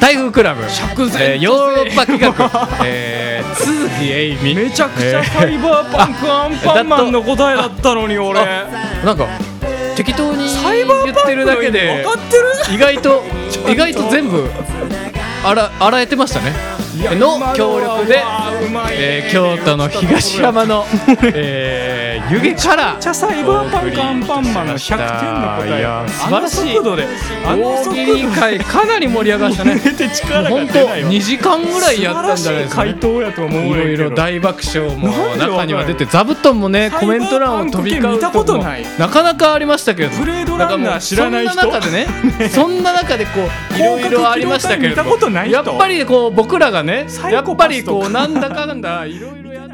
S1: 台風クラブ、えーヨーロッパ企画、 えー、鈴木エイミ
S2: めちゃくちゃサイバーパンクアンパンマンの答えだったのに俺
S1: えーなんか適当に
S2: サイバー
S1: 言
S2: パ
S1: っ
S2: ン
S1: て
S2: ク
S1: る
S2: の
S1: だ
S2: 意
S1: け
S2: 味
S1: で
S2: 分かってる
S1: 意外と意外と全部あら洗えてましたねの協力で、えー京都の東山の、えー、湯気から
S2: めっちゃサイバーパンクアンパンマンの100点の答
S1: い
S2: え
S1: やー素
S2: あ
S1: 晴
S2: の
S1: らしい
S2: 速度であの
S1: 大
S2: 速
S1: 喜
S2: 度で
S1: 利会かなり盛り上がったね
S2: 出て力が
S1: 本当
S2: 出ないわ
S1: 2時間ぐらいやったんじゃないですか、
S2: 素晴らしい回
S1: ね、
S2: 答やと思うねん
S1: い
S2: け
S1: ろ
S2: ど
S1: いろ大爆笑も
S2: なんでわかる
S1: 中には出て座布団もね
S2: サイ
S1: コ
S2: バー
S1: メント欄を飛び交う
S2: パンク系見たこと
S1: も
S2: ない
S1: なかなかありましたけど
S2: ブレードランナー
S1: んかもう
S2: 知らない人
S1: そんな中で ねそんな中でこういろいろありましたけれども
S2: 広角機動隊見た
S1: や
S2: こ
S1: っ
S2: とない人
S1: ぱりこう僕らがね
S2: サイ
S1: や
S2: コ
S1: っぱ
S2: パス
S1: り
S2: とか
S1: こうなんだかんだいろいろやっ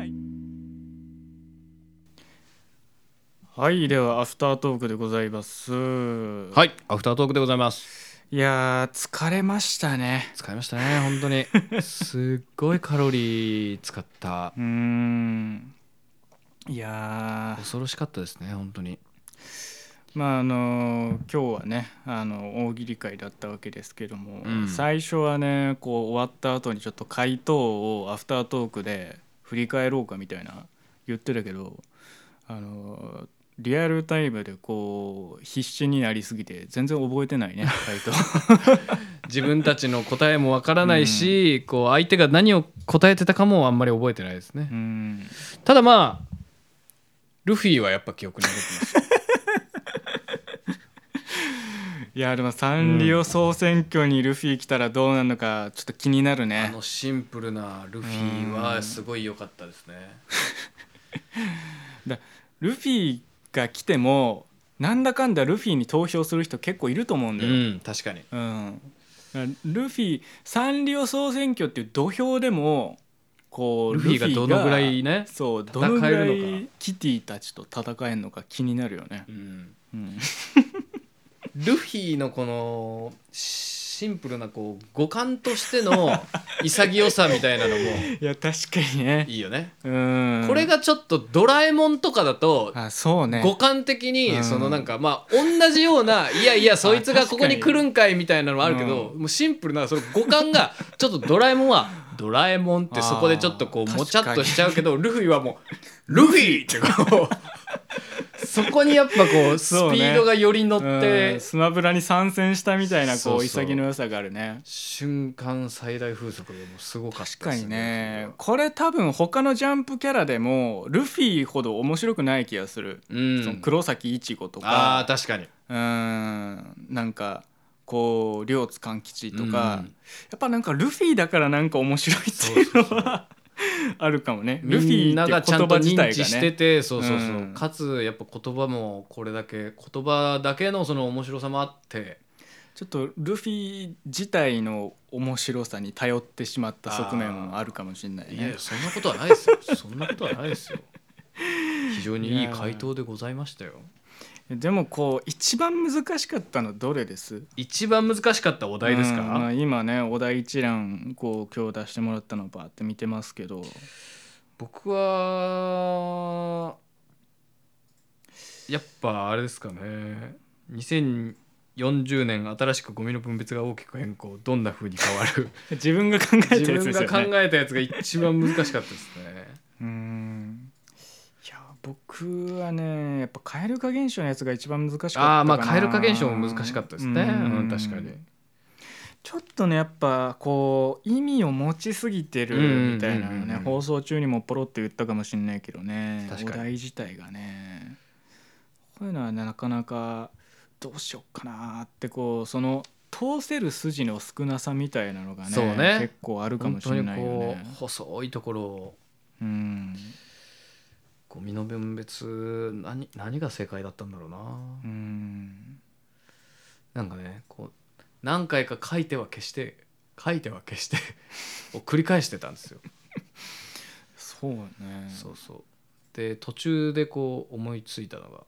S2: はいではアフタートークでございますはい
S1: はいアフタートークでございます
S2: いやー疲れましたね
S1: 使いましたね本当にすっごいカロリー使った
S2: うーんいやー
S1: 恐ろしかったですね本当に
S2: まああのー今日はねあの大喜利会だったわけですけども、
S1: うん
S2: 最初はねこう終わった後にちょっと回答をアフタートークで振り返ろうかみたいな言ってたけどあのーリアルタイムでこう必死になりすぎて全然覚え てないね回答
S1: 自分たちの答えもわからないし、こう相手が何を答えてたかもあんまり覚えてないですね、
S2: うん
S1: ただまあルフィはやっぱ記憶に残ってますよ
S2: いやでもサンリオ総選挙にルフィ来たらどうなるのかちょっと気になる
S1: あ
S2: ね
S1: のシンプルなルフィはすごい良かったですね
S2: ルフィが来てもなんだかんだルフィに投票する人結構いると思うんだ
S1: う
S2: よ、
S1: ん確かに
S2: うんだからルフィサンリオ総選挙っていう土俵でもこう
S1: ルフィがどのぐらいね
S2: そうど
S1: 戦える
S2: の
S1: のか
S2: ぐらいキティたちと戦えるのか気になるよね
S1: う、ん
S2: うん、
S1: ルフィのこのシンプルなこう五感として の潔さみたいなのも
S2: いや確かにね
S1: いいよね、
S2: うん
S1: これがちょっとドラえもんとかだと
S2: あそうね
S1: 五感的
S2: う
S1: に
S2: ん
S1: そのなんかまあ同じようないやいやそいつがここに来るんかいみたいなのはあるけど
S2: う
S1: もうシンプルな その五感がちょっとドラえもんはドラえもんってそこでちょっとこ
S2: あー
S1: うもちゃっ
S2: 確か
S1: と
S2: に
S1: しちゃうけどルフィはもうルフィってこうそこにやっぱこうスピ
S2: そうね
S1: ードがより乗って
S2: うんスマブラに参戦したみたいな
S1: そ
S2: こ
S1: う
S2: う
S1: そう
S2: 潔の良さがあるね
S1: 瞬間最大風速がもうすごかっ
S2: 確
S1: た
S2: か
S1: です
S2: にねこれ多分他のジャンプキャラでもルフィほど面白くない気がする、
S1: うん
S2: その黒崎いちごと
S1: ああ
S2: か
S1: 確かに
S2: うんなんかこう両津勘吉とか、
S1: うん
S2: やっぱなんかルフィだからなんか面白いっていうのはあるかもねルフ
S1: みん
S2: ィ
S1: な
S2: っ
S1: が
S2: て
S1: ちゃ
S2: 言
S1: んと
S2: 葉自
S1: 認
S2: 体
S1: 知
S2: が
S1: して
S2: ね
S1: て、そうそうそう、
S2: うん
S1: かつやっぱ言葉もこれだけ言葉だけのその面白さもあって
S2: ちょっとルフィ自体の面白さに頼ってしまった側面もあるかもしれない
S1: いやい
S2: ね
S1: やそんなことはないですよ そんなことはないですよ非常にいい回答でございましたよ
S2: でもこう一番難しかったのどれです
S1: 一番難しかったお題です
S2: うんま
S1: か
S2: あ、今ねお題一覧こう今日出してもらったのをバーって見てますけど
S1: 僕はやっぱあれですかね2040年新しくゴミの分別が大きく変更どんな風に変わ る
S2: 自分が考え
S1: 自
S2: てるや
S1: 分
S2: つで
S1: が
S2: すよね
S1: 考えたやつが一番難しかったですね
S2: うんいや僕はねやっぱ蛙化現象のやつが一番難しかったかな
S1: ああーまあ蛙化現象も難しかったですね、
S2: うん
S1: うん確かに
S2: ちょっとねやっぱこう意味を持ちすぎてるみたいな
S1: うんうんうん
S2: の
S1: うんう
S2: ね
S1: ん
S2: 放送中にもポロって言ったかもしれないけどね
S1: 確かに
S2: お題自体がねこういうのはねなかなかどうしようかなってこうその通せる筋の少なさみたいなのがね
S1: そうね
S2: 結構あるか
S1: 本
S2: もし
S1: 当
S2: れ
S1: に
S2: ないよ
S1: こ
S2: ね
S1: う。細いところを
S2: うん
S1: ゴミの分別何何が正解だったんだろうな、
S2: うん
S1: なんかねこう何回か書いては消して書いては消 してを繰り返してたんですよ、
S2: そうね
S1: そうそうで途中でこう思いついたのが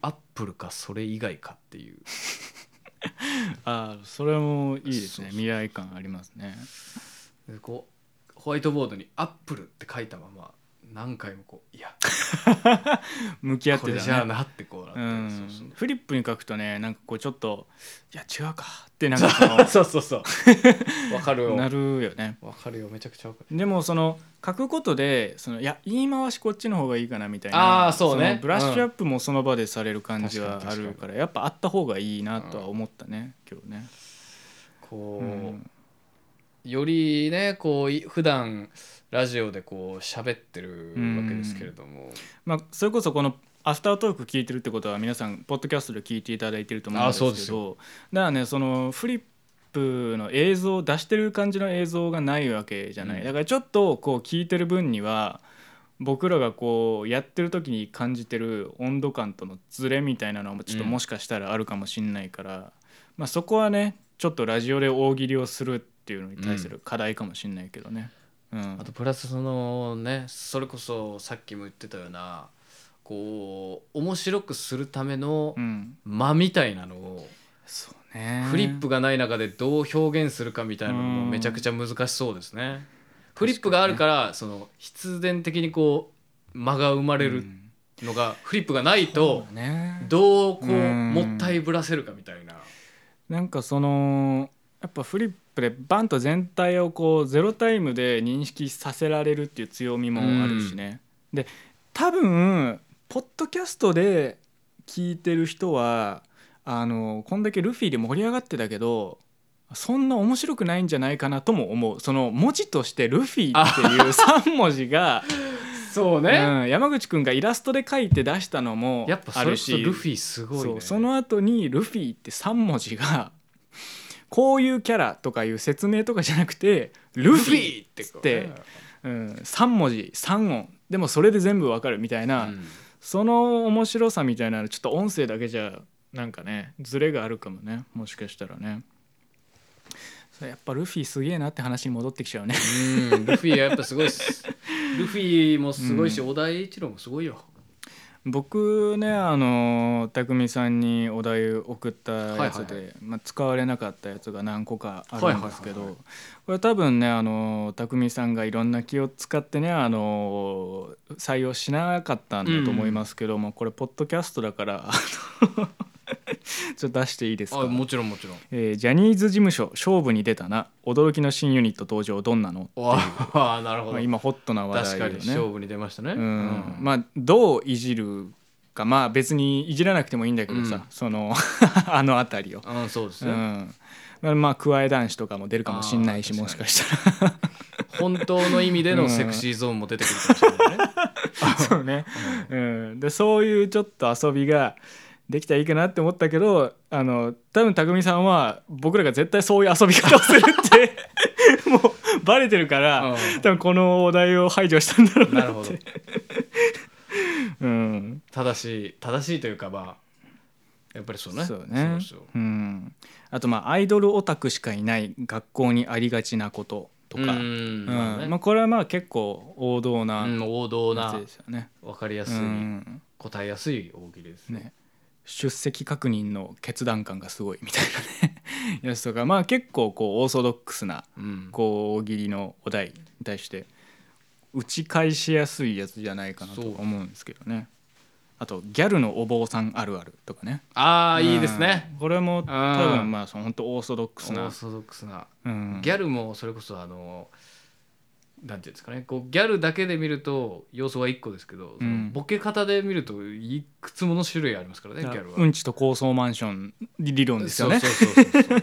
S1: アップルかそれ以外かっていう
S2: ああそれもいいです
S1: そうそう
S2: ね未来感ありますね。
S1: でこうホワイトボードに「アップル」って書いたまま何回もこう「いや
S2: 向き合って
S1: こ
S2: た
S1: れ
S2: ね
S1: じゃあな」ってこうなって、
S2: うん
S1: そうそう
S2: フリップに書くとねなんかこうちょっといや違うかってなんかこ
S1: そうそうそうそ う。わかる
S2: う
S1: よ。
S2: な
S1: わ
S2: るよね
S1: かるよ。めちゃくちゃわかる。
S2: でもその書くことでそのいや言い回しこっちの方がいいかなみたいな
S1: あーそうね
S2: のブラッシュアップもその場でされる感じは
S1: うん
S2: あ
S1: 確かに
S2: る
S1: 確
S2: から,、やっぱあった方がいいなとは思ったね、今日ね、
S1: こ
S2: う
S1: う、
S2: ん
S1: よりね、こうい普段ラジオでこう喋ってるわけですけれども、
S2: まあ、それこそこの「アフタートーク」聞いてるってことは皆さんポッドキャストで聞いていただいてると思うんですけ
S1: あそ
S2: ど
S1: うです
S2: だからねそのフリップの映像出してる感じの映像がないわけじゃない、
S1: うん
S2: だからちょっとこう聞いてる分には僕らがこうやってる時に感じてる温度感とのズレみたいなのもちょっと
S1: うん
S2: もしかしたらあるかもしんないから、まあ、そこはねちょっとラジオで大喜利をするっていうのに対する課題かもしんないけどね。うん
S1: あとプラスそのね、それこそさっきも言ってたような、こう面白くするための
S2: うん、
S1: 間みたいなのを、
S2: そうね
S1: フリップがない中でどう表現するかみたいなのも
S2: うん
S1: めちゃくちゃ難しそうですね。フリップがあるからその必然的にこう間が生まれる
S2: うん
S1: のが、フリップがないと
S2: そうね
S1: どうこう
S2: うん
S1: もったいぶらせるかみたいな
S2: なんかそのやっぱフリップでバンと全体をこうゼロタイムで認識させられるっていう強みもあるしね、で多分ポッドキャストで聞いてる人はあのこんだけルフィで盛り上がってたけどそんな面白くないんじゃないかなとも思うその文字として「ルフィ」っていう3文字が
S9: そう
S2: う
S9: ね、
S2: ん、山口くんがイラストで描いて出したのも
S9: やっ
S2: あ
S9: ぱそれ
S2: る
S9: こそ
S2: し
S9: ルフィすごい、ね、
S2: そうその後にルフィって3文字が こういうキャラとかいう説明とかじゃなくてル
S9: ル
S2: フ
S9: フ
S2: ィ、
S9: ィってこう
S2: ってうん、3文字3音でもそれで全部わかるみたいうな、
S9: ん
S2: その面白さみたいなのちょっと音声だけじゃなんかねズレがあるかもねもしかしたらねそれやっぱルフィすげえなって話に戻ってきちゃうね
S9: うんルフィはやっぱすごいっす ルフィもすごいし、小田栄一郎もすごいよ
S2: 僕ねあの匠さんにお題送ったやつで、
S9: はいはい
S2: まあ、使われなかったやつが何個かあるんですけど、
S9: はいはいはいはい
S2: これ多分ねあの匠さんがいろんな気を使ってねあの採用しなかったんだと思いますけども、これポッドキャストだからあの ちょっと出していいですか
S9: あもちろんもちろん
S2: えージャニーズ事務所勝負に出たな驚きの新ユニット登場どんなの、
S9: ああなるほど、
S2: まあ、今ホットな話
S9: 確か
S2: 題
S9: に
S2: でね
S9: 勝負に出ましたね、
S2: う
S9: うんん
S2: まあどういじるかまあ別にいじらなくてもいいんだけどさ、
S9: うん
S2: その あの辺りを、
S9: うんそうです
S2: う
S9: ね、
S2: んまあまあ加え男子とかも出るかもしんないし
S9: あー
S2: もし
S9: 確
S2: かし
S9: かに
S2: たら
S9: 本当の意味でのセクシーゾーンも出てくるかもしれないね、
S2: そうね、うん、でそういうちょっと遊びができたらいいかなって思ったけどあの多分匠さんは僕らが絶対そういう遊び方をするって もうバレてるから、
S9: うん
S2: 多分このお題を排除したんだろうな
S9: なるほど
S2: うん
S9: 正しい正しいというかまあやっぱりそうね
S2: そうね
S9: そうそう
S2: うん、あとまあアイドルオタクしかいない学校にありがちなこととか、
S9: う
S2: うん
S9: んまあね
S2: まあ、これはまあ結構王道な
S9: うん王道
S2: や
S9: な
S2: つですよね。
S9: 分かりやす
S2: う
S9: い、
S2: ん
S9: 答えやすい大喜利ですね
S2: ね出席確認の決断感がすごいみたいなね やつとか、まあ、結構こうオーソドックスな
S9: うん
S2: こう大喜利のお題に対して打ち返しやすいやつじゃないかなと
S9: そう
S2: 思うんですけどね。あとギャルのお坊さんあるあるとかね。
S9: ああいいですね
S2: うん。これも多
S9: う
S2: 分
S9: ん
S2: まあその本当オーソドック
S9: オ
S2: スな
S9: ー。ソドックスな
S2: うん
S9: ギャルもそれこそあのなんていうんですかねこうギャルだけで見ると様相は1個ですけど、その
S2: うん
S9: ボケ方で見るといくつもの種類ありますからねギャルは。
S2: うんちと高層マンション理論ですよね
S9: そうそうそ うそう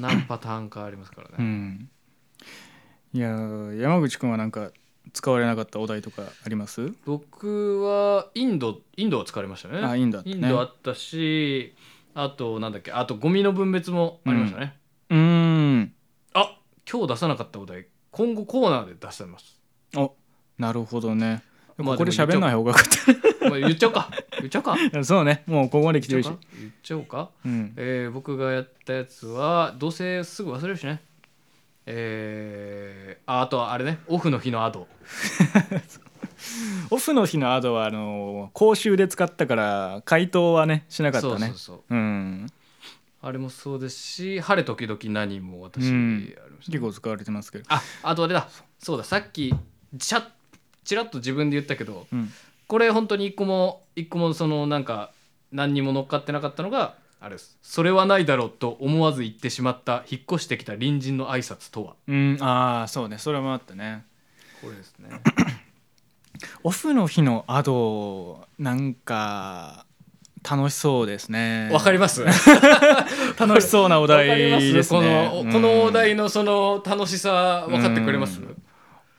S9: 何パターンかありますからね。
S2: うんいやー山口君はなんか使われなかったお題とかあります
S9: 僕はインドインドは疲れましたね
S2: あインドあったね
S9: インドあったしあとなんだっけあとゴミの分別もありましたね、
S2: うーん
S9: あ今日出さなかったお題今後コーナーで出してます、
S2: おなるほどね
S9: ま
S2: こ
S9: あ
S2: こで喋んない方がよかっ
S9: まあ、言っちゃおう か言っちゃおうか
S2: たそうねもうここまで来て
S9: 言っ
S2: る
S9: ち
S2: し
S9: ゃおうか言っちゃおうか、
S2: うん
S9: えー僕がやったやつはどうせすぐ忘れるしねえーああとはあれねオフの日のアド
S2: オフの日のアドはあのー講習で使ったから回答はねしなかったね
S9: そうそうそう
S2: うん
S9: あれもそうですし晴れ時々何も私、
S2: うん
S9: ありましたね
S2: 結構使われてますけど
S9: ああとあれだそうださっきちゃちらっと自分で言ったけど、
S2: うん
S9: これ本当に一個も一個もそのなんか何にも乗っかってなかったのがあれですそれはないだろうと思わず言ってしまった引っ越してきた隣人の挨拶とは
S2: うんああそうねそれもあったね
S9: これですね
S2: オフの日のアドなんか楽しそうですね
S9: わかりますわ
S2: 楽しそうなお
S9: か
S2: 題
S9: ります
S2: です
S9: こ
S2: ね
S9: の
S2: うん
S9: このお題のその楽しさ分かってくれます
S2: うん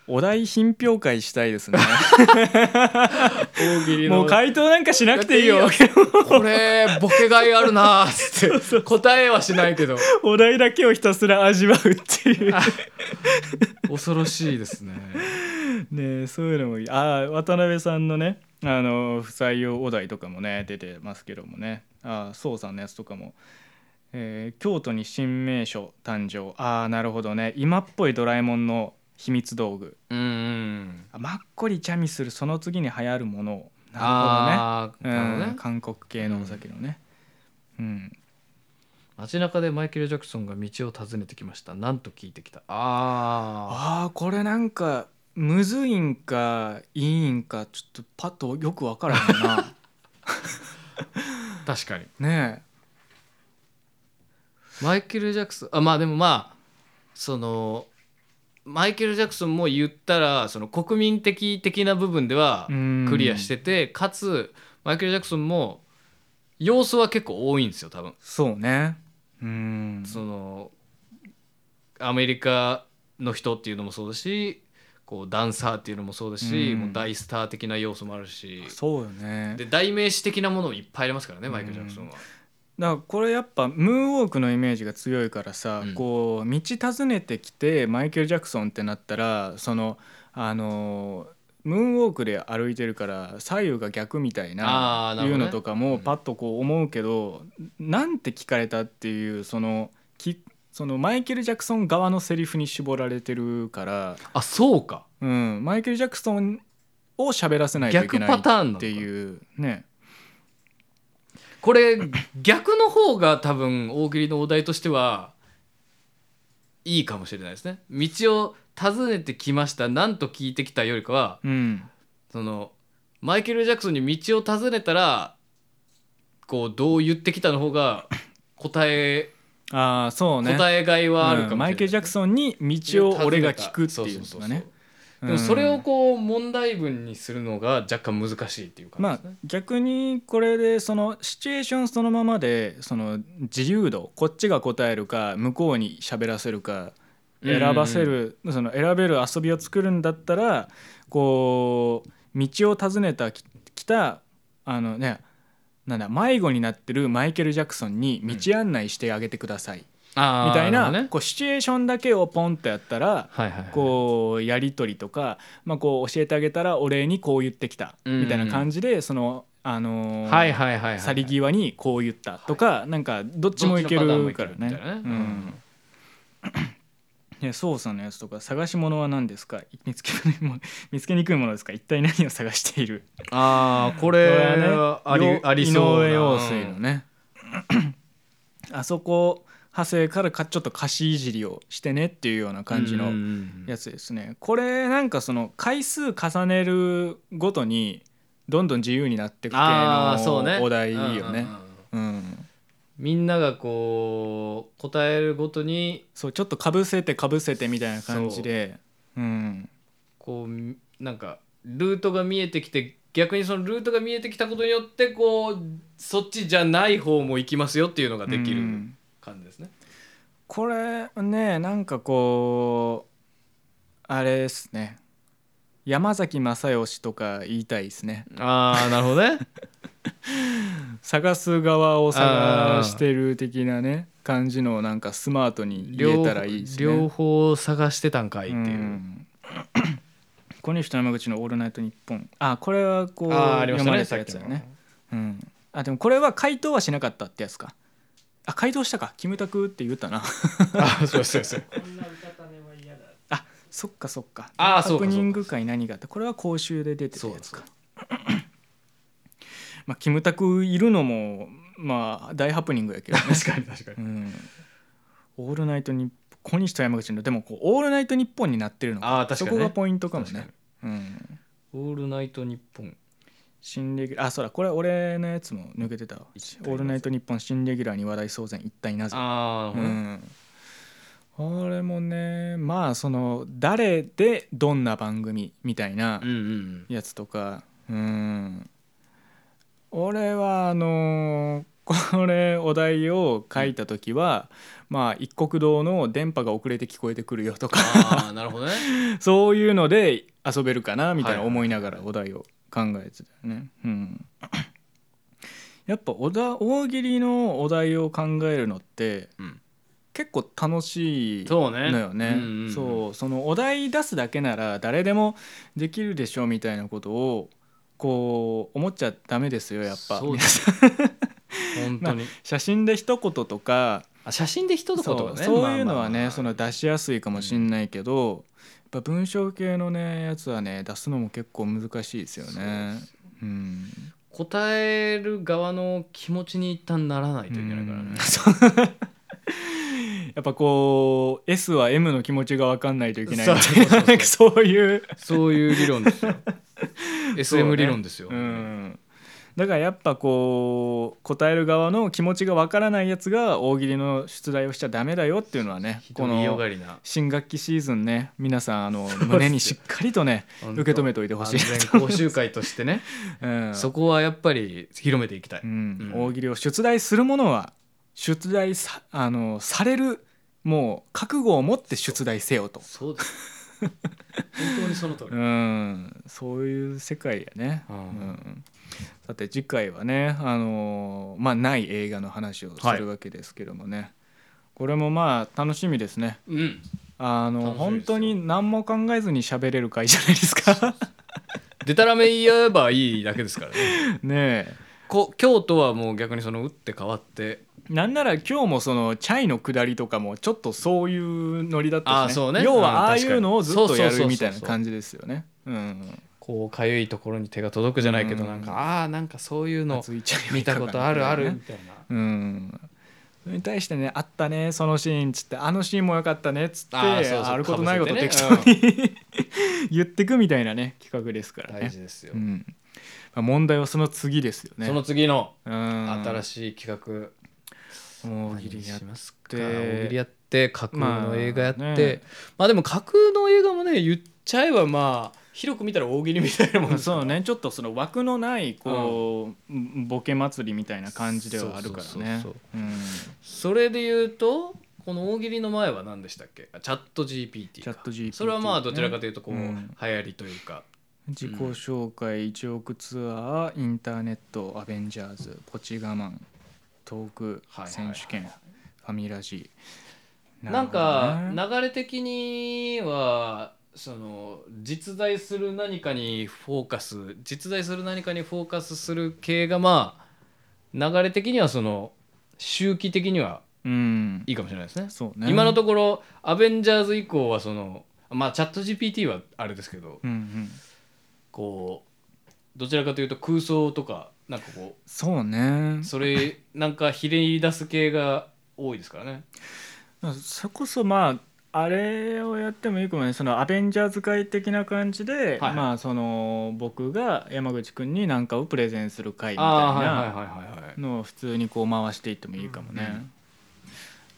S2: お題品評会したい ですね
S9: 大喜利の
S2: もう回答なんかしなくていいよ
S9: だっていこれボケがいあるなーっつって答えはしないけど
S2: お題だけをひたすら味わうって いう
S9: 恐ろしいですね
S2: ねそういうのもいいああ渡辺さんのねあの不採用お題とかもね出てますけどもねああ宋さんのやつとかも、えー京都に新名所誕生」ああなるほどね今っぽいドラえもんの秘密道具
S9: うんうん
S2: あマッコリチャミするその次に流行るものをな
S9: ああ
S2: るほどね
S9: なるほど
S2: うん
S9: ね
S2: 韓国系のお酒のね、うん
S9: 街中でマイケル・ジャクソンが道を訪ねてきましたなんと聞いてきたあ
S2: ああこれなんかむずいんかいいんかちょっとパッとよくわからへん な
S9: あ確かに
S2: ね
S9: マイケル・ジャクソンあまあでもまあそのマイケル・ジャクソンも言ったらその国民的的な部分では
S2: えうん
S9: クリアしててかつマイケル・ジャクソンも要素は結構多いんですよ多分
S2: そうねうん
S9: そのアメリカの人っていうのもそうだし
S1: こうダンサーっていうのもそうだし、
S2: うん
S1: もう大スター的な要素もあるし
S2: そうよね
S1: で代名詞的なものをいっぱい入れますからねマイケル・ジャクソンは。
S2: だからこれやっぱムーンウォークのイメージが強いからさ、
S1: うん
S2: こう道訪ねてきてマイケル・ジャクソンってなったらそのあのムーンウォークで歩いてるから左右が逆みたい
S1: あ
S2: な
S1: ーなる
S2: い
S1: ほ
S2: う
S1: どね
S2: のとかもパッとこう思うけど、なんて聞かれたっていうそのきそのマイケル・ジャクソン側のセリフに絞られてるから、
S1: あそうか
S2: うん、マイケル・ジャクソンを喋らせないといけない
S1: 逆パターンなの
S2: っ
S1: か
S2: ていうね。
S1: これ逆の方が多分大喜利のお題としてはいいかもしれないですね。道を訪ねてきましたなんと聞いてきたよりかは
S2: うん
S1: そのマイケル・ジャクソンに道を尋ねたらこうどう言ってきたの方が答え、
S2: ああそうね
S1: 答えがいはあるかもしれない、
S2: うんマイケル・ジャク
S1: ソ
S2: ソンに道を俺が聞くっていうのがね
S1: でもそれをこう問題文にするのが若干難しいっていう
S2: うん
S1: 感
S2: まあ
S1: じですね、
S2: 逆にこれでそのシチュエーションそのままでその自由度こっちが答えるか向こうに喋らせるか選ばせる、その選べる遊びを作るんだったらこう道を訪ねたき来たあのねなんだ迷子になってるマイケル・ジャクソンに道案内してあげてください、
S1: あー
S2: みたいな
S1: るほどね
S2: こうシチュエーションだけをポンとやったら
S1: はいはいはい
S2: こうやり取りとか、まあ、こう教えてあげたらお礼にこう言ってきた
S1: うん
S2: みたいな感じでその、あのー
S1: はいはいはいはい
S2: 去り際にこう言ったとか、なんかどっちもいけるから
S1: どっちのパターンもいけるみ
S2: ね
S1: たいなね
S2: うんね操作のやつとか探し物は何ですか 見つけないもの見つけにくいものですか一体何を探している
S1: ああこ
S2: こ
S1: れ
S2: れ
S1: は
S2: は
S1: あり
S2: ね
S1: ありそうな
S2: 井上陽水のねあそこ派生からかちょっと歌詞いじりをしてねっていうような感じの
S1: うんうんうん
S2: やつですねこれなんかその回数重ねるごとにどんどん自由になってく系
S1: あーそうね
S2: のお題よね
S1: うんうんうん
S2: うん
S1: みんながこう答えるごとに
S2: そうちょっとかぶせてかぶせてみたいな感じでうん
S1: こうみなんかルートが見えてきて逆にそのルートが見えてきたことによってこうそっちじゃない方も行きますよっていうのができ
S2: う
S1: る
S2: ん
S1: 感じですね。
S2: これねなんかこうあれですね山崎正義とか言いたいですね
S1: ああなるほどね。
S2: 探す側を探してる的なね感じのなんかスマートに言えたらいいですね
S1: 両方探してたんかいっていう。
S2: ん 小西と山口の「オールナイトニッポン」あこれはこう
S1: あーありま
S2: 読
S1: した
S2: ま
S1: ね
S2: れたやつだよね、うん、あでもこれは回答はしなかったってやつかあ回答したかキムタクって言ったな
S1: あそうそう そう。
S4: こんな歌種は嫌だ。
S2: そっかそっか
S1: あー
S2: ハ
S1: そうかそうか
S2: プニング会何があってこれは公衆で出てたやつ
S1: そう
S2: か まあキムタクいるのもまあ大ハプニングやけどね
S1: 確かに確かに。
S2: うん、オールナイトニッポン小西と山口のでもこうオールナイトニッポンになってるの
S1: あー確かにね
S2: そこがポイントかも
S1: 確
S2: ねうん
S1: オールナイトニッポン。
S2: 新レギュラーあそうだこれ俺のやつも抜けてたわ「オ
S1: 一体なぜ
S2: ールナイトニッポン」新レギュラーに話題騒然一体なぜ
S1: ああ、な
S2: う
S1: るほどね
S2: んあれもねまあその誰でどんな番組みたいな
S1: うんうん
S2: やつとかうん俺はあのーこれお題を書いた時は、まあ一国道の電波が遅れて聞こえてくるよとか
S1: ああなるほどね。
S2: そういうので遊べるかなみたいな思いながらお題を考えてたよね。うん、 やっぱおだ大喜利のお題を考えるのって、
S1: うん
S2: 結構楽しいの
S1: そうね。
S2: よね。
S1: うんうんうん
S2: そうそのお題出すだけなら誰でもできるでしょみたいなことをこう思っちゃダメですよやっぱ。
S1: そう
S2: 皆
S1: で
S2: さん
S1: 本当に。
S2: 写真で一言とか
S1: あ写真で一言とかね。
S2: そうそういうの
S1: まあま
S2: は
S1: あ
S2: ね、
S1: まあ
S2: その出しやすいかもしんないけど、やっぱ文章系のねやつはね出すのも結構難しいですよね。うん、
S1: 答える側の気持ちに一旦ならないといけないからね。
S2: やっぱこう S は M の気持ちが分かんないといけない
S1: そう
S2: みたいななんかそういう、
S1: そういう理論ですよ。SM 理論ですよ。
S2: うん、だからやっぱこう答える側の気持ちが分からないやつが大喜利の出題をしちゃダメだよっていうのはね
S1: ひど
S2: こ
S1: いよ
S2: の
S1: がりな。
S2: 新学期シーズンね皆さんあの胸にしっかりとね受け止めておいてほしい
S1: 安全講習会としてね、
S2: うん、
S1: そこはやっぱり広めていきたい。
S2: うん
S1: うん
S2: 大喜利を出題するものは出題さあのされるもう覚悟を持って出題せよと
S1: そうです。
S4: 当にその通り、
S2: うん、そういう世界やね、
S1: う
S2: うんんさて次回はね、あのーまあ、ない映画の話をす
S1: はい
S2: るわけですけどもね、これもまあ楽しみですね
S1: うん
S2: あの
S1: 楽しみです
S2: 本
S1: よ
S2: 当に何も考えずに喋れる回じゃないです か
S1: でたらめ言えばいいだけですからね
S2: ねえ
S1: こ京都はもう逆にその打って変わって
S2: なんなら今日もそのチャイの下りとかもちょっとそういうノリだったし、ね、
S1: あーそうね
S2: 要
S1: うん
S2: はああい
S1: 確かに
S2: うのをずっとや
S1: そうそうそうそうそ
S2: る
S1: う
S2: みたいな感じですよね。うん、
S1: こうかゆいところに手が届くじゃないけど
S2: うん
S1: なんかああなんかそういうの
S2: 熱いチャイはい
S1: 見
S2: か
S1: た
S2: がな
S1: ことあるあるみ
S2: ね
S1: たいな
S2: うん、それに対してね「あったねそのシーン」っつって「あのシーンもよかったね」っつって
S1: あ
S2: あ
S1: ーそうそう
S2: ることないこと適
S1: か
S2: 当
S1: ぶせ
S2: に、 言ってくみたいなね企画ですから
S1: 大
S2: ね
S1: 事、ですよ
S2: うんまあ、問題はその次ですよね
S1: その次の新
S2: 新
S1: しい企画
S2: いもう
S1: 大
S2: ギ
S1: 喜
S2: リ
S1: 利や
S2: やっ
S1: ってますか大喜利やって架空の映画やって、ま
S2: ま
S1: あ
S2: あね
S1: でも架空の映画もね言っちゃえばまあ広く見たら大喜利みたいなもん
S2: まあ
S1: ですから
S2: そうねちょっとその枠のないこう、ボケ祭りみたいな感じではあるからね
S1: そうそう
S2: うん
S1: それで言うとこの大喜利の前は何でしたっけあチャット GPT
S2: チャ
S1: か
S2: ット GPT
S1: それはまあどちらかというとこう、
S2: うん
S1: 流行りというか
S2: 自己紹介1億ツアーインターネットアベンジャーズポチ我慢トーク
S1: はいはいは
S2: 選
S1: い
S2: 手権、ファミラジー
S1: なんか
S2: なる
S1: 流れ的にはその実在する何かにフォーカス実在する何かにフォーカスする系がまあ流れ的にはその周期的には
S2: ほどねうん
S1: いいかもしれないですね。
S2: そうね
S1: 今の
S2: と
S1: ところ「アベンジャーズ」以降はそのまあチャット GPT はあれですけど
S2: うんうん
S1: こうどちらかというと空想とかなんかこ
S2: そうね
S1: うそれなんかひねり出す系が多いですからね。
S2: それこそまああれをやってもいいかもねそのアベンジャーズ会的な感じで、
S1: はい
S2: まあその僕が山口くんに何かをプレゼンする会みたい
S1: あー
S2: な
S1: はいはいはいはいはい。
S2: のを普通にこう回していってもいいかもね。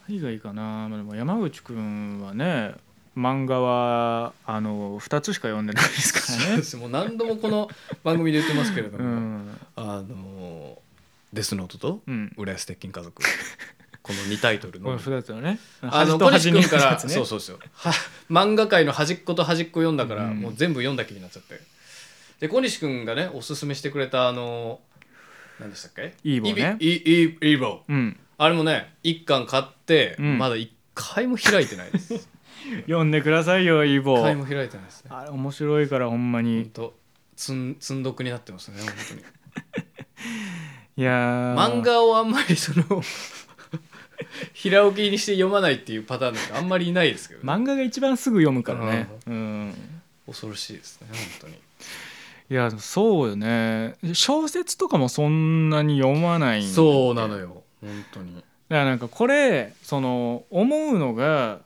S2: 何がいいかな、まあ、でも山口くんはね漫画はあの2つしか読んでないです
S1: そ
S2: か
S1: う
S2: ら
S1: で
S2: ね。
S1: す もう何度もこの番組で言ってますけれど
S2: う
S1: も、
S2: ん
S1: あのーデスノートと
S2: うん、
S1: 浦安鉄筋家族この2タイトル
S2: これ
S1: の
S2: 2つのね
S1: あの
S2: 端と
S1: 小西
S2: 端に
S1: 君から、
S2: 二つね
S1: そうそうですよは漫画界の端っこと端っこ読んだから、
S2: うん
S1: もう全部読んだ気になっちゃってで小西君がねおすすめしてくれたあのー何でしたっけ
S2: イーボね
S1: イビイイイーボ
S2: うん、
S1: あれもね1巻買って、
S2: うん
S1: まだ1回も開いてないです1
S2: 読んでくださいよイーボ
S1: 回も開いてないですね
S2: あれ面白いからほんまに。
S1: 本当積ん積んどくになってますね本当に
S2: いやー
S1: 漫画をあんまりその 平置きにして読まないっていうパターンなんてあんまりいないですけど、ね、
S2: 漫画が一番すぐ読むからね、うん、
S1: 恐ろしいですね本当に
S2: いやそうよね小説とかもそんなに読まないんだ
S1: そうなのよ本当に
S2: だからなんかこれその思うのが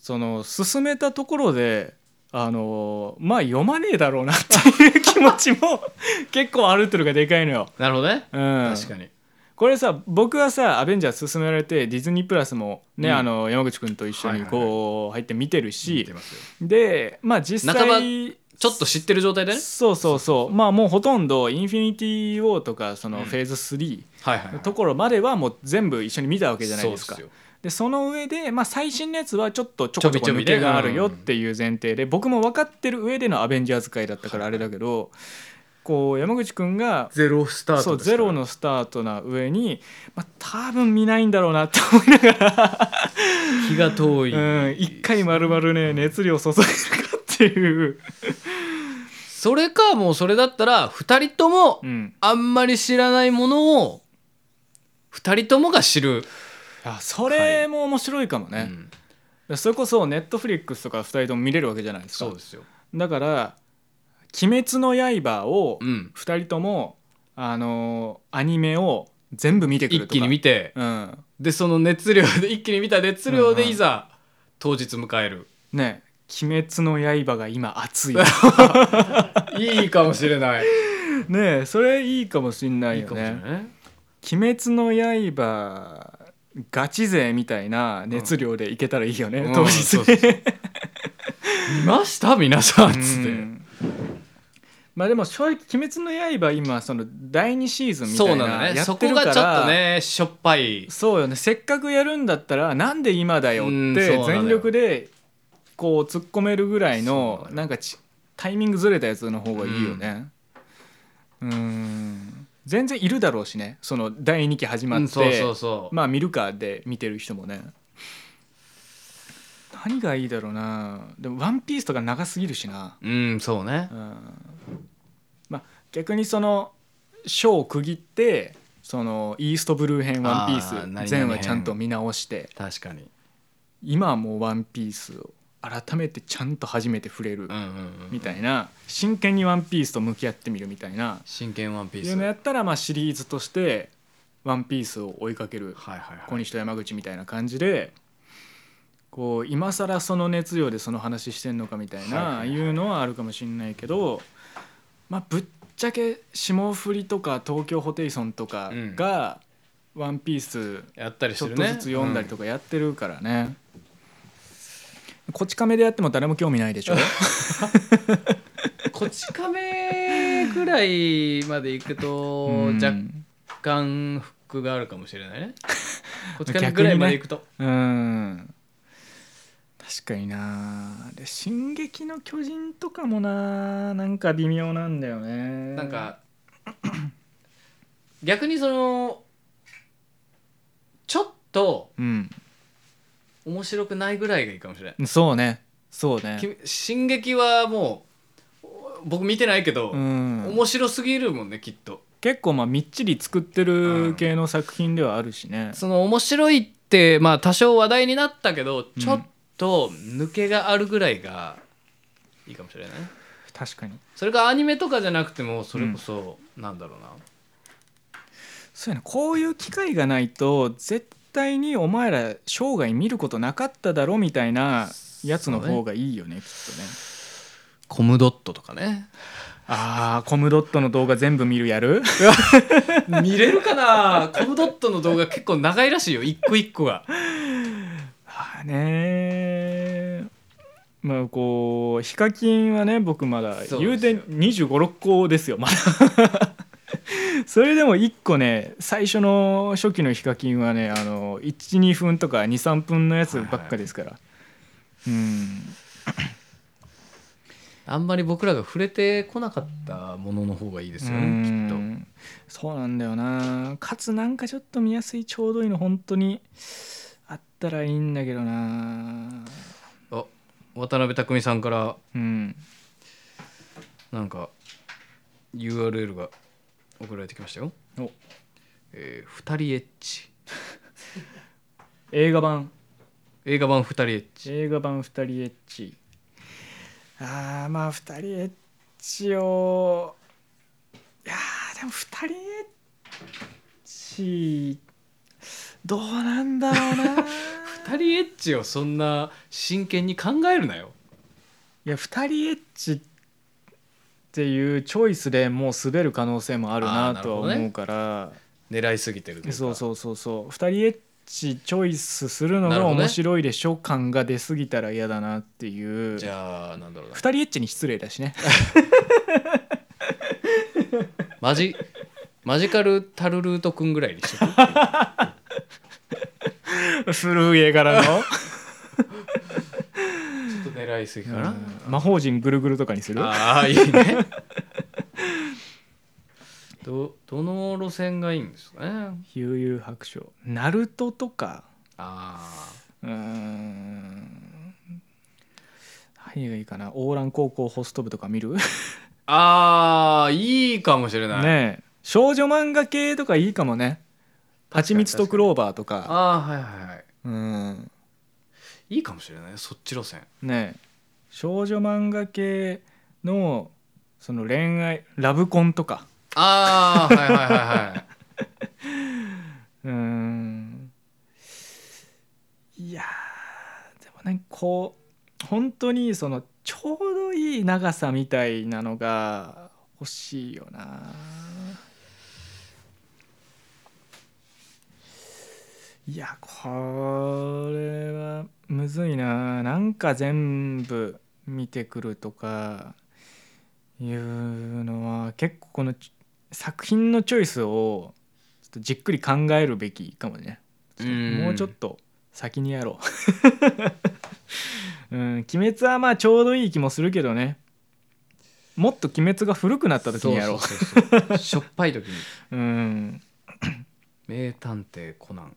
S2: その進めたところであのまあ読まねえだろうなっていう気持ちも 結構あるっていうのがでかいのよ、
S1: なるほどね、
S2: うん、
S1: 確かに
S2: これさ僕はさ「アベンジャーズ」進められてディズニープラスもね、
S1: うん
S2: あの山口くんと一緒に
S1: はい
S2: こう入って見てるし、
S1: 見てますよ
S2: でまあ実際
S1: 半ばちょっと知ってる状態でね
S2: そうそうそうまあもうほとんど「インフィニティ・ウォー」とかそのフェーズ3
S1: はいはい、
S2: のところまではもう全部一緒に見たわけじゃないですか
S1: そうっ
S2: でその上で、まあ、最新のやつはちょっとちょこちょこ
S1: ちょび
S2: 抜
S1: ちょびね
S2: けがあるよっていう前提で僕も分かってる上での「アベンジャーズ」会だったからあれだけどこう山口くんが
S1: ゼロスタート
S2: そう
S1: ですか
S2: ゼ
S1: ら
S2: ロのスタートな上に、まあ、多分見ないんだろうなって思いながら、
S1: 気が遠い、
S2: うん、一回丸々ね熱量注いでるかっていう。
S1: それかもうそれだったら2人とも
S2: うん
S1: あんまり知らないものを2人ともが知る、
S2: あそれも面白いかもね、
S1: うん
S2: それこそネットフリックスとか2人とも見れるわけじゃないですか
S1: そうですよ、
S2: だから「鬼滅の刃」を
S1: うん、
S2: 2人とも、あのーアニメを全部見てくると
S1: 一
S2: か
S1: 気に見て
S2: うん
S1: でその熱量で一気に見た熱量
S2: うん
S1: で
S2: うん
S1: いざ当日迎える、
S2: ね「鬼滅の刃」が今 熱いね
S1: いいかもしれない
S2: えそれいいかもしんない
S1: いい
S2: よ
S1: かもしれない
S2: ね
S1: ね
S2: 「鬼滅の刃」ガチ勢みたいな熱量でいけたらいいよね、
S1: うん
S2: 当
S1: うん
S2: 日
S1: そうそう見ました皆さんっつっ
S2: う
S1: て
S2: んまあでも正直「鬼滅の刃」今その第2シーズンみた
S1: そうな
S2: い
S1: の
S2: な
S1: ね
S2: や
S1: そ
S2: って
S1: こ
S2: るから
S1: がちょっとねしょっぱい
S2: そうよねせっかくやるんだったらなんで今だよっ
S1: うんそう
S2: て
S1: なのよ
S2: 全力でこう突っ込めるぐらいの
S1: そう
S2: なんかちタイミングずれたやつの方がいいよねうん全然いるだろうしねその第2期始ま
S1: う
S2: っ
S1: ん
S2: て、
S1: そうそうそう、
S2: まあ見るかで見てる人もね何がいいだろうなでも「ワンピースとか長すぎるしな
S1: うんそうね
S2: うんまあ逆にその章を区切ってそのイーストブルー編「ワンピ
S1: あー何
S2: ー
S1: 々
S2: ス
S1: 編
S2: 全話ちゃんと見直して
S1: 確かに
S2: 今はもう「ワンピースを改めてちゃんと初めて触れる
S1: うんうん、うん、
S2: みたいな真剣に「ワンピースと向き合ってみるみたいな
S1: 真剣ワンピース
S2: いうのやったらまあシリーズとして「ワンピースを追いかける
S1: はいはい
S2: 小
S1: はい
S2: 西と山口みたいな感じでこう今更その熱量でその話してんのかみたい
S1: はい
S2: な
S1: はいはい
S2: いうのはあるかもしれないけどまあぶっちゃけ霜降りとか東京ホテイソンとかが「ワンピース
S1: やったりし
S2: ちょ
S1: て
S2: っ
S1: る
S2: と
S1: ね
S2: ずつ読んだりとかやってるからね。こち亀でやっても誰も興味ないでしょ
S1: うん こち亀ぐらいまで行くと
S2: うん
S1: 若干フックがあるかもしれないねこち亀ぐらいまで行くと、
S2: うん確かになで「進撃の巨人」とかもななんか微妙なんだよね
S1: なんか逆にそのちょっと
S2: うん
S1: 面白くないぐらいがいいかもしれない
S2: そうねそうね
S1: 君進撃はもう僕見てないけど、
S2: うん
S1: 面白すぎるもんねきっと
S2: 結構まあみっちり作ってる系の作品ではあるしね、
S1: その面白いってまあ多少話題になったけどちょっと抜けがあるぐらいがいいかもしれないね
S2: 確かに
S1: それがアニメとかじゃなくてもそれこそ、なんだろうな
S2: そうやなこういう機会がないと絶対にお前ら生涯見ることなかっただろみたいなやつの方がいいよねきっとね
S1: コムドットとかね
S2: あーコムドットの動画全部見るやる
S1: 見れるかなコムドットの動画結構長いらしいよ一個一個が
S2: あーねーまあこうヒカキンはね僕まだ
S1: そう
S2: 言
S1: で
S2: う
S1: すよ
S2: て2 5 6個ですよまだ それでも1個ね最初の初期のヒカキンはねあの12分とか23分のやつばっかですから、うん
S1: あんまり僕らが触れてこなかったものの方がいいですよ
S2: う
S1: ねきっと
S2: んそうなんだよなかつなんかちょっと見やすいちょうどいいの本当にあったらいいんだけどな
S1: 渡辺匠さんから
S2: うん
S1: なんか URL が送られてきましたよ
S2: お
S1: えー二人エッチ
S2: 映画版
S1: 映画版二人エッチ
S2: 映画版「二人エッチ」あーまあ二人エッチをいやーでも二人エッチどうなんだろう な
S1: 二人エッチをそんな真剣に考えるなよ
S2: いや二人エッチっていうチョイスでもう滑る可能性もある
S1: あー
S2: な
S1: なる
S2: とは
S1: ほどね
S2: 思うから
S1: 狙いすぎてるというか
S2: そうそうそうそう二人エッチチョイスするの
S1: なる
S2: が
S1: ほどね
S2: 面白いでしょ感が出過ぎたら嫌だなっていう
S1: じゃあなんだろうな
S2: 二人エッチに失礼だしね
S1: マジマジカルタルルートくんぐらいにしとく
S2: 古い絵柄の
S1: ちょっと狙いすぎかな
S2: 魔法陣ぐるぐるとかにする
S1: ああ いいねどどの路線がいいんですかね
S2: 悠々白書ナルトとか
S1: ああ
S2: うーん何がいいかなオーラン高校ホスト部とか見るね
S1: あーいいかもしれない、
S2: え少女漫画系とかいいかもね「はちみつとクローバー」とか
S1: ああはいはいはい
S2: うん
S1: いいかもしれないそっち路線
S2: ねえ少女漫画系のその恋愛ラブコンとか
S1: ああはいはいはいはい
S2: うーんいやーでもなんかこう本当にそのちょうどいい長さみたいなのが欲しいよないやこれはむずいななんか全部見てくるとかいうのは結構このち作品のチョイスをちょっとじっくり考えるべきかもね
S1: うん
S2: もうちょっと先にやろう うん「鬼滅」はまあちょうどいい気もするけどねもっと「鬼滅」が古くなった時にやろう
S1: そうそうそうそうしょっぱい時に
S2: うん
S1: 「名探偵コナン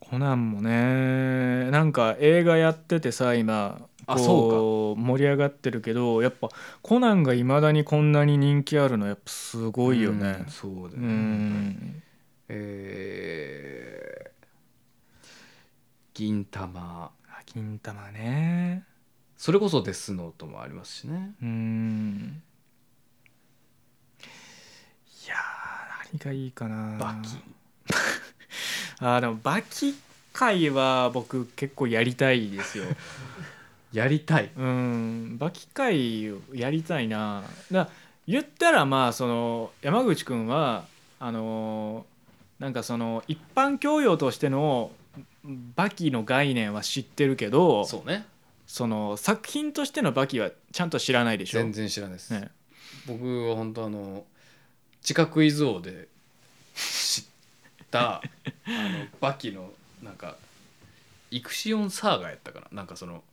S2: コナンもねなんか映画やっててさ今
S1: あ
S2: こう盛り上がってるけどやっぱコナンがいまだにこんなに人気あるのやっぱす」ごいよね
S1: うんそうだ
S2: う
S1: よ
S2: ん
S1: ね、えー銀玉
S2: あ金玉ね
S1: それこそデスノートもありますしね
S2: うんいやー何がいいかな
S1: バキ
S2: あーでもバキ回は僕結構やりたいで すよ
S1: やりたい
S2: うんバキ回やりたいなだ言ったらまあその山口くんはあのーなんかその一般教養としてのバキの概念は知ってるけど
S1: そうね
S2: その作品としてのバキはちゃんと知らないでしょ
S1: 全然知らないです、
S2: ね
S1: 僕は本当あの地下クイズ王で知ったあ のバキのなんかイクシオンサーガやったかななんかその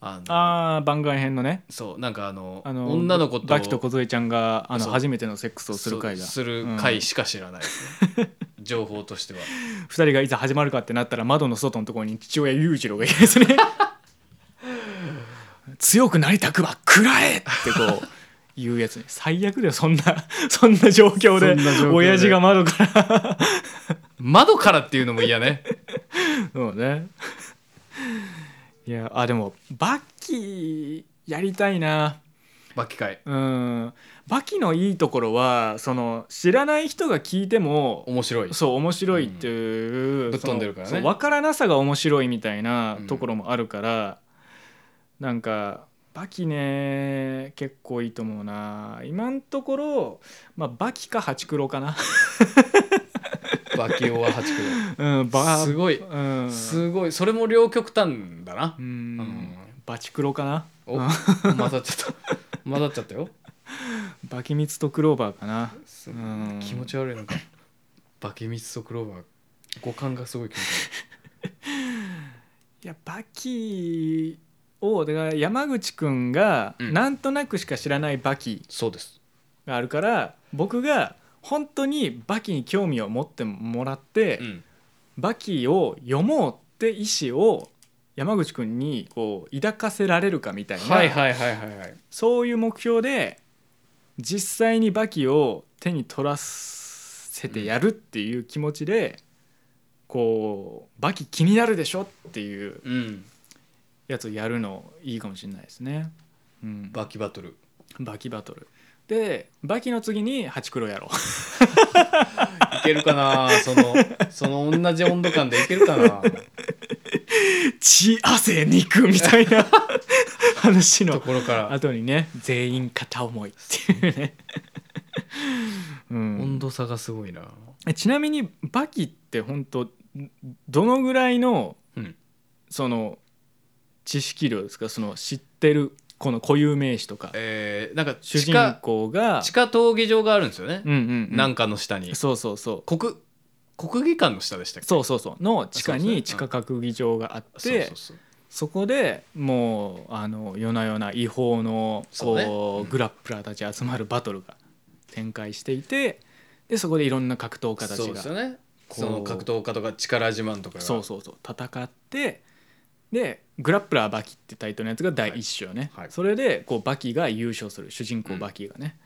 S1: あの
S2: ああ番外編のね
S1: そうなんかあの
S2: あの
S1: 女の子と
S2: バキと梢ちゃんがあの
S1: そう
S2: 初めてのセックスをする回だ
S1: そうする回しか知らないですね、情報としては
S2: 二人がいざ始まるかってなったら窓の外のところに父親裕次郎がいるんですね強くなりたくば食らえってこう言うやつね最悪だよそんな そんな状況で
S1: そんな状況で
S2: 親父が窓から
S1: 窓からっていうのも嫌ね
S2: そうねいやあでもバッキーやりたいな
S1: バキ会
S2: うんバキのいいところはその知らない人が聞いても
S1: 面白い
S2: そう面白いっていう、
S1: んぶっ飛んでるからね
S2: そのそう分からなさが面白いみたいなところもあるから、なんかバキね結構いいと思うな今のところ、まあ、バキかハチクロかな、
S1: バキオは八九
S2: うん、バ
S1: すごい
S2: うん
S1: すごいそれも両極端だな
S2: う
S1: うんん
S2: バチクロかな
S1: お混ざっちゃった 混ざっちゃったよ
S2: バキミツとクローバーかなうん
S1: 気持ち悪いなんかバケミツとクローバー五感がすごい気持ち
S2: いやバキをだから山口くんが
S1: うん
S2: なんとなくしか知らないバキ、
S1: 悪いそうです
S2: があるから僕が本当にバキに興味を持ってもらって、
S1: うん
S2: バキを読もうって意思を山口くんにこう抱かせられるかみたいな、
S1: はいはいはいはいはい
S2: そういう目標で実際にバキを手に取らせてやるっていう気持ちで、こうバキ気になるでしょっていう
S1: うん
S2: やつをやるのいいかもしれないですね。うん、
S1: バキバトル
S2: バキバトルでバキの次にハチクロやろう
S1: いけるかなそのその同じ温度感でいけるかな
S2: 血汗肉みたい な話
S1: と
S2: の
S1: ころから
S2: 後にね全員片思いってい うね、う
S1: 温
S2: ん、
S1: 度差がすごいな
S2: えちなみにバキって本当どのぐらいの、
S1: うん
S2: その知識量ですかその知ってるこの固有名詞とか
S1: えー、なんか
S2: 主
S1: 地
S2: 人
S1: 下
S2: 公が
S1: 地下闘技場があるんですよね
S2: う、んうんうん、
S1: なんかの下に
S2: そうそうそう
S1: 国国技館の下でしたっけ
S2: そうそうそうの地
S1: そ
S2: 下
S1: うです
S2: に
S1: ね
S2: 地下閣議場があって
S1: そうそうそう
S2: そこでもうあの夜な夜な違法の
S1: そうね
S2: こう、
S1: うん
S2: グラップラーたち集まるバトルが展開していてでそこでいろんな格闘家た
S1: そ
S2: ち
S1: うで
S2: が
S1: す
S2: そう,、
S1: よね
S2: こう
S1: その格闘家とか力自慢とかが
S2: そうそう戦ってで「グラップラーバキ」ってタイトルのやつが第一章ね、
S1: はいはい
S2: それでこうバキが優勝する主人公バキがね、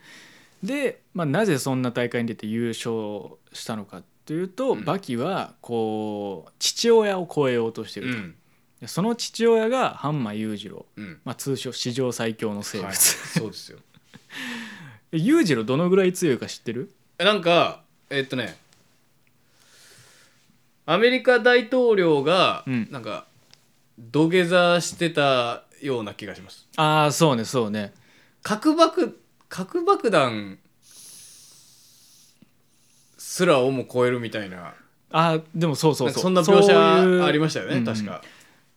S2: で、まあ、なぜそんな大会に出て優勝したのかっていうと、
S1: ん
S2: バキはこう父親を超えようとして
S1: う
S2: ると、
S1: ん
S2: でその父親が半馬裕次郎
S1: うん
S2: まあ、通称史上最強の生
S1: はい、
S2: 物、
S1: そうですよ
S2: え裕次郎どのぐらい強いか知ってる
S1: えなんかえっとねアメリカ大統領が
S2: うん
S1: なんか土下座してたような気がします
S2: ああそうねそうね
S1: 核爆核爆弾すらをも超えるみたいな
S2: あーでもそうそ
S1: な
S2: うんそ
S1: か
S2: う
S1: そんな描
S2: そういう
S1: 写ありましたよ
S2: う
S1: ね
S2: ん
S1: 確 か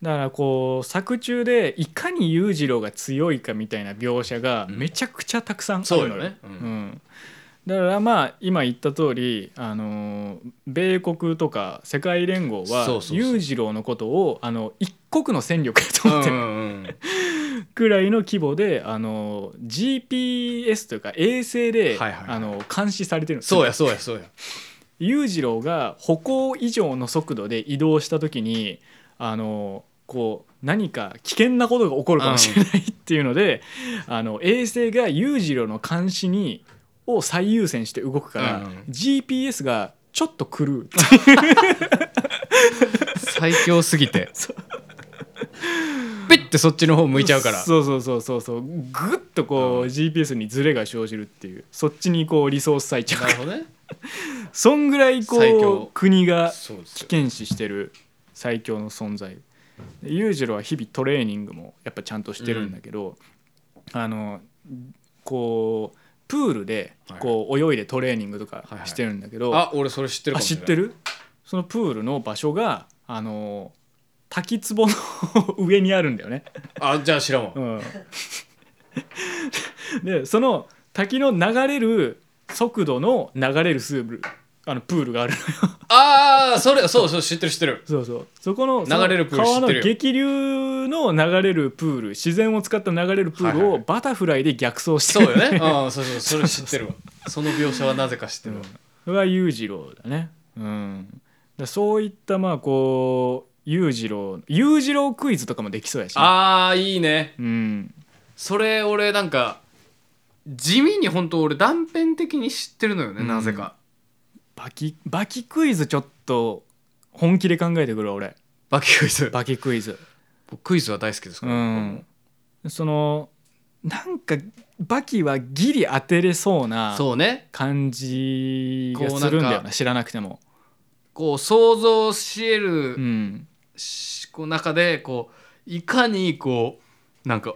S2: だからこう作中でいかに裕次郎が強いかみたいな描写がめちゃくちゃたくさんあるの
S1: そうよねうん
S2: うんだからまあ今言った通りあのー米国とか世界連合は
S1: そうそうそう
S2: 裕次郎のことをあの一国の戦力かと思って、
S1: うんうんうん
S2: くらいの規模であの GPS というか衛星で、
S1: はいはいはい
S2: あの監視されてるんです
S1: そうやそうやそうや
S2: 裕次郎が歩行以上の速度で移動した時にあのこう何か危険なことが起こるかもしれないっていうので、あの衛星が裕次郎の監視にを最優先して動くから、
S1: うん
S2: GPS がちょっと狂うって
S1: 最強すぎ てピッてそっちの方向いちゃうから
S2: そうそうそうそうそうグッとこう、GPS にズレが生じるっていうそっちにこうリソース割いちゃう
S1: な
S2: か
S1: る
S2: ら
S1: ほどね
S2: そんぐらいこ
S1: 最強
S2: う国が
S1: そうです
S2: 危
S1: よ
S2: 険視してる最強の存在で裕次郎は日々トレーニングもやっぱちゃんとしてるんだけど、あのこうプールでこう泳いでトレーニングとか
S1: はいはい
S2: してるんだけど、
S1: あ俺それ知ってるか
S2: あ
S1: もしれ
S2: 知っ
S1: ない
S2: てるそのプールの場所があの滝壺の上にあるんだよね。
S1: あじゃあ知らんわ
S2: うん、 でその滝の流れる速度の流れるスープあのプールがあるのよ
S1: ああそれそうそう知ってる知ってる
S2: そうそうそこの
S1: 流れるプール知ってるよ
S2: その川の激流の流れるプール自然を使った流れるプー
S1: はい
S2: ル
S1: は
S2: を
S1: いはい
S2: バタフライで逆走し
S1: そ
S2: て
S1: う
S2: る、
S1: よねうんそうそうそれ知ってるわ その描写はなぜか知ってるわ
S2: それは裕次郎だねうんだそういったまあこう裕次郎裕次郎クイズとかもできそうやしね、
S1: あーいいね
S2: うん
S1: それ俺なんか地味に本当俺断片的に知ってるのよね、
S2: うん
S1: なぜか
S2: バキバキクイズちょっと本気で考えてくるわ俺
S1: バキクイズ
S2: バキクイズ
S1: クイズは大好きですか
S2: う
S1: ら、
S2: んそのなんかバキはギリ当てれそうな
S1: そうね
S2: 感じが
S1: こう
S2: するんだよ
S1: なん
S2: な知らなくても
S1: こう想像し得る、
S2: うん
S1: しこう中でこういかにこうなんか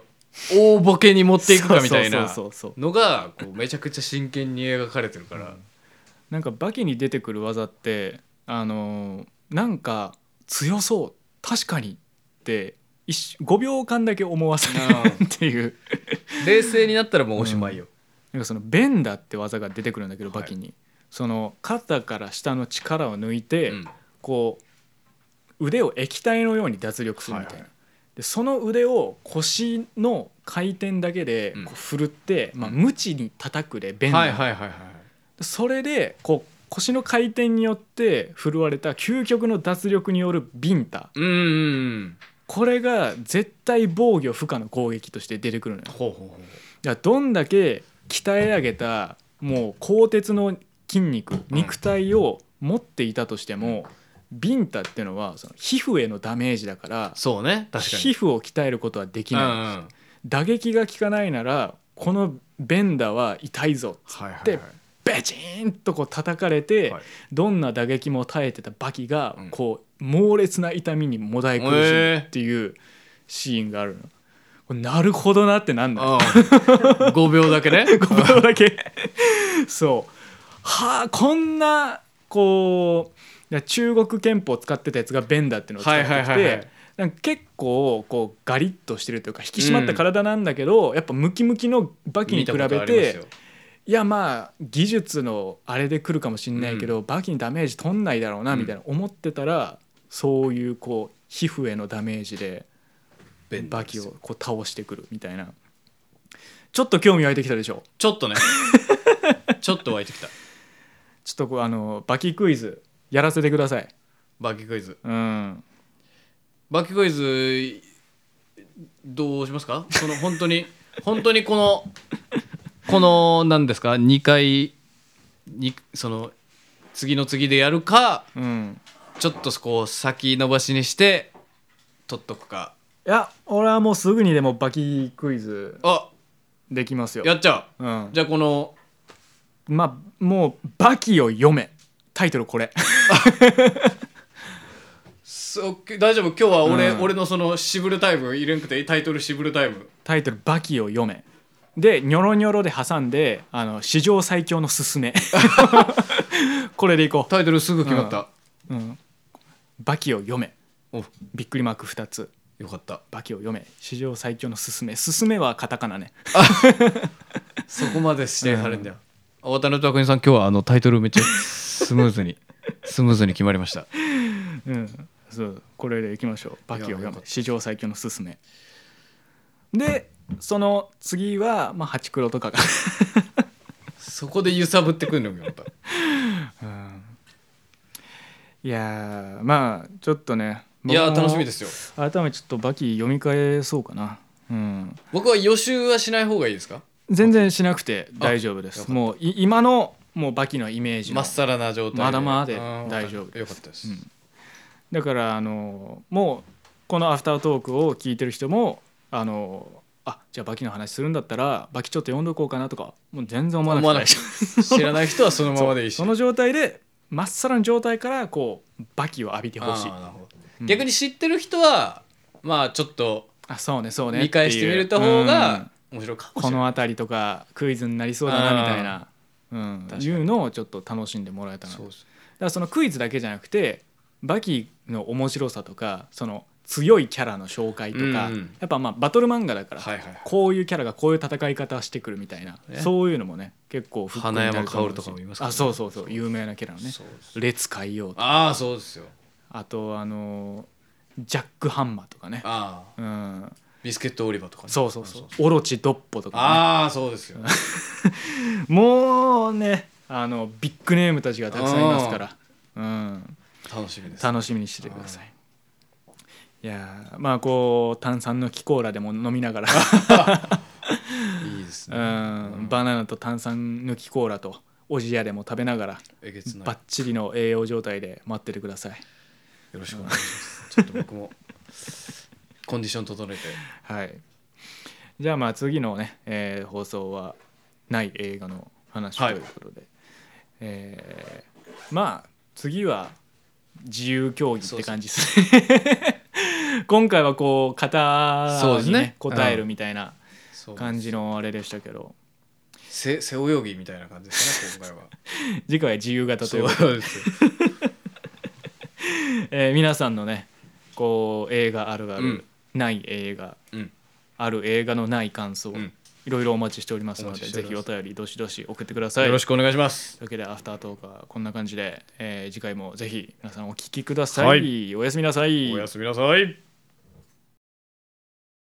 S1: 大ボケに持っていくかみたいな
S2: そうそうそうそう
S1: のがこうめちゃくちゃ真剣に描かれてるから、
S2: なんかバキに出てくる技ってあのーなんか強そう確かにって一瞬5秒間だけ思わせる
S1: うん
S2: っていう
S1: 冷静になったらもうおしまいよ、
S2: なんかそのベンダーって技が出てくるんだけど
S1: はい
S2: バキに、その肩から下の力を抜いて、
S1: うん
S2: こう腕を液体のように脱力するみたいな、
S1: はいは
S2: でその腕を腰の回転だけで
S1: うん
S2: こう振るって、まあ、
S1: うん
S2: 無知に叩くでベンダー、
S1: はいはいはいはい
S2: それでこう腰の回転によって振るわれた究極の脱力によるビンタ
S1: うんうんうん
S2: これが絶対防御不可の攻撃として出てくるのよ。
S1: ほうほうほ
S2: いやどんだけ鍛え上げたもう鋼鉄の筋肉肉体を持っていたとしても、ビンタっていうのはその皮膚へのダメージだから
S1: うそうね確かに
S2: 皮膚を鍛えることはできない、
S1: うんうん
S2: 打撃が効かないならこのベンダは痛いぞ
S1: はいはい
S2: でベチーンとこう叩かれて、
S1: はい
S2: どんな打撃も耐えてたバキが
S1: うん
S2: こう猛烈な痛みにもだえ苦しむっていうシーンがあるの。これなるほどなってなんだよ
S1: はい、5秒だけね
S2: 5秒だけそうはあこんなこういや中国拳法を使ってたやつがベンダーっていうのを使ってきて、
S1: はいはいはいはい
S2: なんか結構こうガリッとしてるというか引き締まった体なんだけど、やっぱムキムキのバキに比べ
S1: 見たことあります
S2: て
S1: よ
S2: いやまあ技術のあれで来るかもしれないけど、バキにダメージ取んないだろうなみたいな思ってたら、そういうこう皮膚へのダメージで
S1: ベンダー
S2: バ
S1: です
S2: キ
S1: よ
S2: をこう倒してくるみたいなちょっと興味湧いてきたでしょ
S1: ちょっと ねちょっと湧いてきた
S2: ちょっとこうあのバキクイズやらせてください。
S1: バキクイズ
S2: うん。
S1: バキクイズどうしますかその本当に本当にこのこの何ですか2回にその次の次でやるか
S2: うん。
S1: ちょっとそこを先延ばしにして取っとくか
S2: いや、俺はもうすぐにでもバキクイズ
S1: あ
S2: できますよ。
S1: やっちゃ
S2: う。
S1: うんじゃあこの
S2: まあもうバキを読め。タイトルこれ。
S1: そ大丈夫今日は俺、
S2: うん
S1: 俺のそのシブルタイム入れんくていいタイトルシブルタイム
S2: タイトルバキを読め。で、ニョロニョロで挟んで、あの史上最強のすすめ。 これでいこ
S1: タイトルすぐ決まった、
S2: う。うん。バキを読め。
S1: お
S2: びっくりマーク2つ。
S1: よかった
S2: バキを読め。史上最強のすすめ。すすめはカタカナね。
S1: そこまで指定されるんだよ、渡辺拓海さん今日はあのタイトルめっちゃスムーズにスムーズに決まりました
S2: うん。そうこれでいきましょうバキを
S1: いや
S2: 読
S1: よか
S2: む
S1: った
S2: 史上最強のすすめでその次はまあハチクロとかが
S1: そこで揺さぶってくるのもやっぱ
S2: いやーまあちょっとね
S1: いやー
S2: 僕も
S1: 楽しみですよ
S2: 改めてちょっとバキ読み返そうかなうん
S1: 僕は予習はしない方がいいですか
S2: 全然しなくて大丈夫で
S1: あよかっ
S2: す
S1: た
S2: もうい今のもうバキのイメージの
S1: まっさらな状態
S2: まだまだ
S1: う
S2: で
S1: ん
S2: 大丈夫
S1: よかったです、
S2: うんだからあのもうこのアフタートークを聞いてる人もあのあじゃあバキの話するんだったらバキちょっと読んどこうかなとかもう全然思わな
S1: 思わな
S2: く
S1: く
S2: て
S1: て知らない人はそのままでいいし
S2: その状態でまっさらの状態からこうバキを浴びてほしい
S1: あーなるほど
S2: うん
S1: 逆に知ってる人はまあちょっと
S2: あそうねそうね
S1: 見返してみるた
S2: ってい
S1: 方
S2: う
S1: が面白いかもし
S2: こ
S1: れない
S2: の辺りとかクイズになりそうだなみたいな、うん
S1: 確、かに
S2: いうのをちょっと楽しんでもらえたらな
S1: そう
S2: だか
S1: です
S2: らそのクイズだけじゃなくてバキの面白さとかその強いキャラの紹介とか、
S1: うんうん
S2: やっぱまあバトル漫画だから、
S1: はいはい
S2: こういうキャラがこういう戦い方してくるみたいな、
S1: ね
S2: そういうのもね結構フックになる思うし
S1: 花山薫とかもいますからね
S2: あそうそうそう有名なキャラのね
S1: そうです
S2: 列海王とか
S1: ああそうですよ
S2: あとあのージャックハンマーとかね、
S1: ああ
S2: うん、
S1: ビスケットオリバーとかね、
S2: そうそうそう
S1: あ
S2: オロチドッポとか、ね、
S1: ああそうですよ
S2: もうねあのビッグネームたちがたくさんいますから、うん、
S1: 楽しみです
S2: 楽しみにしててください。いやーまあこう炭酸の気コーラでも飲みながら、
S1: いいですね
S2: うん、バナナと炭酸抜きコーラとおじやでも食べながら
S1: えげつない
S2: バッチリの栄養状態で待っててください。
S1: よろしくお願いしますちょっと僕もコンディション整えて
S2: はい、じゃあまあ次のね、えー放送はない映画の話と
S1: はい
S2: いうことで、えーまあ次は自由競技って感じですね 今回はこう型
S1: そうで
S2: に、
S1: す
S2: ね
S1: ね
S2: 答えるみたいな
S1: そう
S2: 感じのあれでしたけど、
S1: せ背泳ぎみたいな感じですかね今 回は
S2: 次回は自由型ということで
S1: そうです
S2: えー皆さんのねこう映画あるある、
S1: うん
S2: ない映画、
S1: うん
S2: ある映画のない感想、
S1: ん
S2: いろいろお待ちしておりますの
S1: お
S2: で
S1: 待ちしてお
S2: ぜ
S1: り
S2: ひ
S1: ま
S2: お
S1: す
S2: 便りどしどし送ってください
S1: よろしくお願いします
S2: というわけでアフタートークはこんな感じで、えー次回もぜひ皆さんお聞きください、
S1: は
S2: おやすみなさい
S1: おやすみなさい